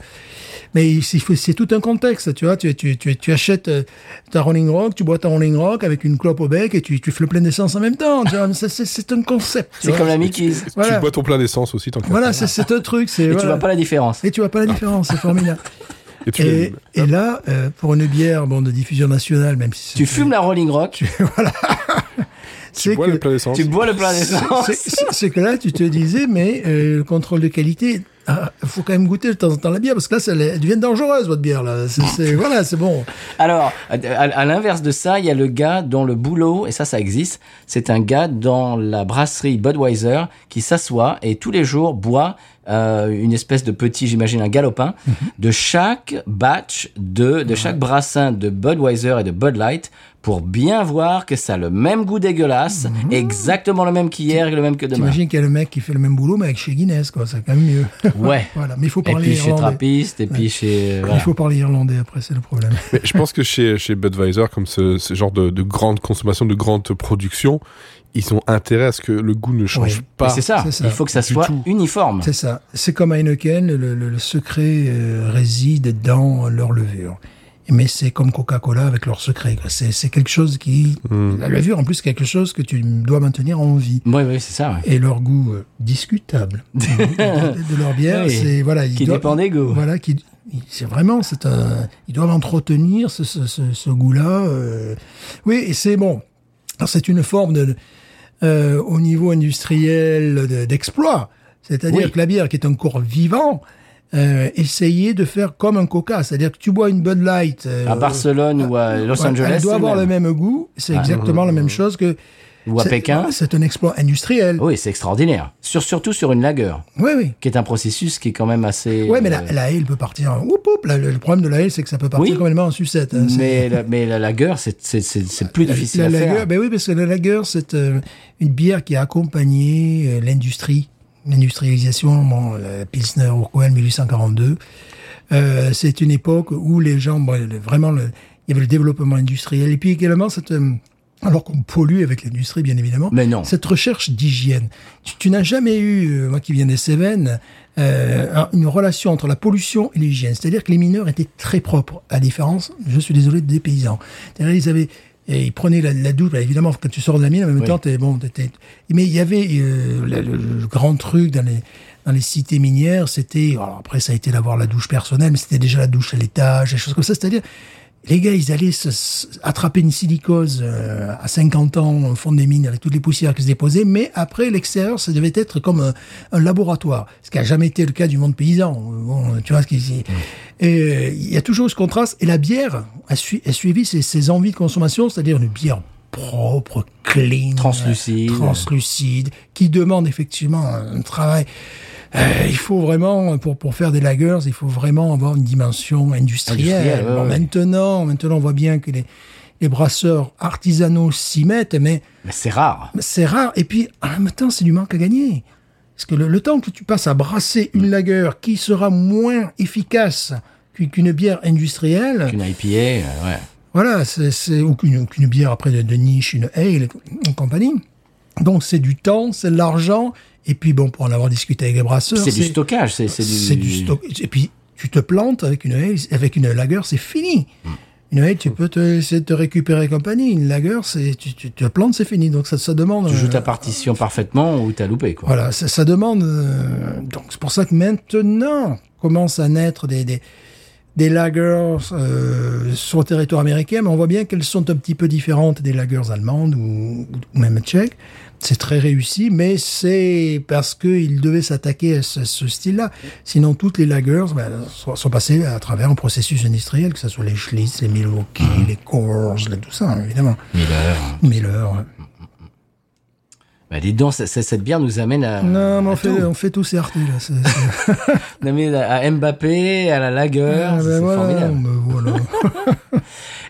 B: Mais il- c'est faut- c'est tout un contexte, tu vois, tu, tu, tu, tu achètes euh, ta Rolling Rock, tu bois ta Rolling Rock avec une clope au bec et tu, tu fais le plein d'essence en même temps, tu vois, mais ça, c'est- c'est un concept. tu
A: C'est
B: vois.
A: comme la Mickey's.
C: (laughs) Tu
B: Voilà.
C: bois ton plein d'essence aussi, tant qu'à
B: Voilà,
C: faire.
B: c'est- c'est un truc, c'est
A: Et tu
B: voilà.
A: vois pas la Ah. différence.
B: et tu vois pas la différence, c'est formidable.
C: Et tu
B: Et,
C: l'allumes.
B: et là, euh, pour une bière bon de diffusion nationale, même si
A: Tu
B: c'est-
A: fumes la Rolling Rock,
B: c'est
C: bois
B: que-
C: le plein d'essence.
A: tu bois le plein d'essence.
B: C'est- c'est- C'est que là, tu te disais, mais euh, le contrôle de qualité, ah, il faut quand même goûter de temps en temps la bière, parce que là, ça, elle devient dangereuse, votre bière. Là. C'est-
A: (laughs)
B: c'est- voilà, c'est bon.
A: Alors, à, à- à l'inverse de ça, il y a le gars dont le boulot, et ça, ça existe, c'est un gars dans la brasserie Budweiser qui s'assoit et tous les jours boit euh, une espèce de petit, j'imagine, un galopin
B: Mhm.
A: de chaque batch de, de chaque brassin de Budweiser et de Bud Light pour bien voir que ça a le même goût dégueulasse, exactement le même qu'hier et le même que demain.
B: Mhm. T'imagines qu'il y a le mec qui fait le même boulot, mais avec chez Guinness, quoi. C'est quand même mieux.
A: Ouais.
B: (laughs) voilà, mais il faut
A: Et
B: parler
A: puis chez
B: irlandais.
A: Trappist, et puis chez... voilà.
B: Il faut parler irlandais après, c'est le problème.
C: Mais je pense que chez, chez Budweiser, comme ce, ce genre de, de grande consommation, de grande production, ils ont intérêt à ce que le goût ne change
B: Oui.
A: Mais
C: pas.
A: C'est ça.
B: c'est ça.
A: il faut que ça
C: Du
A: soit
C: tout.
A: uniforme.
B: C'est ça. C'est comme Heineken, le, le- le secret euh, réside dans leur levure. Mais c'est comme Coca-Cola avec leur secret. quoi. C'est c'est quelque chose qui... La levure, en plus, c'est quelque chose que tu dois maintenir en vie.
A: Oui, oui, c'est ça. ouais.
B: et leur goût euh, discutable
A: (laughs)
B: de, de leur bière,
A: Oui,
B: c'est voilà, ils
A: qui
B: doivent-
A: dépend des goûts.
B: Voilà, qui ils- c'est vraiment c'est un, ils doivent entretenir ce, ce, ce, ce goût-là. euh. Oui, et c'est bon. Alors, C'est une forme de euh, au niveau industriel de- d'exploit, c'est-à-dire
A: Oui.
B: que la bière qui est un corps vivant. Euh, essayer de faire comme un coca, c'est-à-dire que tu bois une Bud Light euh,
A: à Barcelone ou à Los
B: ouais,
A: Angeles.
B: elle doit
A: c'est
B: avoir le même goût, c'est
A: Ah.
B: exactement la même chose que
A: Ou à
B: c'est-
A: Pékin. Oh.
B: C'est un exploit industriel.
A: Oui, c'est extraordinaire. Sur, surtout sur une lagueur,
B: Oui, oui.
A: qui est un processus qui est quand même assez.
B: Ouais, mais la,
A: euh,
B: la haie, elle peut partir. en- Oup, oup, là, le, le problème de la haie, c'est que ça peut partir
A: Oui.
B: complètement en sucette. hein, c'est-
A: mais, la, mais la lagueur, c'est- c'est c'est- c'est plus
B: la-
A: difficile
B: la
A: à
B: lager,
A: faire.
B: ben oui, parce que la lager, c'est euh, une bière qui a accompagné euh, l'industrie, l'industrialisation, bon, la Pilsner Urquell 1842. Euh, c'est une époque où les gens, bon, le- vraiment, le- il y avait le développement industriel. Et puis également, cette, euh, alors qu'on pollue avec l'industrie, bien évidemment,
A: Mais non.
B: cette recherche d'hygiène. Tu, tu n'as jamais eu, euh, moi qui viens des Cévennes, euh, un- une relation entre la pollution et l'hygiène. C'est-à-dire que les mineurs étaient très propres, à différence, je suis désolé, des paysans. C'est-à-dire ils avaient... Et ils prenaient la, la douche. Bah, évidemment, quand tu sors de la mine, en même
A: Oui.
B: temps, t'es bon, t'es- t'es- Mais il y avait euh, le, le- le grand truc dans les dans les cités minières, c'était. Alors après, ça a été d'avoir la douche personnelle, mais c'était déjà la douche à l'étage, des choses comme ça. C'est-à-dire, les gars, ils allaient se, se- attraper une silicose euh, à 50 ans au fond des mines avec toutes les poussières qui se déposaient, mais après, l'extérieur, ça devait être comme un, un laboratoire, ce qui a jamais été le cas du monde paysan. Bon, tu vois ce qui Et, euh, Il y a toujours ce contraste, et la bière a, su- a suivi ses, ses envies de consommation, c'est-à-dire une bière propre, clean,
A: Translucide.
B: translucide, qui demande effectivement un travail. Euh, il faut vraiment, pour, pour faire des lagers, il faut vraiment avoir une dimension industrielle.
A: Industrielle, ouais,
B: Bon,
A: ouais.
B: Maintenant, maintenant, on voit bien que les, les brasseurs artisanaux s'y mettent, mais
A: Mais c'est rare.
B: c'est rare. Et puis, en même temps, c'est du manque à gagner. Parce que le, le temps que tu passes à brasser
A: Mm.
B: une lagueur qui sera moins efficace qu'u- qu'une bière industrielle,
A: Qu'une IPA, euh, ouais.
B: voilà, c'est c'est- ou qu'une qu'une bière après de, de niche, une ale et compagnie. Donc c'est du temps, c'est de l'argent, et puis bon, pour en avoir discuté avec les brasseurs,
A: C'est du stockage. C'est c'est
B: c'est du stock. Et puis tu te plantes avec une ale, avec une lager, c'est fini. Une ale, tu peux te, essayer de te récupérer et compagnie. Une lager, c'est tu, tu te plantes, c'est fini. Donc ça, ça demande.
A: Tu joues ta
B: euh,
A: partition parfaitement ou t'as loupé, quoi.
B: voilà, ça, ça demande. euh, donc c'est pour ça que maintenant commencent à naître des des, des lagers euh, sur le territoire américain, mais on voit bien qu'elles sont un petit peu différentes des lagers allemandes ou, ou même tchèques. C'est très réussi, mais c'est parce qu'il devait s'attaquer à ce, ce style-là. Sinon, toutes les lagers ben, sont, sont passées à travers un processus industriel, que ce soit les Schlitz, les Milwaukee, les Coors, les- tout ça, hein, évidemment.
A: Miller.
B: Miller. euh. ouais.
A: euh, Bah, dis donc, ça- ça- cette bière nous amène à.
B: Non, mais
A: à
B: on fait,
A: tout.
B: on fait tous ces RT, là. c'est- c'est-
A: Nous amène à Mbappé, à la Lager.
B: Ah, ben
A: c'est
B: voilà,
A: formidable.
B: ben (laughs) voilà.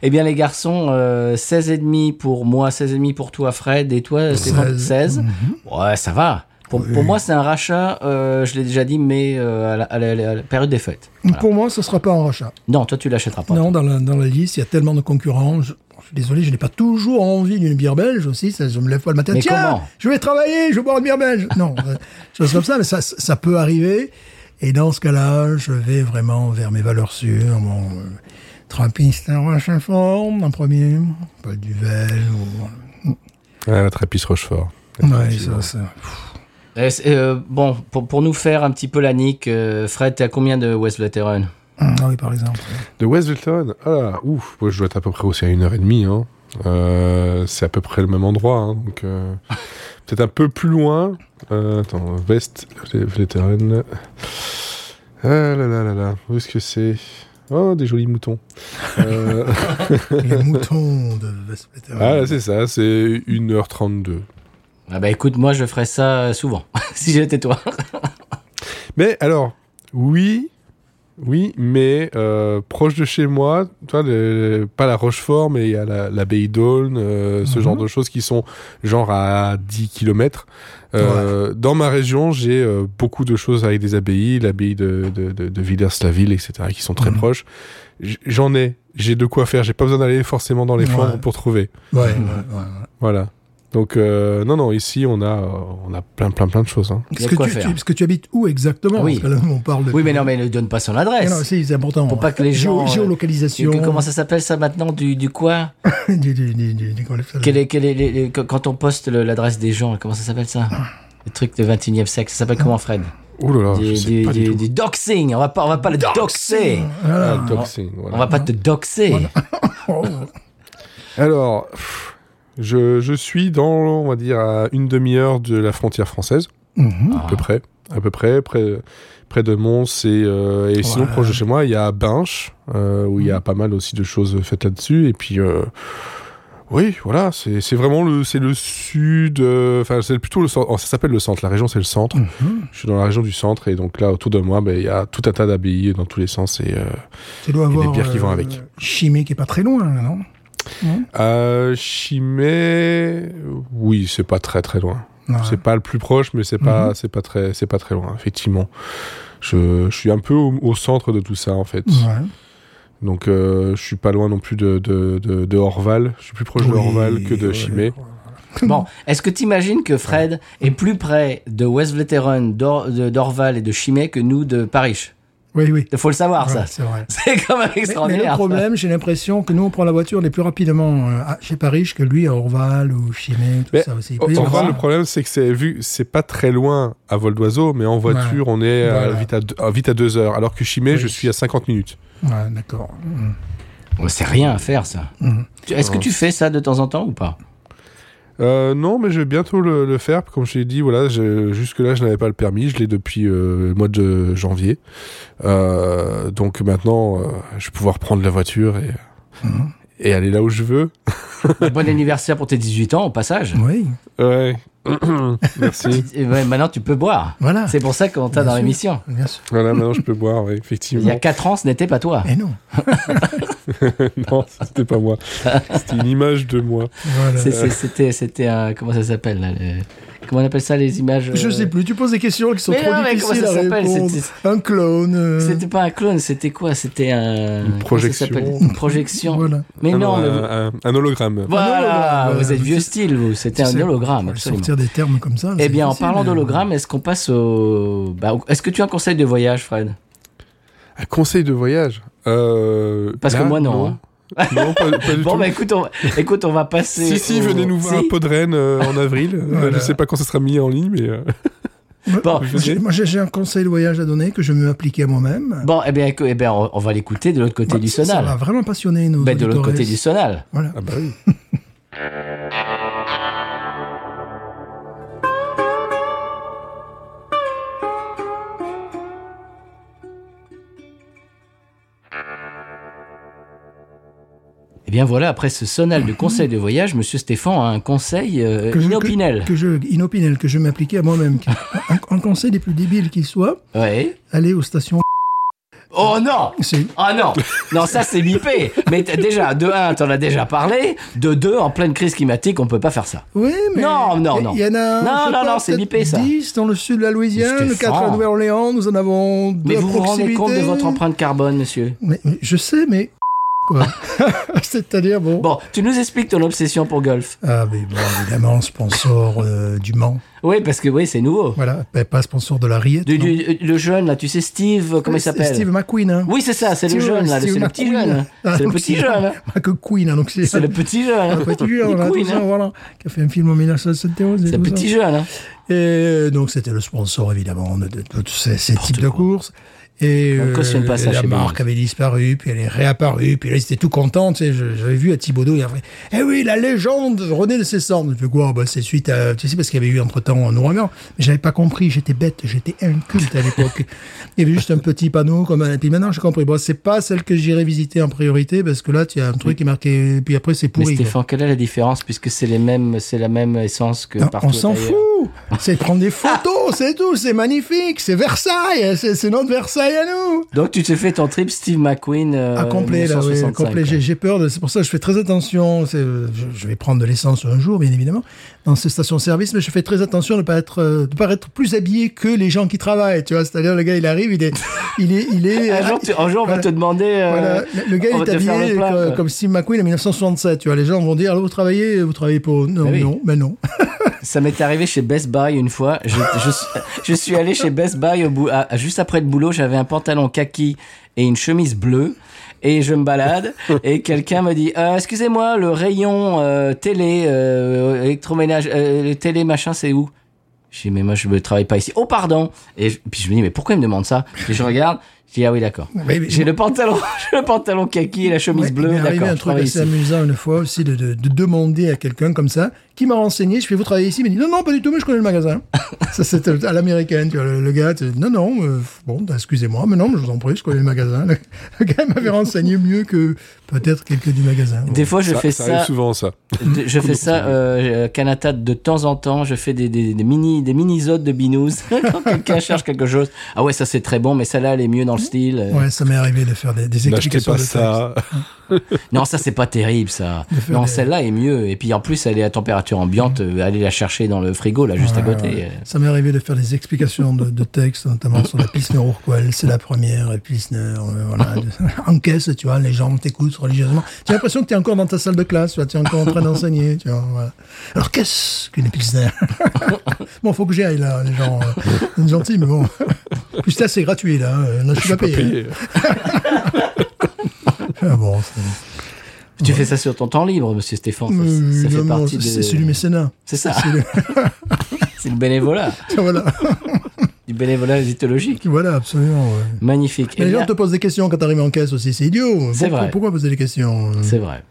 A: Eh bien, les garçons, euh, 16,5 pour moi, 16,5 pour toi, Fred, et toi, Stéphane, 16.
B: Mhm.
A: Ouais, ça va. Pour, pour moi, c'est un rachat, euh, je l'ai déjà dit, mais euh, à, la, à la- à la- à la période des fêtes.
B: Pour moi, ce sera pas un rachat.
A: Non, toi, tu l'achèteras pas.
B: Mm. Non, dans la, dans la liste, il y a tellement de concurrents. Je, je suis désolé, je n'ai pas toujours envie d'une bière belge aussi. Ça, je me lève pas le matin.
A: Mais
B: Tiens,
A: comment
B: je vais travailler, je vais boire une bière belge. (laughs) Non, euh, choses comme ça, mais ça, ça peut arriver. Et dans ce cas-là, je vais vraiment vers mes valeurs sûres. Mon euh, Trappist Rochefort en premier, Paul Duvel. Ou...
C: Ah, la Trappiste Rochefort.
B: Ouais, ça, ça.
A: Eh, c'est- euh, bon, pour, pour nous faire un petit peu la nique, euh, Fred, t'es à combien de West Veteran
B: Ah oui, par (laughs) exemple.
C: De West Wilton Ah là, ouf, moi je dois être à peu près aussi à une heure et demie. Hein. Euh, c'est à peu près le même endroit, hein, donc euh, peut-être un peu plus loin. Euh, attends, West Veteran. Ah là là là là, où est-ce que c'est Oh, des jolis moutons. Euh,
B: Les moutons de Westminster.
C: ah, c'est ça, c'est 1h32.
A: Ah bah écoute, moi, je ferais ça souvent, (laughs) si j'étais toi.
C: Mais alors, oui, oui, mais euh, proche de chez moi, tu vois, le- pas la Rochefort, mais il y a la- l'abbaye d'Aulne, euh, ce
B: Mhm.
C: genre de choses qui sont genre à 10 km. Euh, Dans ma région, j'ai euh, beaucoup de choses avec des abbayes, l'abbaye de, de, de, de Villers-la-Ville, etc., qui sont très
B: Mhm.
C: proches. J- J'en ai, j'ai de quoi faire, j'ai pas besoin d'aller forcément dans les
B: Ouais.
C: Flandres pour trouver.
B: Ouais, ouais, ouais, ouais.
C: Voilà. Donc, euh, non, non, ici, on a, euh, on a plein, plein, plein de choses. hein.
A: y a
B: Parce que,
A: quoi
B: tu, tu-
A: faire.
B: parce que tu habites où exactement
A: Oui.
B: Parce que là, on parle de.
A: Oui, mais non, mais ne donne pas son
B: Mais non,
A: adresse.
B: c'est c'est important.
A: Pour pas que les gens,
B: Géo-
A: euh,
B: géolocalisation.
A: Que-
B: (laughs)
A: Comment ça s'appelle ça maintenant du, du quoi
B: Du- du- du- du- du- comment ça
A: Quel est, quel est- les- les- quand- Quand on poste le- l'adresse des gens, comment ça s'appelle ça Le truc de 21e siècle, ça s'appelle comment Fred
C: Ouh là
B: Oh,
C: là, je
A: du,
C: sais
A: du-
C: pas du
A: du-
C: tout.
A: du doxing. On va pas, on va pas le doxer.
C: Ah,
B: Voilà.
C: doxing, voilà.
A: On va pas te doxer.
B: Oh.
C: Alors, pff, je, je suis dans, on va dire, à une demi-heure de la frontière française,
B: Mhm.
A: Ah.
C: à peu près. À peu près, près, près de Mons et, euh, et sinon
B: Ouais.
C: proche de chez moi, il y a Binche, euh, où il y a pas mal aussi de choses faites là-dessus. Et puis, euh, oui, voilà, c'est c'est vraiment le, c'est le sud, euh, enfin, c'est plutôt le centre, oh, ça s'appelle le centre, la région c'est le centre.
B: Mhm.
C: Je suis dans la région du centre et donc là, autour de moi, ben, il y a tout un tas d'abbayes dans tous les sens et euh,
B: Tu dois
C: Et des
B: avoir.
C: bières qui vont
B: euh,
C: avec.
B: Chimay qui est pas très loin, là, non
C: Euh, Chimay, oui, c'est pas très très loin.
B: Ouais. Mhm.
C: C'est pas le plus proche, mais c'est pas c'est pas très c'est pas très loin. Effectivement, je, je suis un peu au, au centre de tout ça en fait.
B: Ouais.
C: Donc euh, je suis pas loin non plus de de, de, de Orval. Je suis plus proche de
B: Oui,
C: Orval que de
B: ouais.
C: Chimay.
A: (laughs) Bon, est-ce que t'imagines que Fred est plus près de West Veteran, d'Or- de- d'Orval et de Chimay que nous de Paris
B: Oui, oui.
A: Faut le savoir,
B: Ouais,
A: Ah, ça.
B: C'est vrai.
A: (laughs) C'est quand même
B: Mais, mais le
A: extraordinaire.
B: problème, j'ai l'impression que nous, on prend la voiture les plus rapidement euh, à- chez Paris que lui, à Orval ou Chimay, tout
C: Mais
B: ça aussi. Il peut y avoir-
C: Orval, le problème c'est que c'est vu c'est pas très loin à vol d'oiseau, mais en voiture on est à-
B: Voilà.
C: vite à deux- à vite à deux heures. Alors que Chimay,
B: Oui.
C: je suis à 50 minutes.
B: Ouais, d'accord. Mhm.
A: Ouais, C'est rien à faire, ça.
B: Mhm.
A: Tu- Est-ce que tu fais ça de temps en temps ou pas
C: Euh, non, mais je vais bientôt le, le faire. Comme je l'ai dit, voilà, je- jusque-là, je n'avais pas le permis. Je l'ai depuis euh, le mois de janvier. Euh, donc maintenant, euh, je vais pouvoir prendre la voiture et, et aller là où je veux.
A: Bon anniversaire pour tes 18 ans, au passage.
B: Oui,
C: Ouais. Merci.
A: Et ouais, maintenant, tu peux boire.
B: voilà.
A: C'est pour ça qu'on t'a
B: Ah. Bien
A: dans
B: sûr.
A: l'émission.
B: Bien sûr.
C: (coughs) voilà, maintenant, je peux boire, ouais,
A: Il y a
C: effectivement.
A: 4 ans, ce n'était pas toi.
B: Et non.
C: non, c'était pas moi. C'était une image de moi.
B: Voilà.
A: C'est- c'est- C'était, c'était un. Comment ça s'appelle là, le- Comment on appelle ça les images euh,
B: Je sais plus, tu poses des questions qui sont
A: Mais
B: trop
A: non, mais comment
B: difficiles
A: ça
B: à
A: s'appelle,
B: répondre.
A: c'était-
B: Un clone. euh,
A: C'était pas un clone, c'était quoi C'était un.
C: Une
A: comment ça s'appelle
C: projection.
A: Une
B: (laughs)
A: projection.
B: Voilà.
A: Mais
C: Ah
A: non, mais vous-
C: un, un- un hologramme.
A: Voilà,
B: Un hologramme, euh,
A: vous êtes
B: voilà.
A: vieux style, vous. C'était
B: Tu
A: un
B: sais,
A: hologramme,
B: faut
A: absolument.
B: Sortir des termes comme ça.
A: Eh
B: c'est
A: bien, en
B: difficile,
A: parlant
B: mais-
A: d'hologramme, est-ce qu'on passe au. bah, est-ce que tu as un conseil de voyage, Fred
C: Un conseil de voyage. Euh,
A: Parce que
C: là,
A: moi, non, hein.
C: Non, Non, pas,
A: (laughs)
C: pas du
A: Bon,
C: tout.
A: bah écoute, on, écoute, on va passer.
C: Si, si,
A: au-
C: venez nous voir
A: Si
C: à Podren euh, en avril. Euh,
B: Voilà.
C: Je sais pas quand ça sera mis en ligne, mais. euh,
A: Bon,
B: J'ai- Moi, j'ai j'ai un conseil de voyage à donner que je vais m'appliquer à moi-même.
A: bon eh, bien, écou- eh bien, on, on va l'écouter de l'autre côté
B: Bah,
A: du
B: ça- Ça va
A: sonal.
B: vraiment passionner nos
A: Ben, de l'autre Ah ben.
B: auditeurs.
A: côté du sonal.
B: Voilà.
C: Ah bah oui.
A: Eh bien voilà, après ce sonal du conseil de voyage, Monsieur Stéphane a un conseil euh,
B: Que je-
A: inopinel.
B: Que je, inopinel, que je m'appliquais
A: (laughs)
B: à moi-même. un, un conseil des plus débiles qu'il soit,
A: Ouais.
B: aller aux stations.
A: Oh non
B: C'est-
A: Oh non Non, ça c'est bipé Mais t'as déjà, de un, t'en as déjà parlé, de deux, en pleine crise climatique, on peut pas faire ça.
B: Oui, mais.
A: Non, non, non.
B: Il y en
A: Non,
B: a. je sais
A: non,
B: pas,
A: non, c'est
B: peut-être
A: nippé, ça.
B: 10 dans le sud de la Louisiane,
A: Stéphane.
B: 4 à Nouvelle-Orléans, nous en avons deux
A: Mais
B: à
A: vous vous rendez
B: proximité.
A: compte de votre empreinte carbone, monsieur
B: Mais- mais je sais, mais. (laughs)
A: (laughs)
B: Quoi C'est-à-dire, bon.
A: Bon, tu nous expliques ton obsession pour golf.
B: Ah, mais bon, évidemment, sponsor euh, du Mans.
A: Oui, parce que oui, c'est nouveau.
B: Voilà, Ben, pas sponsor de la Riette.
A: Du-
B: non.
A: du- euh, le jeune, là, tu sais, Steve, euh, comment il
B: C'est
A: s'appelle
B: Steve McQueen. hein.
A: Oui, c'est ça, c'est le
B: Steve-
A: jeune, là, le-
B: Steve
A: c'est le petit
B: McQueen.
A: jeune.
B: Ah,
A: C'est le
B: donc,
A: petit
B: c'est-
A: jeune.
B: (laughs)
A: hein.
B: McQueen, hein, donc c'est.
A: C'est le petit jeune. hein.
B: Un petit jeune,
A: Il
B: là,
A: couine,
B: tout ça,
A: hein.
B: voilà, qui a fait un film en 1971. et
A: C'est un
B: tout
A: petit
B: ça.
A: jeune. hein.
B: Et donc, c'était le sponsor, évidemment, de, de tous ces, ces types de
A: quoi.
B: courses. Et euh,
A: On cautionne pas ça
B: la
A: chez
B: marque
A: Belleville.
B: avait disparu, puis elle est réapparue, puis là, ils étaient tout contents. Tu sais, je- j'avais vu à Thibaudot, il a fait Eh oui, la légende renaît de ses cendres. Je fais quoi bah, C'est suite à. Tu sais, parce qu'il y avait eu entre-temps un ouragan. Mais j'avais pas compris, j'étais bête, j'étais inculte à l'époque. il y avait juste un petit panneau, comme un. Puis maintenant, j'ai compris. Bon, c'est pas celle que j'irai visiter en priorité, parce que là, tu as un truc qui est marqué. Puis après, c'est
A: Mais
B: pourri. quoi.
A: Stéphane, quelle est la différence puisque c'est les mêmes, c'est la même essence que
B: Non,
A: partout
B: on s'en
A: ailleurs
B: fout. C'est prendre des photos, c'est tout. C'est magnifique. C'est Versailles. C'est c'est notre Versailles à nous.
A: Donc tu te fais ton trip Steve McQueen euh,
B: à complet, là, oui, à
A: 1965,
B: complet. J'ai
A: quoi.
B: j'ai peur de. C'est pour ça que je fais très attention. C'est- Je, je vais prendre de l'essence un jour, bien évidemment, dans ces stations-service, mais je fais très attention de pas être, euh, de pas être plus habillé que les gens qui travaillent. Tu vois, c'est-à-dire le gars, il arrive, il est, il est, il
A: (laughs)
B: est.
A: Un jour, tu- un jour, on va
B: Voilà.
A: te demander. euh,
B: Voilà, le- le gars
A: on
B: il
A: va
B: est
A: te faire le
B: habillé
A: plat,
B: co-
A: quoi.
B: comme Steve McQueen en 1967. Tu vois, les gens vont dire, Alors, vous travaillez, vous travaillez pour non,
A: Ah oui.
B: non, ben non.
A: Ça m'est arrivé chez Best Buy une fois. Je, je, suis- je suis allé chez Best Buy au bout, à- juste après le boulot. J'avais un pantalon kaki et une chemise bleue. Et je me balade et quelqu'un me dit Euh, Excusez-moi, le rayon euh, télé, euh, électroménage, euh, télé machin, c'est où Je dis Mais moi, je ne travaille pas ici. Oh, pardon Et je- puis je me dis Mais pourquoi il me demande ça Puis je regarde. Je dis Ah oui, d'accord.
B: Mais- mais-
A: J'ai le pantalon, (laughs) j'ai le pantalon kaki et la chemise
B: Ouais, il m'est
A: bleue.
B: arrivé
A: D'accord,
B: un
A: je
B: truc
A: travaille
B: assez
A: ici.
B: amusant une fois aussi de, de- de demander à quelqu'un comme ça, qui m'a renseigné, je fais vous travaillez ici, il m'a dit non, non, pas du tout, mais je connais
A: (laughs)
B: le magasin. ça c'était à l'américaine, tu vois, le, le gars, tu dis, non, non, euh, bon, bah, excusez-moi, mais non, mais je vous en prie, je connais le magasin. Le, (laughs) le gars m'avait renseigné mieux que peut-être quelqu'un du magasin. Bon.
A: Des fois, je
C: ça,
A: fais
C: ça arrive
A: ça.
C: souvent, ça.
A: De- je fais ça, euh, euh, Kanata, de temps en temps. Je fais des, des, des mini des mini-zodes de binous (laughs) quand quelqu'un cherche quelque chose. Ah ouais, ça c'est très bon, mais celle-là elle est mieux dans le style. Euh,
B: Ouais, ça m'est arrivé de faire des, des
C: N'achetez
B: explications.
C: pas
B: de texte.
C: ça.
A: Non, ça c'est pas terrible ça.
B: faire
A: Non,
B: des- Mm.
A: celle-là est mieux. Et puis en plus, elle est à température ambiante. Euh, Allez la chercher dans le frigo là, juste à
B: Ouais,
A: côté.
B: ouais.
A: Euh,
B: Ça m'est arrivé de faire des explications de, de texte, notamment sur la Pilsner Urquell. C'est la première et Pilsner, euh, voilà, de- (laughs) en caisse, tu vois, les gens t'écoutent religieusement. Tu as l'impression que tu es encore dans ta salle de classe, tu es encore en train d'enseigner, tu vois. voilà. Alors qu'est-ce qu'une Pilsner (laughs) Bon, faut que j'y aille là, les gens, euh, ils sont gentils, mais bon. (laughs) Plus là, c'est gratuit là, euh, là je suis pas payé.
C: Payez.
B: Ah, bon, c'est-
A: euh. Tu fais ça sur ton temps libre, Monsieur Stéphane. Ça,
B: Euh,
A: ça fait
B: non,
A: partie de.
B: c'est c'est du mécénat. (laughs)
A: C'est ça. (laughs) c'est le bénévolat,
B: Voilà,
A: du bénévolat éthologique.
B: voilà, absolument. ouais.
A: Magnifique. Eh
B: Mais les gens
A: bien,
B: te posent des questions quand t'arrives en caisse aussi, c'est idiot.
A: C'est
B: Pourquoi-
A: vrai.
B: Pourquoi poser des questions euh
A: C'est vrai.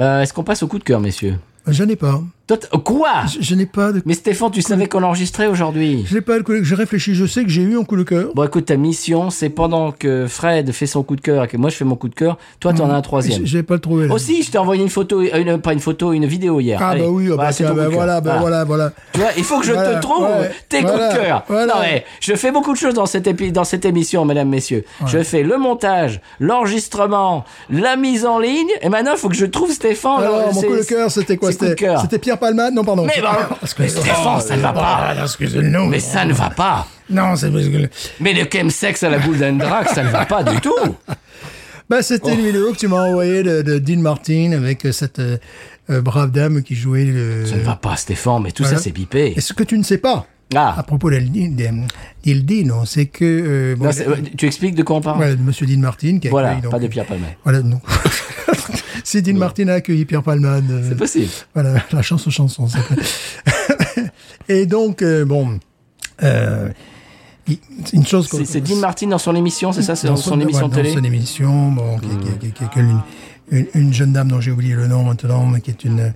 A: Euh, Est-ce qu'on passe au coup de cœur, messieurs
B: J'en ai pas.
A: Toi, t- Quoi
B: Je, je n'ai pas de.
A: Mais Stéphane, tu savais qu'on enregistrait aujourd'hui.
B: Je n'ai pas de coup de- Je réfléchis, je sais que j'ai eu un coup de cœur.
A: Bon, écoute, ta mission, c'est pendant que Fred fait son coup de cœur et que moi je fais mon coup de cœur, toi t'en as un troisième.
B: Mm. Je je vais pas le trouver. là.
A: Aussi, je t'ai envoyé une photo, euh, une, pas une photo, une vidéo hier.
B: Ah
A: Allez,
B: bah oui, ah bah
A: voilà, c'est
B: tiens,
A: ton
B: bah
A: coup de
B: voilà,
A: cœur.
B: bah voilà, voilà.
A: Tu vois, il faut que je
B: Voilà,
A: te trouve
B: ouais,
A: tes
B: voilà,
A: coups de cœur.
B: voilà.
A: Non, mais je fais beaucoup de choses dans cette, épi- dans cette émission, mesdames, messieurs. Je fais le montage, l'enregistrement, la mise en ligne, et maintenant il faut que je trouve Stéphane.
B: Alors, mon
A: c'est-
B: coup de cœur, c'était quoi
A: c'est coup de
B: C'était
A: cœur.
B: c'était Pierre Palmade Non, pardon.
A: Mais
B: C'était-
A: bon, mais Stéphane, ça ne va pas.
B: Ah, excusez-nous.
A: Mais ça ne va pas.
B: Non, c'est parce que-
A: Mais le chemsex à la Golden Drac, ça ne va pas (laughs) du tout.
B: Bah, c'était
A: Oh.
B: une vidéo que tu m'as envoyée de, de Dean Martin avec euh, cette euh, euh, brave dame qui jouait le.
A: Ça ne va pas, Stéphane, mais tout
B: voilà.
A: ça c'est pipé.
B: Et ce que tu ne sais pas à
A: Ah,
B: propos d'Il Dino, c'est que. euh, bon,
A: non, c'est- ouais, tu expliques de quoi on parle
B: voilà, de Monsieur Dean Martin qui a
A: Voilà,
B: accueilli, donc,
A: pas de Pierre Palmet.
B: Voilà, non. (laughs) si Dean Martin a accueilli Pierre Palman. euh,
A: C'est possible.
B: voilà, (laughs) la chance aux chansons. ça s'appelle. (laughs) Et donc, euh, bon, euh, il- c'est une chose qu'on-
A: C'est c'est Dean Martin dans son émission, c'est ça C'est dans, son émission
B: dans
A: télé
B: son émission, bon, qui, qui- qui- qui- qui- une, une- une jeune dame dont j'ai oublié le nom maintenant, mais qui est une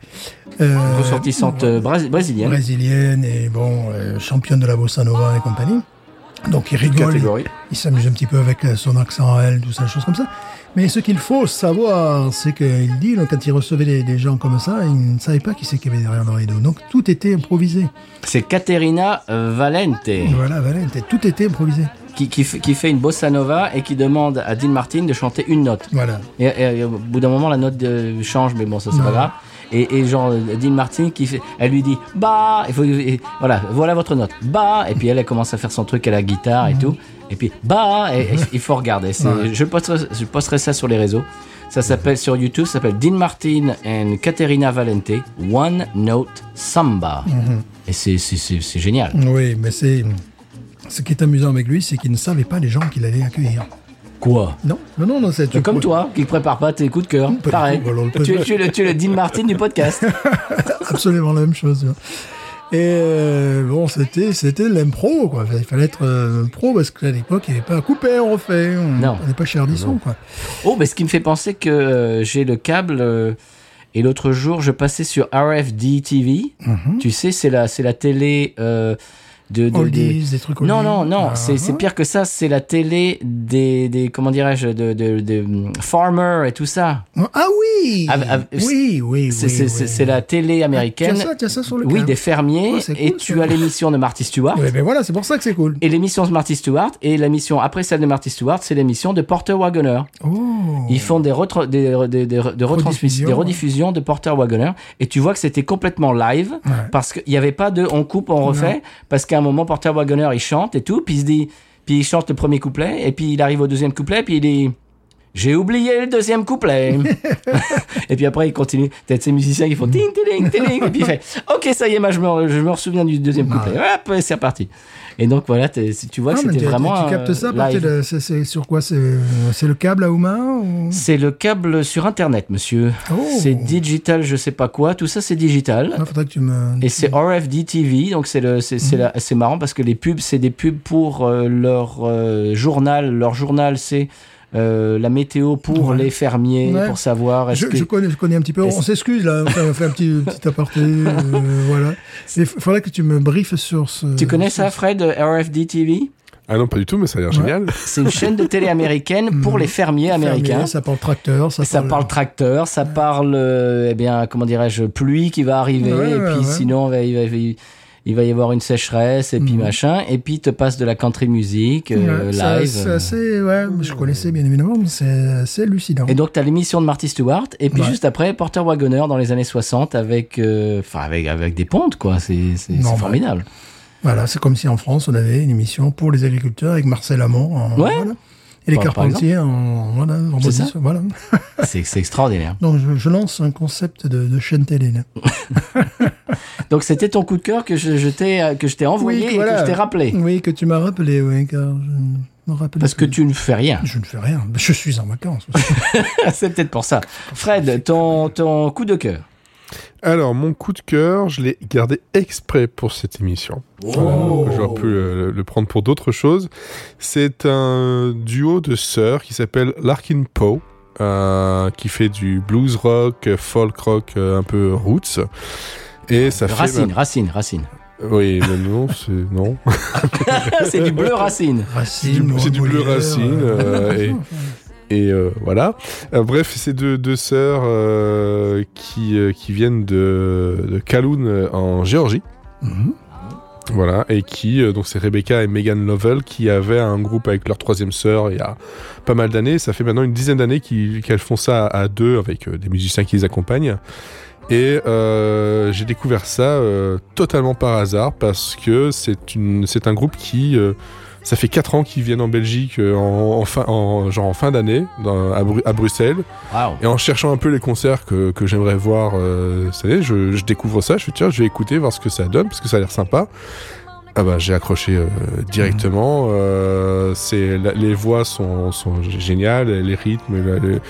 B: euh,
A: Ressortissante euh, brasi- brésilienne.
B: brésilienne et bon, euh, championne de la bossa nova et compagnie. Donc il rigole,
A: Catégorie.
B: Il s'amuse un petit peu avec euh, son accent à elle, tout ça, choses comme ça. Mais ce qu'il faut savoir, c'est qu'il dit, là, quand il recevait des, des gens comme ça, il ne savait pas qui c'est qu'il y avait derrière le rideau. Donc tout était improvisé.
A: C'est Caterina euh, Valente
B: Voilà, Valente, tout était improvisé.
A: qui, qui, fait- qui fait une bossa nova et qui demande à Dean Martin de chanter une note.
B: Voilà.
A: Et, et- et au bout d'un moment, la note euh, change, mais bon, ça c'est pas grave. Et, et genre, euh, Dean Martin, qui fait, elle lui dit bah, il faut, et voilà, voilà votre note, bah, et puis elle, elle commence à faire son truc à la guitare et tout, et puis bah, et, et il faut regarder. C'est-
B: Mhm. Ouais.
A: Je, posterai, je posterai ça sur les réseaux. Ça s'appelle sur YouTube, ça s'appelle Dean Martin and Caterina Valente, One Note Samba.
B: Mhm.
A: Et c'est- c'est- c'est c'est génial.
B: Oui, mais c'est. Ce qui est amusant avec lui, c'est qu'il ne savait pas les gens qu'il allait accueillir.
A: Quoi
B: Non, non, non, non, c'est.
A: C'est Comme toi, qui ne prépare pas tes coups de cœur.
B: du
A: Pareil.
B: tout, voilà, on le
A: tu,
B: peut-
A: tu es le, tu es le Dean Martin du podcast.
B: absolument la même chose. tu vois. Et euh, bon, c'était c'était l'impro, quoi. Il fallait être euh, pro parce qu'à l'époque, il n'y avait pas à couper, on refait. On
A: Non.
B: n'est pas Chardisson, quoi.
A: Oh, mais ce qui me fait penser que euh, j'ai le câble. euh, et l'autre jour, je passais sur RFD TV.
B: Mhm.
A: Tu sais, c'est la, c'est la télé euh, de. de-
B: Oldies, des trucs
A: Non,
B: oldies.
A: non, non,
B: Ah,
A: c'est c'est
B: ah.
A: pire que ça, c'est la télé des, des comment dirais-je, de, de, de, hum, farmer et tout ça.
B: Ah oui
A: Ah, ah,
B: Oui, oui,
A: C'est
B: oui,
A: c'est-
B: oui.
A: c'est- c'est la télé américaine.
B: Tiens ça, tiens ça sur le
A: oui,
B: câble.
A: des fermiers.
B: Oh, c'est
A: et
B: cool,
A: tu
B: ça.
A: as l'émission de Marty Stewart.
B: Ouais, ben voilà, c'est pour ça que c'est cool.
A: Et l'émission de Marty Stewart, et l'émission après celle de Marty Stewart, c'est l'émission de Porter Wagoner.
B: Oh.
A: Ils font des, retra- des, des, des, des retransmissions,
B: Rediffusion,
A: des
B: ouais.
A: rediffusions de Porter Wagoner, et tu vois que c'était complètement live,
B: Ouais. Ah,
A: parce qu'il n'y avait pas de on coupe, on refait, parce qu'à un moment, Porter Wagoner, il chante et tout, puis il se dit, puis il chante le premier couplet, et puis il arrive au deuxième couplet, puis il dit, j'ai oublié le deuxième couplet.
B: (laughs)
A: (laughs) et puis après, il continue. T'as ces musiciens qui font ting, ting, ting, ting, et puis il fait, ok, ça y est, moi, je me, je me souviens du deuxième couplet. Hop, et c'est reparti. Et donc voilà, t'es- tu vois
B: Ah,
A: que
B: mais
A: c'était
B: tu- tu-
A: vraiment.
B: Tu captes
A: euh,
B: ça à partir
A: live.
B: de. c'est- c'est sur quoi C'est c'est le câble à main ou...
A: C'est le câble sur Internet, monsieur.
B: Oh.
A: C'est digital, je sais pas quoi. Tout ça, c'est digital.
B: Ah, Mm-hmm. faudrait que tu me.
A: Et c'est RFD TV, donc c'est le, c'est, c'est la- c'est marrant parce que les pubs, c'est des pubs pour euh, leur euh, journal. Leur journal, c'est euh, la météo pour
B: Ouais.
A: les fermiers,
B: Ouais.
A: pour savoir est-ce
B: Je,
A: que.
B: je connais, je connais un petit peu.
A: Est-ce-
B: On s'excuse là, on fait, on fait un petit, petit
A: (laughs)
B: aparté. euh, voilà. Il faudrait que tu me briefes sur ce.
A: Tu connais ça, Fred, euh, RFD TV
C: Ah non, pas du tout, mais ça a l'air génial.
A: C'est une chaîne de télé américaine
B: Mm-hmm.
A: pour les fermiers
B: Fermier,
A: américains.
B: Ça parle tracteur, ça,
A: ça parle tracteur, ça parle, euh, eh bien, comment dirais-je, pluie qui va arriver,
B: Ouais,
A: et
B: ouais,
A: puis
B: ouais.
A: sinon, il va, il, va, il va y avoir une sécheresse, et puis
B: Mhm. machin,
A: machin, et puis te passe de la country music, euh,
B: Ouais, ça-
A: live. Hmm.
B: C'est assez. Ouais, je connaissais bien évidemment, mais c'est assez hallucinant.
A: Et donc, t'as l'émission de Marty Stewart, et puis
B: Ouais.
A: juste après, Porter Wagoner dans les années 60 avec, euh, enfin, avec, avec des pontes, quoi. C'est c'est-
B: Non,
A: c'est
B: bah.
A: formidable.
B: Voilà, c'est comme si en France on avait une émission pour les agriculteurs avec Marcel Amont. en-
A: Ouais.
B: voilà. Et les
A: Par- par
B: carpentiers en. Voilà, vendredi
A: C'est ça.
B: soir, voilà.
A: C'est c'est
B: (laughs)
A: extraordinaire.
B: Donc je, je lance un concept de, de chaîne télé là.
A: Donc, c'était ton coup de cœur que je, je t'ai euh, que je t'ai envoyé
B: que-
A: et
B: voilà. Mm.
A: que je t'ai rappelé.
B: Oui, que tu m'as rappelé, oui, car je me rappelle.
A: Parce que tu ne fais rien. (laughs)
B: Je ne fais rien. Je suis en vacances. aussi.
A: C'est peut-être pour ça. Fred, ton, ton coup de cœur.
C: Alors, mon coup de cœur, je l'ai gardé exprès pour cette émission. Voilà, J'aurais pu euh, le, le prendre pour d'autres choses. C'est un duo de sœurs qui s'appelle Larkin Poe. euh, qui fait du blues rock, euh, folk rock, euh, un peu roots. Et ça fait.
A: Racine, racine, racine.
C: Oui, mais non, c'est. Non.
A: c'est du bleu racine.
B: Racine,
C: C'est du- c'est du
B: Laurent
C: bleu
B: Boyer,
C: Racine, euh, et- Et euh, voilà. Euh, bref, c'est deux, deux sœurs euh, qui, euh, qui viennent de, de Kowloon euh, en Géorgie.
B: Mhm.
C: Voilà, et qui, euh, donc c'est Rebecca et Megan Lovell qui avaient un groupe avec leur troisième sœur il y a pas mal d'années. Ça fait maintenant une dizaine d'années qu'ils- qu'elles font ça à, à deux avec euh, des musiciens qui les accompagnent. Et euh, j'ai découvert ça euh, totalement par hasard parce que c'est une c'est un groupe qui euh, ça fait quatre ans qu'ils viennent en Belgique euh, en, en fin en genre en fin d'année dans- à, Bru- à Bruxelles
A: Waouh.
C: et en cherchant un peu les concerts que, que j'aimerais voir euh, cette année, je, je découvre ça, je fais tiens, je vais écouter, voir ce que ça donne, parce que ça a l'air sympa. Ah bah j'ai accroché euh, directement. euh, c'est la- les voix sont, sont g- géniales, les rythmes, la, le-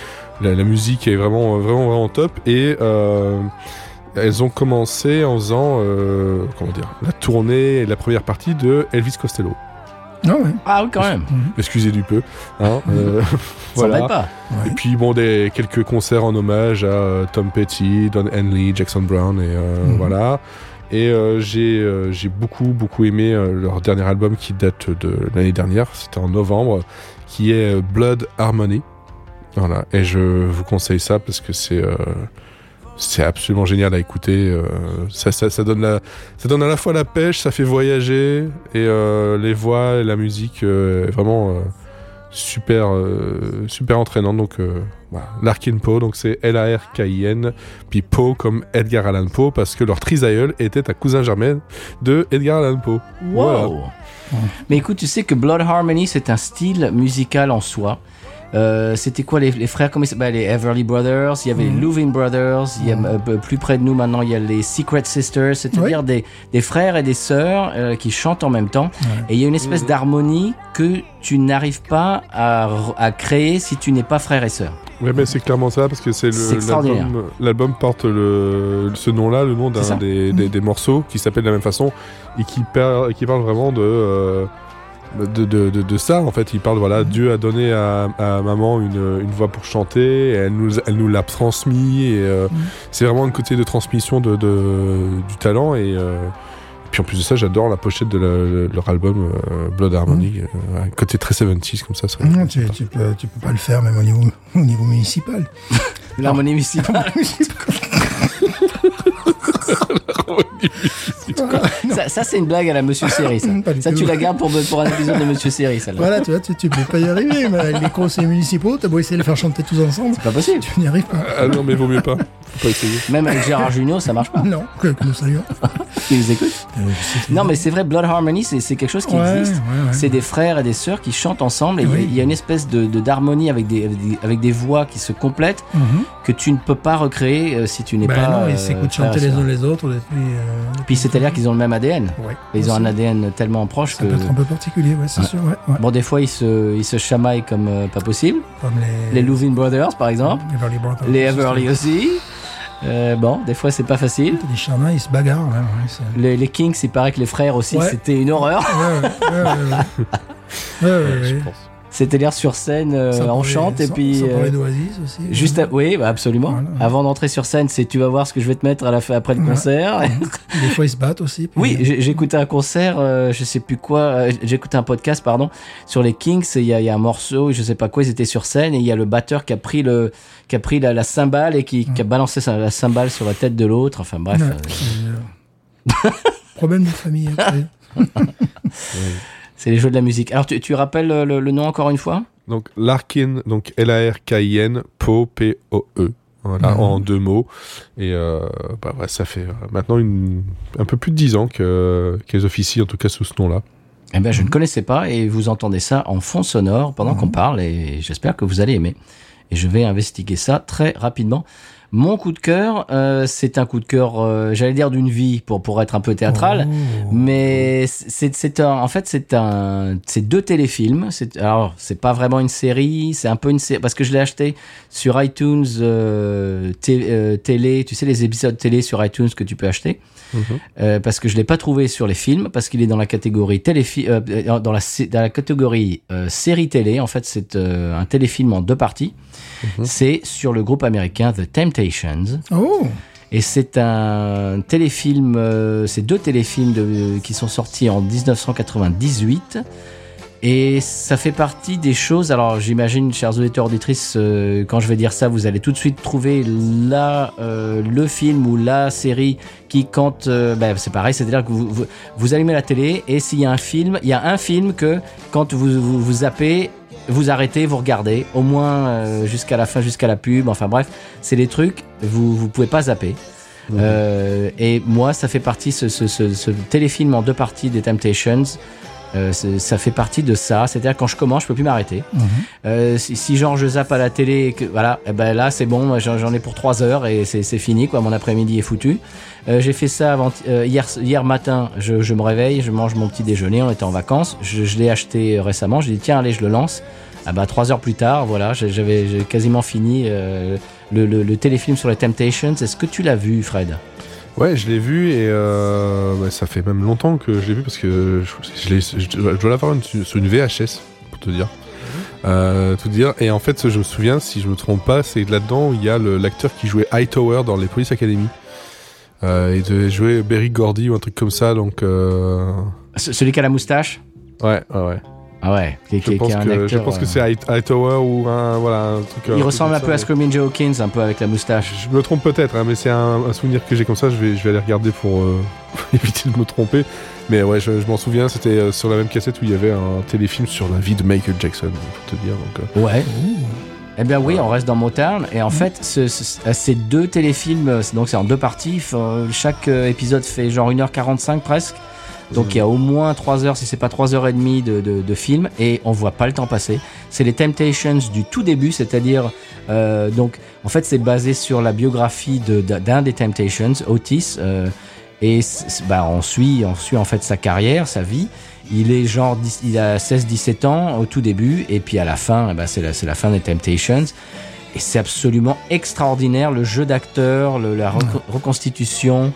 C: la- la musique est vraiment euh, vraiment vraiment top et euh, elles ont commencé en faisant euh, comment dire la tournée et la première partie de Elvis Costello.
B: Ah ouais.
A: Ah oui, quand même.
C: Excusez du peu. Hein, euh, (laughs)
A: Ça m'embête pas.
C: et puis bon, des quelques concerts en hommage à euh, Tom Petty, Don Henley, Jackson Brown et euh,
B: Mhm.
C: voilà. Et euh, j'ai euh, j'ai beaucoup, beaucoup aimé euh, leur dernier album qui date de l'année dernière, c'était en novembre, qui est euh, Blood Harmony. Voilà, et je vous conseille ça parce que c'est euh, c'est absolument génial à écouter. euh, ça, ça, ça donne la, ça donne à la fois la pêche, ça fait voyager, et euh, les voix et la musique euh, est vraiment euh, super, euh, super entraînant. Donc euh, voilà, Larkin Poe, donc c'est L-A-R-K-I-N, puis Poe comme Edgar Allan Poe, parce que leur trisaïeul était un cousin germain de Edgar Allan Poe. Voilà.
A: Wow. Mais écoute, tu sais que Blood Harmony, c'est un style musical en soi. Euh, c'était quoi les, les frères comme ils s'appellent les Everly Brothers il y avait
B: Mm.
A: les Louvin Brothers il y a, euh, plus près de nous maintenant il y a les Secret Sisters c'est-à-dire des, des frères et des sœurs euh, qui chantent en même temps et il y a une espèce
B: Mm.
A: d'harmonie que tu n'arrives pas à, r- à créer si tu n'es pas frère et sœur
C: Ouais, mais c'est clairement ça, parce que c'est
A: C'est
C: le-
A: extraordinaire.
C: l'album. L'album porte le, ce nom-là, le nom
A: C'est
C: d'un
A: ça. Mm.
C: des, des, des morceaux qui s'appelle de la même façon et qui, par- qui parle vraiment de, euh, de, de, de, de ça. En fait, il parle voilà, Dieu a donné à, à maman une, une voix pour chanter, et elle nous, elle nous l'a transmis. Et euh,
A: Mm.
C: c'est vraiment un côté de transmission de, de- du talent. Et euh, puis en plus de ça, j'adore la pochette de la- leur album euh, Blood
A: Mm.
C: Harmony, euh, un côté très 70 comme ça. ça
B: Non, tu, tu peux, tu peux pas le faire, même au niveau, au niveau municipal. (laughs)
A: l'harmonie
B: Ah,
A: musicale ça, ça, c'est une blague à la
B: (laughs)
A: Monsieur Série ça,
B: Pas du
A: Ça,
B: tout.
A: tu la gardes pour, pour un épisode de Monsieur Série celle-là
B: Voilà, tu vois, tu, tu peux pas y arriver. mais les conseils municipaux, t'as beau essayer de les faire chanter tous ensemble,
A: c'est pas possible
B: tu n'y arrives pas.
C: Ah non, mais vaut mieux pas. Faut pas essayer.
A: même avec Gérard Junior ça marche pas
B: Non, que, que nous saluons.
A: qui nous écoute.
B: Euh,
A: Non, mais c'est vrai, Blood Harmony, c'est c'est quelque chose qui
B: Ouais,
A: existe.
B: ouais, ouais.
A: C'est des frères et des sœurs qui chantent ensemble et il y a-
B: Oui.
A: il y a une espèce de de- d'harmonie avec, des, avec des avec des voix qui se complètent
B: Mhm.
A: que tu ne peux pas recréer euh, si tu n'es
B: Ben
A: pas.
B: non,
A: euh,
B: ils s'écoutent
A: frère
B: chanter
A: et
B: les
A: sœur.
B: uns les autres depuis. euh,
A: Puis c'est-à-dire qu'ils ont le même ADN.
B: ouais,
A: Ils ont
B: aussi.
A: un ADN tellement proche
B: Ça
A: que.
B: peut être un peu particulier, ouais, c'est sûr, ouais, ouais.
A: Bon, des fois, ils se, ils se chamaillent comme euh, pas possible.
B: Comme les.
A: Les Louvin Brothers, par exemple.
B: les Everly Brothers.
A: Les Everly aussi. Euh, bon, des fois, c'est pas facile.
B: Les Charmants, ils se bagarrent, hein, ouais,
A: (laughs)
B: c'est-
A: Les, les Kings, il paraît que les frères aussi,
B: Ouais.
A: c'était une horreur.
B: Ouais, ouais, ouais,
A: (laughs)
B: ouais, ouais. Ouais, ouais, ouais.
A: C'est-à-dire sur scène, euh,
B: Sans
A: on
B: parler-
A: chante et
B: sans-
A: puis.
B: Sans
A: euh,
B: parler d'Oasis aussi.
A: Juste, à- oui, bah absolument.
B: Voilà.
A: Avant d'entrer sur scène, c'est tu vas voir ce que je vais te mettre à la fin, après le
B: Ouais.
A: concert.
B: Des fois, ils se battent aussi.
A: (laughs)
B: puis- euh,
A: oui, j'ai- j'écoutais un concert, euh, je sais plus quoi, euh, j'écoutais un podcast, pardon, sur les Kings. et Il y, a- il y a un morceau, je sais pas quoi, ils étaient sur scène et il y a le batteur qui a pris le, qui a pris la, la cymbale et qui, qui a balancé sa- la cymbale sur la tête de l'autre. Enfin bref.
B: Ouais,
A: euh,
B: c'est, euh, (laughs) Problème de famille. hein, après.
A: C'est les jeux de la musique. Alors, tu, tu rappelles euh, le, le nom encore une fois
C: Donc Larkin, donc L-A-R-K-I-N, Poe, P-O-E. E. Voilà,
B: Mhm.
C: en deux mots. Et euh, bah, ouais, ça fait euh, maintenant une, un peu plus de dix ans que, euh, qu'elles officient, en tout cas sous ce nom-là.
A: Eh ben, je ne connaissais pas et vous entendez ça en fond sonore pendant qu'on parle et j'espère que vous allez aimer. Et je vais investiguer ça très rapidement. Mon coup de cœur, euh, c'est un coup de cœur, euh, j'allais dire d'une vie pour pour être un peu théâtral,
B: Oh.
A: mais c'est c'est un, en fait c'est un, c'est deux téléfilms. C'est alors c'est pas vraiment une série, c'est un peu une série parce que je l'ai acheté sur iTunes euh, té- euh, télé, tu sais les épisodes télé sur iTunes que tu peux acheter. Euh, parce que je l'ai pas trouvé sur les films, parce qu'il est dans la catégorie téléfi euh, euh, dans la sé- dans la catégorie euh, série télé. En fait, c'est euh, un téléfilm en deux parties. C'est sur le groupe américain The Temptations,
B: Oh,
A: et c'est un téléfilm. euh, c'est deux téléfilms de- qui sont sortis en 1998. Et ça fait partie des choses. Alors, j'imagine, chers auditeurs auditrices, euh, quand je vais dire ça, vous allez tout de suite trouver la euh, le film ou la série qui, quand euh, ben, c'est pareil, c'est-à-dire que vous, vous vous allumez la télé et s'il y a un film, il y a un film que quand vous vous, vous zappez, vous arrêtez, vous regardez, au moins euh, jusqu'à la fin, jusqu'à la pub. Enfin bref, c'est des trucs vous vous pouvez pas zapper. Euh, et moi, ça fait partie ce, ce, ce, ce téléfilm en deux parties des Temptations. Euh, c'est- ça fait partie de ça, c'est-à-dire quand je commence, je peux plus m'arrêter. Euh, si, si genre je zappe à la télé, et que, voilà, eh ben là c'est bon, moi, j'en j'en ai pour trois heures et c'est c'est fini quoi. Mon après-midi est foutu. Euh, J'ai fait ça avant euh, hier hier matin. Je, je me réveille, je mange mon petit déjeuner. On était en vacances. Je, je l'ai acheté euh, récemment. J'ai dit tiens allez je le lance. Ah bah trois heures plus tard, voilà, j'ai- j'avais j'ai quasiment fini euh, le, le, le téléfilm sur les Temptations. Est-ce que tu l'as vu, Fred
C: Ouais, je l'ai vu et euh, bah, ça fait même longtemps que je l'ai vu parce que je, je l'ai- je- je dois l'avoir une- sur une VHS, pour te dire.
A: Mhm.
C: Euh, tout dire. Et en fait, je me souviens, si je me trompe pas, c'est là-dedans où il y a le- l'acteur qui jouait Hightower dans les Police Academy. Euh, il devait jouer Berry Gordy ou un truc comme ça, donc. euh,
A: C- Celui qui a la moustache
C: Ouais, ouais, ouais.
A: Ah ouais, qui,
C: Je
A: qui- qui
C: pense,
A: est un
C: que, je
A: acteur,
C: pense que
A: euh,
C: c'est High- Hightower ou un. Voilà, un truc. un
A: Il
C: truc
A: ressemble
C: comme
A: un
C: ça,
A: peu à
C: mais-
A: Screaming Joe Hawkins, un peu avec la moustache.
C: Je me trompe peut-être, hein, mais c'est un, un souvenir que j'ai comme ça. Je vais, je vais aller regarder pour euh, (laughs) éviter de me tromper. Mais ouais, je, je m'en souviens, c'était euh, sur la même cassette où il y avait un téléfilm sur la vie de Michael Jackson, pour te dire. Donc, euh,
A: Ouais. Eh bien oui, on reste dans Motown et en fait, ce- ce- ces deux téléfilms, euh, donc c'est en deux parties, f- euh, chaque euh, épisode fait genre 1h45 presque, donc il y a au moins 3 heures, si c'est pas 3 heures et demie de, de, de film et on voit pas le temps passer. C'est les Temptations du tout début, c'est-à-dire euh, donc en fait c'est basé sur la biographie de- d'un d'un des Temptations, Otis, euh, et c'est- bah on suit, on suit en fait sa carrière, sa vie. Il est genre, dix- il a 16-17 ans au tout début, et puis à la fin, eh ben, c'est la, c'est la fin des Temptations. Et c'est absolument extraordinaire le jeu d'acteur, le- la reco- reconstitution,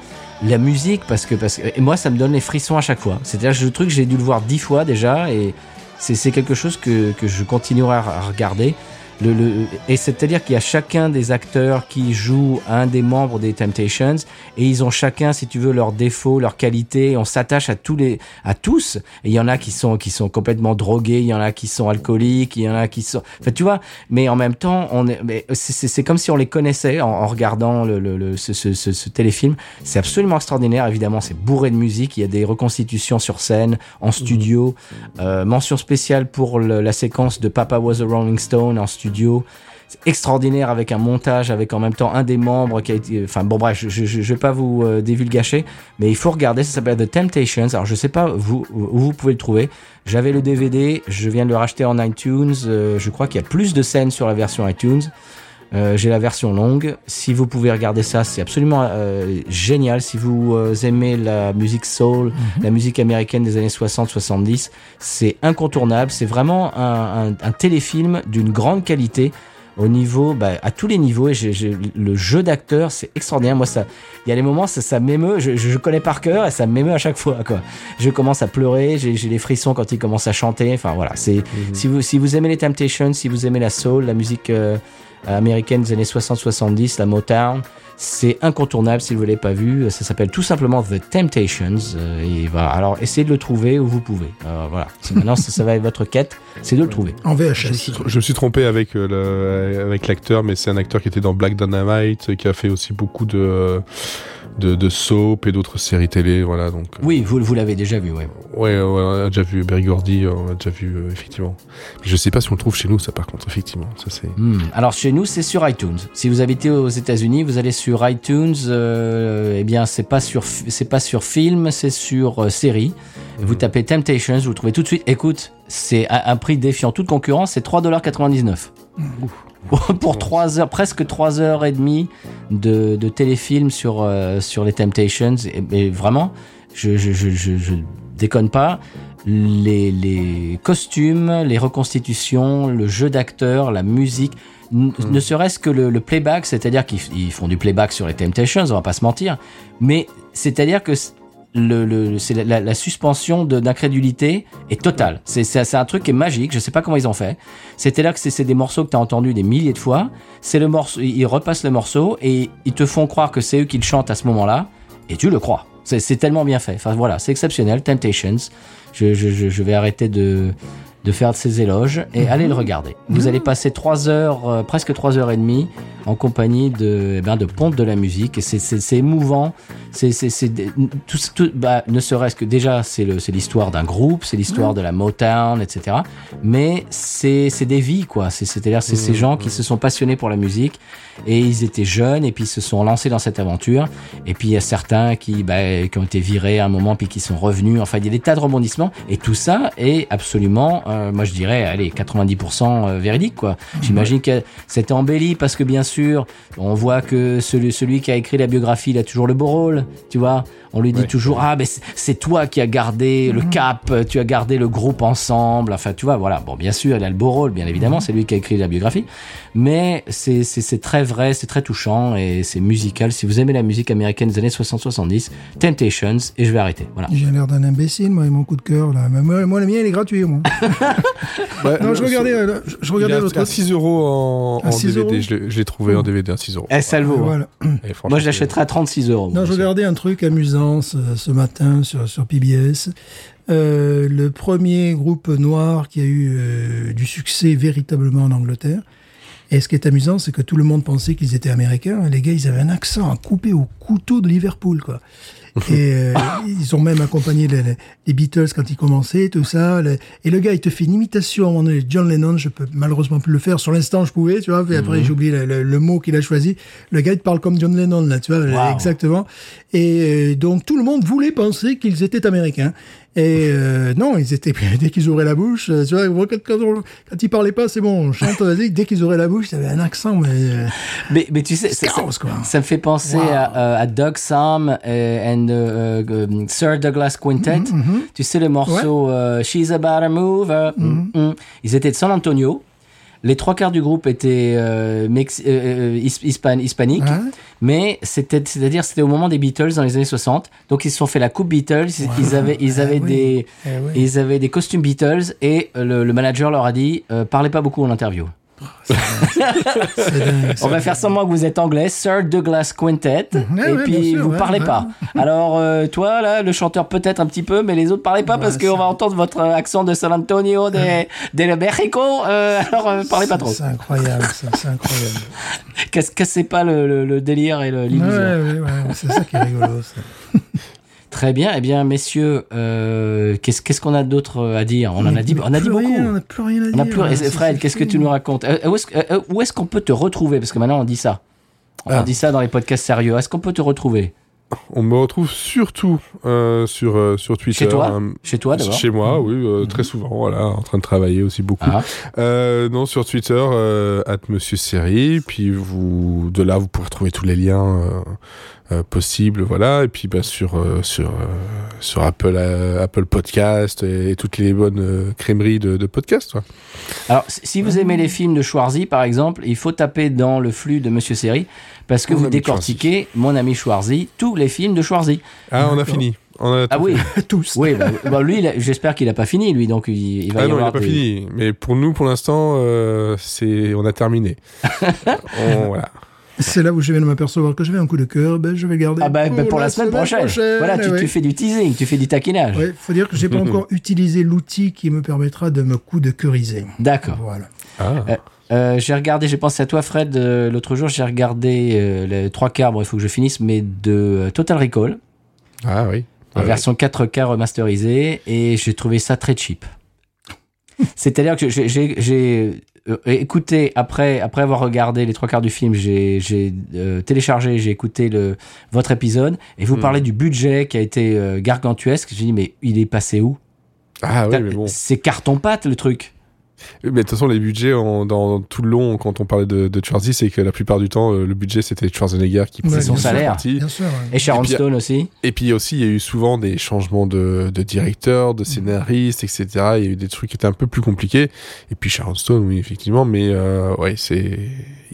A: la musique, parce que, parce que et moi ça me donne les frissons à chaque fois. C'est-à-dire que le truc, j'ai dû le voir dix fois déjà, et c'est c'est quelque chose que, que je continuerai à à regarder. Le, le- et c'est-à-dire qu'il y a chacun des acteurs qui joue un des membres des Temptations, et ils ont chacun, si tu veux, leurs défauts, leurs qualités. On s'attache à tous les, à tous. Et il y en a qui sont, qui sont complètement drogués, il y en a qui sont alcooliques, il y en a qui sont. Enfin, tu vois. Mais en même temps, on est, mais c'est- c'est c'est comme si on les connaissait en, en regardant le, le- le- ce, ce- ce- ce téléfilm. C'est absolument extraordinaire. Évidemment, c'est bourré de musique. Il y a des reconstitutions sur scène, en studio. Euh, mention spéciale pour le- la séquence de Papa Was a Rolling Stone en studio. C'est extraordinaire avec un montage, avec en même temps un des membres qui a été. Enfin bon, bref, je, je, je- je vais pas vous euh, dévulgacher, mais il faut regarder. Ça s'appelle The Temptations. Alors je sais pas vous, où vous pouvez le trouver. J'avais le DVD, je viens de le racheter en iTunes. euh, je crois qu'il y a plus de scènes sur la version iTunes. Euh, J'ai la version longue. Si vous pouvez regarder ça, c'est absolument euh, génial. Si vous euh, aimez la musique soul, la musique américaine des années 60-70, c'est incontournable. C'est vraiment un, un- un téléfilm d'une grande qualité au niveau, bah, à tous les niveaux. Et j'ai- j'ai- le jeu d'acteur, c'est extraordinaire. Moi, ça, il y a des moments, ça, ça m'émeut. Je, je connais par cœur et ça m'émeut à chaque fois. Quoi. Je commence à pleurer. J'ai j'ai les frissons quand il commence à chanter. Enfin voilà, c'est si vous si vous aimez les Temptations, si vous aimez la soul, la musique euh, américaine des années 60-70, la Motown. C'est incontournable si vous l'avez pas vu. Ça s'appelle tout simplement The Temptations. euh, et voilà. Alors essayez de le trouver où vous pouvez. Euh, voilà. C'est- Maintenant, ça, ça va être votre quête, c'est de le trouver.
B: En
C: je, me suis,
B: VHS.
C: tr- je me suis trompé avec euh, le- avec l'acteur, mais c'est un acteur qui était dans Black Dynamite, euh, qui a fait aussi beaucoup de euh, de, de soap et d'autres séries télé, voilà. Donc euh,
A: Oui, vous, vous l'avez déjà vu, ouais.
C: ouais, ouais, on a déjà vu Berry Gordy, euh, on a déjà vu euh, effectivement. Je sais pas si on le trouve chez nous, ça par contre, effectivement, ça c'est.
A: Hmm. Alors chez nous, c'est sur iTunes. Si vous habitez aux États-Unis, vous allez sur iTunes. Euh, eh bien, c'est pas sur c'est pas sur film, c'est sur euh, série. Vous tapez Temptations, vous le trouvez tout de suite. Écoute, c'est à un prix défiant toute concurrence, c'est 3,99$. Pour- (laughs) Pour 3 heures, presque 3 heures et demie de, de téléfilm sur, euh, sur les Temptations. Et, et vraiment, je, je, je, je, je déconne pas. Les, les costumes, les reconstitutions, le jeu d'acteur, la musique, n- ne serait-ce que le, le playback, c'est-à-dire qu'ils f- ils font du playback sur les Temptations, on va pas se mentir, mais c'est-à-dire que c- le, le- c'est la, la- la suspension de- d'incrédulité est totale. C'est- C'est c'est un truc qui est magique, je sais pas comment ils ont fait. C'était là que c'est c'est des morceaux que tu as entendus des milliers de fois. C'est le morceau, ils repassent le morceau et ils te font croire que c'est eux qui le chantent à ce moment-là et tu le crois. C'est- C'est tellement bien fait. Enfin voilà, c'est exceptionnel. Temptations. Je, je- je- je vais arrêter de, de faire de ces éloges et allez le regarder. Vous allez passer trois heures, euh, presque trois heures et demie en compagnie de, eh ben, de Pompe de la musique. Et c'est- C'est c'est émouvant. C'est c'est- c'est des- tout, tout- bah, ne serait-ce que déjà, c'est le- c'est l'histoire d'un groupe, c'est l'histoire de la Motown, etc. Mais c'est c'est des vies, quoi. C'est- C'est-à-dire, c'est ces gens qui se sont passionnés pour la musique et ils étaient jeunes et puis ils se sont lancés dans cette aventure. Et puis il y a certains qui, bah, qui ont été virés à un moment puis qui sont revenus. Enfin, il y a des tas de rebondissements et tout ça est absolument, euh, moi je dirais, allez, 90% euh, véridique quoi. J'imagine que c'était embelli parce que bien sûr, on voit que celui, celui qui a écrit la biographie, il a toujours le beau rôle, tu vois. On lui dit
C: Ouais.
A: toujours, ah mais c'est- c'est toi qui as gardé
B: Mhm.
A: le cap, tu as gardé le groupe ensemble. Enfin, tu vois, voilà. Bon, bien sûr, il a le beau rôle, bien
B: Mhm.
A: évidemment, c'est lui qui a écrit la biographie. Mais c'est- c'est c'est très vrai, c'est très touchant et c'est musical. Si vous aimez la musique américaine des années 60-70, Temptations, et je vais arrêter. Voilà.
B: J'ai l'air d'un imbécile, moi, et mon coup de cœur, là. Mais moi, moi, le mien, il est gratuit, moi.
A: Ah,
B: non, je regardais, euh, je, je regardais
C: Il est à- à
B: l'autre.
C: 6 euros en,
B: À
C: en
B: 6
C: DVD.
B: euros Hmm.
C: Je l'ai- je l'ai trouvé en DVD à 6 euros.
A: Eh, ça le vaut. hein.
B: Voilà.
C: Et franchement,
A: Moi, je l'achèterais à 36 euros.
B: Non, je
A: monsieur.
B: regardé un truc amusant euh, ce, ce matin sur, sur PBS. Euh, le premier groupe noir qui a eu euh, du succès véritablement en Angleterre. Et ce qui est amusant, c'est que tout le monde pensait qu'ils étaient américains. Les gars, ils avaient un accent à couper au couteau de Liverpool, quoi. (laughs) Et euh, ils ont même accompagné les, les- les Beatles quand ils commençaient, tout ça. Le- et le gars, il te fait une imitation. à un moment donné, John Lennon, je peux malheureusement plus le faire. Sur l'instant, je pouvais, tu vois. Et après, j'ai oublié le, le- le mot qu'il a choisi. Le gars, il te parle comme John Lennon, là, tu vois.
A: Wow.
B: Exactement. Et euh, donc, tout le monde voulait penser qu'ils étaient américains. Et euh, (laughs) non, ils étaient dès qu'ils ouvraient la bouche, euh, tu vois, quand, quand, on- quand ils parlaient pas, c'est bon, on chante, vas-y. Dès qu'ils ouvraient la bouche, ils avaient un accent, mais euh,
A: Mais, mais tu sais, ça,
B: c'est
A: ça-
B: chaos, quoi.
A: ça me fait penser
B: Wow.
A: à, euh, à Doug Sam et and, euh, euh, um, Sir Douglas Quintet.
B: Mm-hmm,
A: Tu sais le morceau euh, She's About a Mover.
B: Mm-hmm.
A: Mm, mm. Ils étaient de San Antonio. Les trois quarts du groupe étaient euh, Mex- euh, euh, his- hispan- hispaniques,
B: Ouais.
A: mais c'était, c'est-à-dire c'était au moment des Beatles dans les années 60. Donc ils se sont fait la coupe Beatles. Ils avaient, ils
B: Ah
A: avaient
B: oui.
A: des,
B: Eh ouais.
A: ils avaient des costumes Beatles et euh, le, le manager leur a dit euh, parlez pas beaucoup en interview.
B: C'est dingue, ça.
A: On va faire semblant que vous êtes anglais, Sir Douglas Quintet, et
B: ouais, Mm-hmm. Eh bien
A: puis
B: sûr,
A: vous
B: ouais,
A: parlez
B: ouais.
A: pas. Alors euh, toi là, le chanteur peut-être un petit peu, mais les autres parlez pas parce
B: Ouais,
A: qu'on
B: ça-
A: va entendre votre euh, accent de San Antonio, de, de le Mexico. euh, alors euh, parlez pas trop.
B: C'est incroyable, ça,
A: (laughs)
B: c'est incroyable.
A: Casse- Cassez pas le, le- le délire et le-
B: ouais,
A: l'illusion.
B: ouais, ouais, c'est ça qui est rigolo. ça.
A: Très bien. Eh bien, messieurs, euh, qu'est-ce qu'est-ce qu'on a d'autre euh, à dire On en a dit, on a dit
B: Plus
A: beaucoup.
B: rien, on n'a plus rien à
A: on a
B: dire.
A: plus.
B: là, ça,
A: Fred,
B: c'est
A: qu'est-ce que
B: fou.
A: tu nous racontes Euh, Où est-ce que- euh, où est-ce qu'on peut te retrouver Parce que maintenant on dit ça. On
C: Ah.
A: dit ça dans les podcasts sérieux. Est-ce qu'on peut te retrouver
C: On me retrouve surtout euh, sur, euh, sur Twitter.
A: Chez toi
C: hein,
A: Chez toi d'abord Hmm.
C: Chez moi, oui,
B: Hmm.
C: euh, très souvent, voilà, en train de travailler aussi beaucoup.
A: Ah.
C: Euh, non, sur Twitter, euh, at Monsieur Série, puis vous, de là, vous pourrez trouver tous les liens euh, euh, possibles, voilà, et puis bah, sur, euh, sur, euh, sur Apple, euh, Apple Podcast et, et toutes les bonnes euh, crèmeries de, de podcasts. quoi.
A: Alors, si- si vous aimez les films de Schwarzy, par exemple, il faut taper dans le flux de Monsieur Seri parce que
C: Mon
A: vous
C: ami
A: décortiquez, mon ami Schwarzy, tous les films de Schwarzy.
C: Ah, on a fini. On a
A: Ah
C: (laughs)
A: oui,
B: Tous.
A: oui. bah, bah, lui, il a- j'espère qu'il n'a pas fini, lui. Donc, il, il va
C: Ah
A: y
C: non, il
A: avoir.
C: n'est pas
A: des-
C: fini. Mais pour nous, pour l'instant, euh, c'est on
A: (laughs)
C: a terminé. on, voilà.
B: C'est là où je viens de m'apercevoir que j'avais un coup de cœur, ben, je vais le garder.
A: Ah bah, bah, pour la, semaine, prochaine. Voilà, tu,
B: eh oui.
A: tu fais du teasing, tu fais du taquinage.
B: Ouais, faut dire que j'ai pas
A: (laughs)
B: encore utilisé l'outil qui me permettra de me coup de cœuriser.
A: D'accord.
B: Voilà.
C: Ah.
A: Euh, j'ai regardé, j'ai pensé à toi, Fred, euh, l'autre jour, j'ai regardé euh, les trois quarts, bon, il faut que je finisse, mais de euh, Total Recall,
C: Ah oui.
A: en
C: Ouais.
A: version 4K remasterisée, et j'ai trouvé ça très
C: (laughs)
A: cheap. C'est-à-dire que j'ai- j'ai j'ai, euh, écouté, après, après avoir regardé les trois quarts du film, j'ai j'ai, euh, téléchargé, j'ai écouté le, votre épisode, et vous
C: Hmm.
A: parlez du budget qui a été euh, gargantuesque, j'ai dit, mais il est passé où
C: Ah oui, mais bon.
A: C'est carton-pâte le truc.
C: Mais de toute façon, les budgets en- dans tout le long, quand on parlait de, de Schwarzy, c'est que la plupart du temps, euh, le budget c'était Schwarzenegger qui prenait
B: Ouais, son
C: toute la
A: salaire.
C: partie.
B: Bien sûr. hein. ouais.
A: Et Sharon
C: Et puis,
A: Stone aussi.
C: Et puis aussi, il y a eu souvent des changements de, de directeur,
A: Mm.
C: de scénariste, etc. Il y a eu des trucs qui étaient un peu plus compliqués. Et puis Sharon Stone, oui, effectivement, mais euh, ouais, c'est.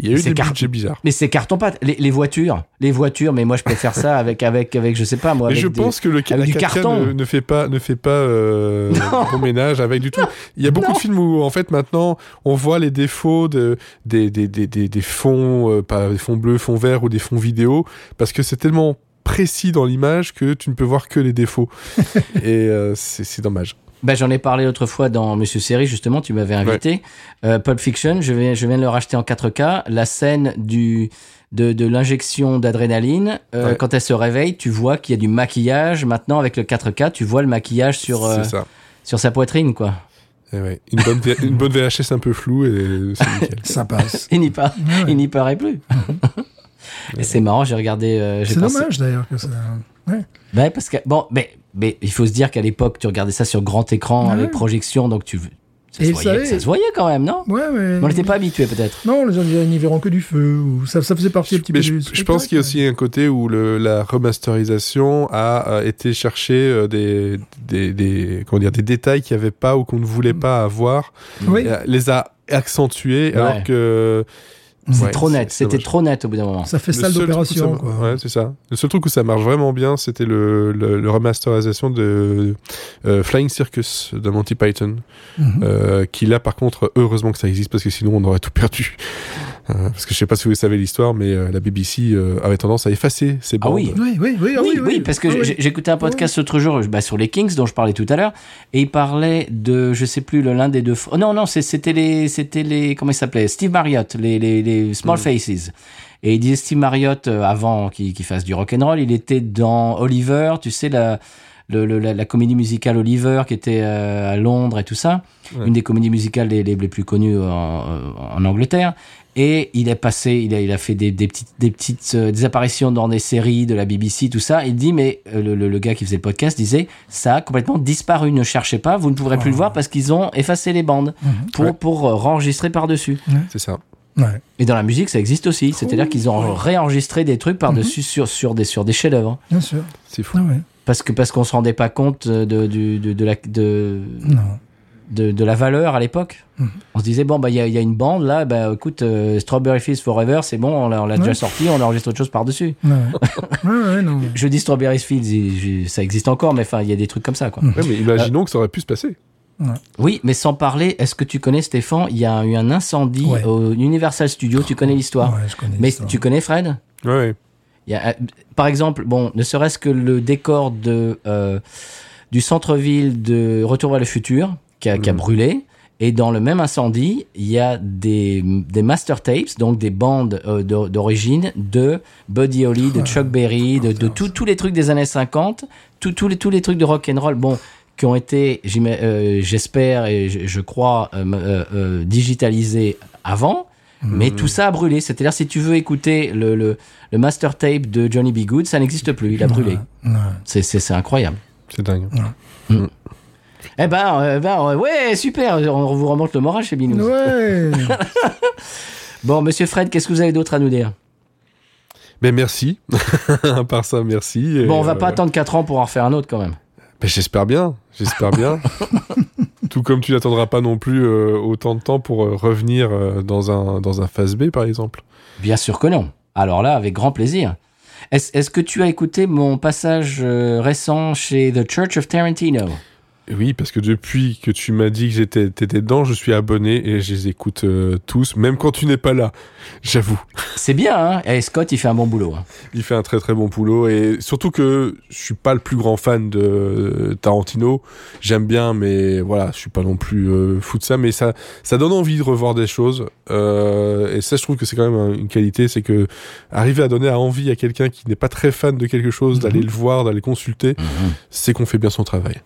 C: Il y a eu
A: C'est
C: des
A: car-
C: budgets bizarres.
A: Mais c'est carton pâte. Les, les voitures, les voitures. Mais moi, je préfère ça
C: (laughs)
A: avec avec avec je sais pas moi.
C: Mais
A: avec
C: je
A: des-
C: pense que le
A: avec
C: la
A: du
C: 4K
A: carton.
C: Ne, ne fait pas, ne fait
A: (laughs)
C: pas euh, bon ménage avec du tout. Il y a beaucoup de films où en fait maintenant on voit les défauts de, des, des, des, des, des fonds, euh, pas des fonds bleus, fonds verts ou des fonds vidéo, parce que c'est tellement précis dans l'image que tu ne peux voir que
A: (laughs)
C: les défauts. Et euh, c'est c'est dommage.
A: Bah, j'en ai parlé autrefois dans Monsieur Série justement. Tu m'avais invité. Euh, Pulp Fiction. Je vais je viens de le racheter en 4K. La scène du de, de l'injection d'adrénaline. euh,
C: Ouais.
A: Quand elle se réveille, tu vois qu'il y a du maquillage. Maintenant, avec le 4K, tu vois le maquillage sur euh,
C: C'est ça.
A: sur sa poitrine quoi.
C: Et ouais. une, bonne, V- une bonne VHS un peu floue et c'est
A: (laughs)
C: nickel.
B: Ça passe.
A: Il n'y pas.
B: Ouais.
A: (laughs) Il n'y paraît
C: (laughs)
A: plus. Et c'est marrant, j'ai regardé. euh, j'ai
B: C'est
A: pensé-
B: dommage d'ailleurs que ça. Ouais.
A: Bah Ouais, parce que bon, mais, mais il faut se dire qu'à l'époque, tu regardais ça sur grand écran
B: Ah Ouais.
A: avec projection, donc tu ça
B: Et
A: se,
B: il
A: voyait,
B: savait.
A: ça se voyait quand même, non
B: Ouais, mais.
A: Mais On n'était pas habitué peut-être.
B: Non, les Indiens n'y verront que du feu. Ou... Ça, ça faisait partie un petit
C: Mais
B: peu
C: je,
B: du
C: je pense qu'il y a aussi un côté où le, la remasterisation a euh, été chercher euh, des, des, des- comment dire, des détails qu'il n'y avait pas ou qu'on ne voulait pas avoir,
B: spectacle. Oui,
C: et, euh, les a accentués
A: Ouais.
C: alors que.
A: C'est
C: Ouais,
A: trop net,
C: c'est
A: c'était
C: dommage.
A: trop net au bout d'un moment.
B: ça fait
C: Le
B: salle
C: seul truc où ça
B: d'opération,
C: mar-
B: quoi.
C: Ouais, c'est ça. Le seul truc où ça marche vraiment bien, c'était le, le, le remasterisation de euh, Flying Circus de Monty Python.
B: Mhm.
C: Euh, qui là par contre heureusement que ça existe parce que sinon on aurait tout perdu (laughs) Euh, parce que je sais pas si vous savez l'histoire, mais euh, la BBC euh, avait tendance à effacer ces bandes.
A: oui.
B: Oui, oui, oui, ah
A: oui, oui, parce que
B: Ah oui.
A: j'ai- j'écoutais un podcast l'autre jour bah, sur les Kings dont je parlais tout à l'heure et il parlait de je sais plus le- l'un des deux fr- non non c'est- c'était les c'était les comment il s'appelait Steve Marriott les les, les
C: Mm.
A: Small Faces et il disait Steve Marriott euh, avant qu'il qu'il fasse du rock and roll il était dans Oliver tu sais la le- le- la, la comédie musicale Oliver qui était euh, à Londres et tout ça,
C: Ouais.
A: une des comédies musicales les, les, les plus connues en, en Angleterre. Et il est passé, il a, il a fait des, des petites, des petites euh, des apparitions dans des séries de la BBC, tout ça. Il dit, mais euh, le, le- le gars qui faisait le podcast disait, ça a complètement disparu, ne cherchez pas, vous ne pourrez plus le voir parce qu'ils ont effacé les bandes pour,
C: Ouais.
A: pour euh, renregistrer par-dessus.
C: C'est ça.
B: Mhm. Ouais.
A: Et dans la musique, ça existe aussi. C'est-à-dire qu'ils ont réenregistré des trucs
C: Mhm.
A: par-dessus sur, sur des, sur des chefs-d'œuvre.
B: Bien sûr.
C: C'est fou.
B: Ah ouais.
A: Parce que parce qu'on se rendait pas compte euh, de, du- de, de la, de,
B: Non.
A: de, de la valeur à l'époque.
B: Mhm.
A: On se disait, bon, bah, il y, a- il y a une bande là, bah, écoute, euh, Strawberry Fields Forever, c'est bon, on l'a on l'a
B: Ouais.
A: déjà sorti, on enregistre autre chose par-dessus.
B: Ouais,
A: (laughs)
B: ouais. Ouais, ouais, non.
A: Je dis Strawberry Fields, il- je- ça existe encore, mais enfin, il y a des trucs comme ça, quoi.
B: Mhm.
C: Ouais, mais imaginons que ça aurait pu se passer.
A: Oui, mais sans parler, est-ce que tu connais Stéphane Il y a eu un incendie
B: Ouais.
A: au Universal Studios, tu connais l'histoire.
B: Ouais, je connais
A: mais
B: l'histoire.
A: tu connais Fred
C: Ouais, ouais.
A: Il y a, euh, par exemple, bon, ne serait-ce que le décor de, euh, du centre-ville de Retour vers le futur qui a, qui a
C: Mhm.
A: brûlé. Et dans le même incendie, il y a des, des master tapes, donc des bandes euh, d'o- d'origine de Buddy Holly, de Chuck Berry, de, de tout- tous les trucs des années 50, tout- tous les, tous les trucs de rock and roll, bon, qui ont été, j'im- euh, j'espère et je, je crois, euh, euh, euh, digitalisés avant. Mais tout ça a brûlé. C'est-à-dire, si tu veux écouter le, le, le master tape de Johnny B. Good, ça n'existe plus.
B: Ah.
A: Il a brûlé.
B: Ouais.
A: C'est- C'est c'est incroyable.
C: C'est dingue.
A: Eh ben, euh, ben, euh, ouais, super. On vous remonte le moral chez Binous.
B: Ouais.
A: Bon, monsieur Fred, qu'est-ce que vous avez d'autre à nous dire
C: Mais merci. (laughs) à part ça, merci. Et,
A: Bon, on va
C: euh,
A: pas attendre 4 ans pour en refaire un autre quand même.
C: ben, j'espère bien. J'espère bien. Tout comme tu n'attendras pas non plus euh, autant de temps pour euh, revenir euh, dans, un, dans un phase B, par exemple.
A: Bien sûr que non. Alors là, avec grand plaisir. Est-ce est-ce que tu as écouté mon passage euh, récent chez The Church of Tarantino
C: Et Oui, parce que depuis que tu m'as dit que j'étais t'étais dedans, je suis abonné et je les écoute euh, tous, même quand tu n'es pas là. J'avoue.
A: C'est bien, hein Et Scott, il fait un bon boulot. hein.
C: Il fait un très très bon boulot et surtout que je suis pas le plus grand fan de Tarantino. J'aime bien, mais voilà, je suis pas non plus euh, fou de ça. Mais ça, ça donne envie de revoir des choses Euh, et ça, je trouve que c'est quand même un- une qualité, c'est que arriver à donner envie à quelqu'un qui n'est pas très fan de quelque chose d'aller le voir, d'aller le consulter, c'est qu'on fait bien son travail.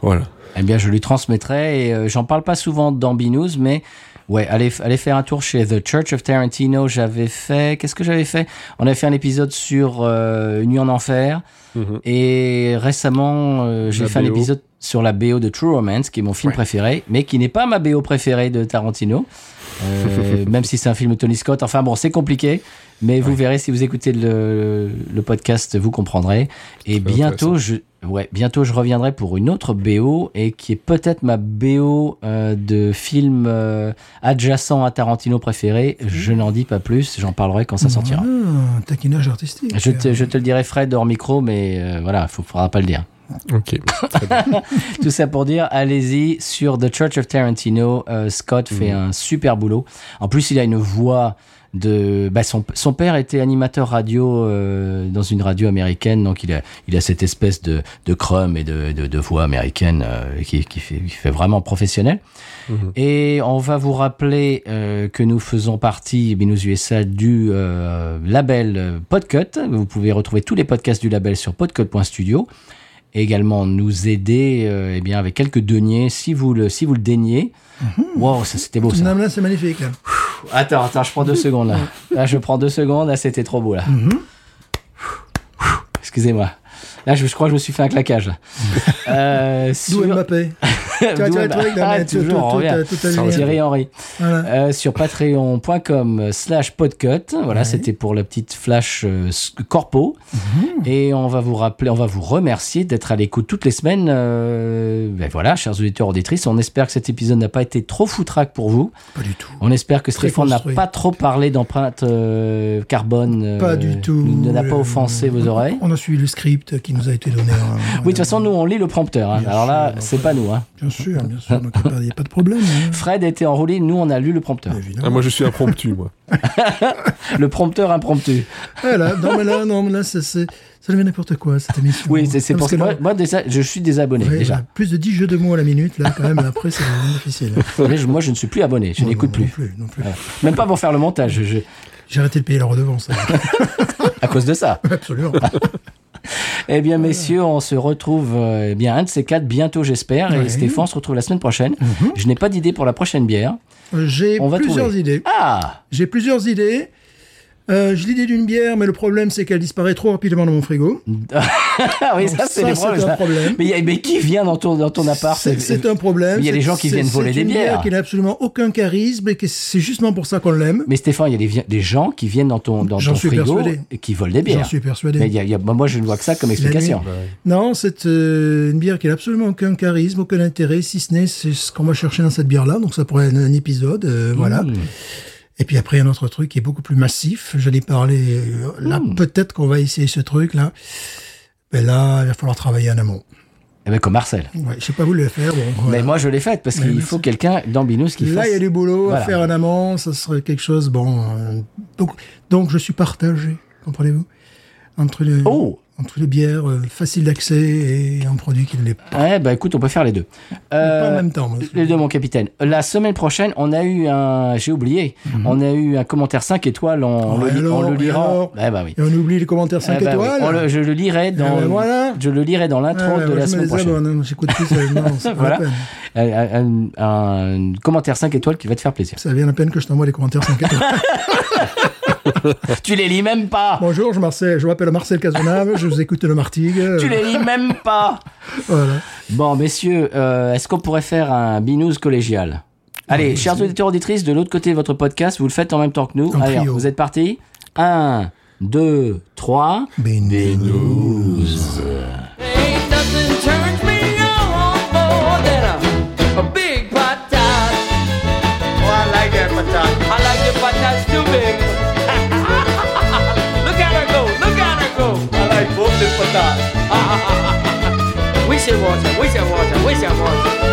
C: Voilà.
A: Eh bien, je lui transmettrai et euh, j'en parle pas souvent dans Binous, mais ouais, allez, allez faire un tour chez The Church of Tarantino. J'avais fait, qu'est-ce que j'avais fait On avait fait un épisode sur euh, Une nuit en enfer
C: Mhm.
A: et récemment euh, j'ai
C: La
A: fait un
C: BO.
A: épisode sur la BO de True Romance, qui est mon film
C: Ouais.
A: préféré, mais qui n'est pas ma BO préférée de Tarantino.
C: (laughs)
A: Euh, même si c'est un film de Tony Scott, enfin bon, c'est compliqué, mais vous verrez si vous écoutez le, le podcast, vous comprendrez. Et
C: Très
A: bientôt, je, ouais, bientôt, je reviendrai pour une autre BO et qui est peut-être ma BO euh, de film euh, adjacent à Tarantino préféré. Je n'en dis pas plus, j'en parlerai quand (laughs) ça sortira.
B: Ah, un taquinage artistique.
A: Je te, je te le dirai Fred hors micro, mais euh, voilà, il ne faudra pas le dire.
C: Ok. Très bien.
A: Tout ça pour dire, allez-y sur The Church of Tarantino. Euh, Scott fait un super boulot. En plus, il a une voix de. bah, son, son père était animateur radio euh, dans une radio américaine, donc il a, il a cette espèce de, de crumb et de, de, de voix américaine euh, qui, qui, fait, qui fait vraiment professionnel. Et on va vous rappeler euh, que nous faisons partie, Binous USA, du euh, label euh, Podcut. Vous pouvez retrouver tous les podcasts du label sur podcut.studio. Et également nous aider euh, eh bien, avec quelques deniers si vous le, si vous le daignez. Wow, ça c'était beau ça.
B: Non, mais là, c'est magnifique. là.
A: Attends, attends, je prends deux secondes là. Là, je prends deux secondes. Là, c'était trop beau là. Excusez-moi. Là, je, je crois que je me suis fait un claquage. là. Euh,
B: D'où
A: sur- (laughs)
B: Mbappé Tu vois,
A: D'où
B: tu vois le
A: Mbappé.
B: truc, là,
A: Ah,
B: mais tout-
A: toujours,
B: tout-
A: on
B: tout-
A: revient.
B: tout est lié.
A: Thierry Henry.
B: Voilà.
A: Euh, sur patreon.com euh, slash podcut. Voilà, c'était pour la petite flash euh, s- corpo. Et on va vous rappeler, on va vous remercier d'être à l'écoute toutes les semaines. Euh, ben voilà, chers auditeurs, auditrices, on espère que cet épisode n'a pas été trop foutraque pour vous.
B: Pas du tout.
A: On espère que
B: Très
A: Stéphane n'a
B: construit.
A: pas trop parlé d'empreinte euh, carbone. euh,
B: Pas du tout.
A: Ne n'a pas offensé
B: Euh,
A: vos oreilles.
B: On a suivi le script qui nous a été donné. hein.
A: Oui, de toute façon, nous, on lit le prompteur. hein.
B: Bien
A: Alors là,
B: sûr,
A: c'est pas nous. Hein.
B: Bien sûr, bien sûr. Donc, il n'y a, pas de problème.
A: (laughs)
B: hein.
A: Fred était enroulé, nous on a lu le prompteur.
B: Évidemment.
C: Ah, moi, je suis impromptu, moi.
A: Le prompteur impromptu.
B: Ah là, non, mais là, non, mais là, ça, c'est- ça devient n'importe quoi, cette émission.
A: Oui, c'est c'est pour
B: Parce
A: ça.
B: que
A: Moi,
B: là,
A: moi, déjà, je suis désabonné
B: ouais,
A: déjà.
B: là, plus de 10 jeux de mots à la minute, là, quand même, après, c'est vraiment difficile.
A: Mais je- moi, je ne suis plus abonné, je
B: Non,
A: n'écoute
B: non,
A: plus.
B: Non plus, non plus.
A: Même pas pour faire le montage, je- je-
B: J'ai arrêté de payer la redevance. hein. (laughs)
A: à cause de ça. (laughs)
B: Absolument.
A: Eh bien, messieurs, on se retrouve euh, eh bien un de ces quatre bientôt, j'espère. Et
B: Ouais. Mm-hmm.
A: Stéphane se retrouve la semaine prochaine. Je n'ai pas d'idée pour la prochaine bière.
B: Euh, J'ai
A: On va
B: plusieurs
A: trouver.
B: idées.
A: Ah
B: J'ai plusieurs idées. Euh, J'ai l'idée d'une bière, mais le problème, c'est qu'elle disparaît trop rapidement dans mon frigo.
A: Ah oui,
B: Donc
A: ça, c'est des problèmes,
B: un
A: ça.
B: problème.
A: Mais, il y a- mais qui vient dans ton, dans ton appart Euh,
B: C'est c'est un problème.
A: Il y a
B: C'est-
A: des gens qui
B: c'est-
A: viennent voler
B: c'est
A: des
B: une
A: bières.
B: bière qui n'a absolument aucun charisme et que c'est justement pour ça qu'on l'aime.
A: Mais Stéphane, il y a des, vi- des gens qui viennent dans ton, dans
B: J'en
A: ton
B: suis
A: frigo
B: persuadé.
A: et qui volent des bières.
B: J'en suis persuadé.
A: Mais il y a- il y a- moi, je ne vois que ça comme
B: La
A: explication.
B: nuit. Non, c'est euh, une bière qui n'a absolument aucun charisme, aucun intérêt, si ce n'est c'est ce qu'on va chercher dans cette bière-là. Donc ça pourrait être un épisode, euh, voilà.
A: Mmh.
B: Et puis après, un autre truc qui est beaucoup plus massif. J'en ai parlé. euh, Là,
A: Mmh.
B: peut-être qu'on va essayer ce truc-là. Mais là, il va falloir travailler en amont.
A: Eh bien, comme Marcel.
B: Ouais, je sais pas vous le faire. Bon, voilà.
A: Mais moi, je l'ai faite parce qu'il
B: mais
A: faut
B: c'est-
A: quelqu'un dans Binous qui
B: Là,
A: fasse.
B: il y a du boulot
A: Voilà.
B: à faire en amont. Ça serait quelque chose. Bon, euh, donc, donc je suis partagé. Comprenez-vous entre les
A: Oh
B: entre les bières euh, faciles d'accès et un produit qui ne l'est pas.
A: Eh ben, écoute, on peut faire les deux. Euh,
B: Pas en même temps. moi.
A: Les deux, mon capitaine. La semaine prochaine, on a eu un. J'ai oublié. On a eu un commentaire 5 étoiles en,
B: Mhm. Oh,
A: le, li-
B: alors,
A: en le lirant.
B: alors.
A: Eh ben oui.
B: Et on oublie les commentaires 5
A: Eh ben oui.
B: étoiles.
A: On le- je le lirai dans.
B: ben voilà.
A: Je le lirai dans l'intro
B: Ah,
A: de la
B: ouais, je me
A: semaine
B: les
A: prochaine.
B: abonne, hein, J'écoute plus. euh, non,
A: (laughs)
B: c'est pas
A: Voilà.
B: la peine.
A: Un, un- un commentaire 5 étoiles qui va te faire plaisir.
B: Ça vient à peine que je t'envoie les commentaires 5 étoiles.
A: (laughs) tu les lis même pas.
B: Bonjour, je, Marcel, je m'appelle Marcel Cazenave, je vous écoute le Martigues. euh,
A: Tu les lis même pas.
B: Voilà.
A: Bon, messieurs, euh, est-ce qu'on pourrait faire un binous collégial Allez, chers auditeurs auditrices, de l'autre côté de votre podcast, vous le faites en même temps que nous.
B: En
A: Allez,
B: trio.
A: vous êtes partis 1, 2, 3.
D: Ain't nothing turns me on more than a, a big patat. Oh, I like that patat. I like the patats too big. (laughs) look at her go, look at her go. I like both the patats. we should watch her, we should watch her, we should watch her.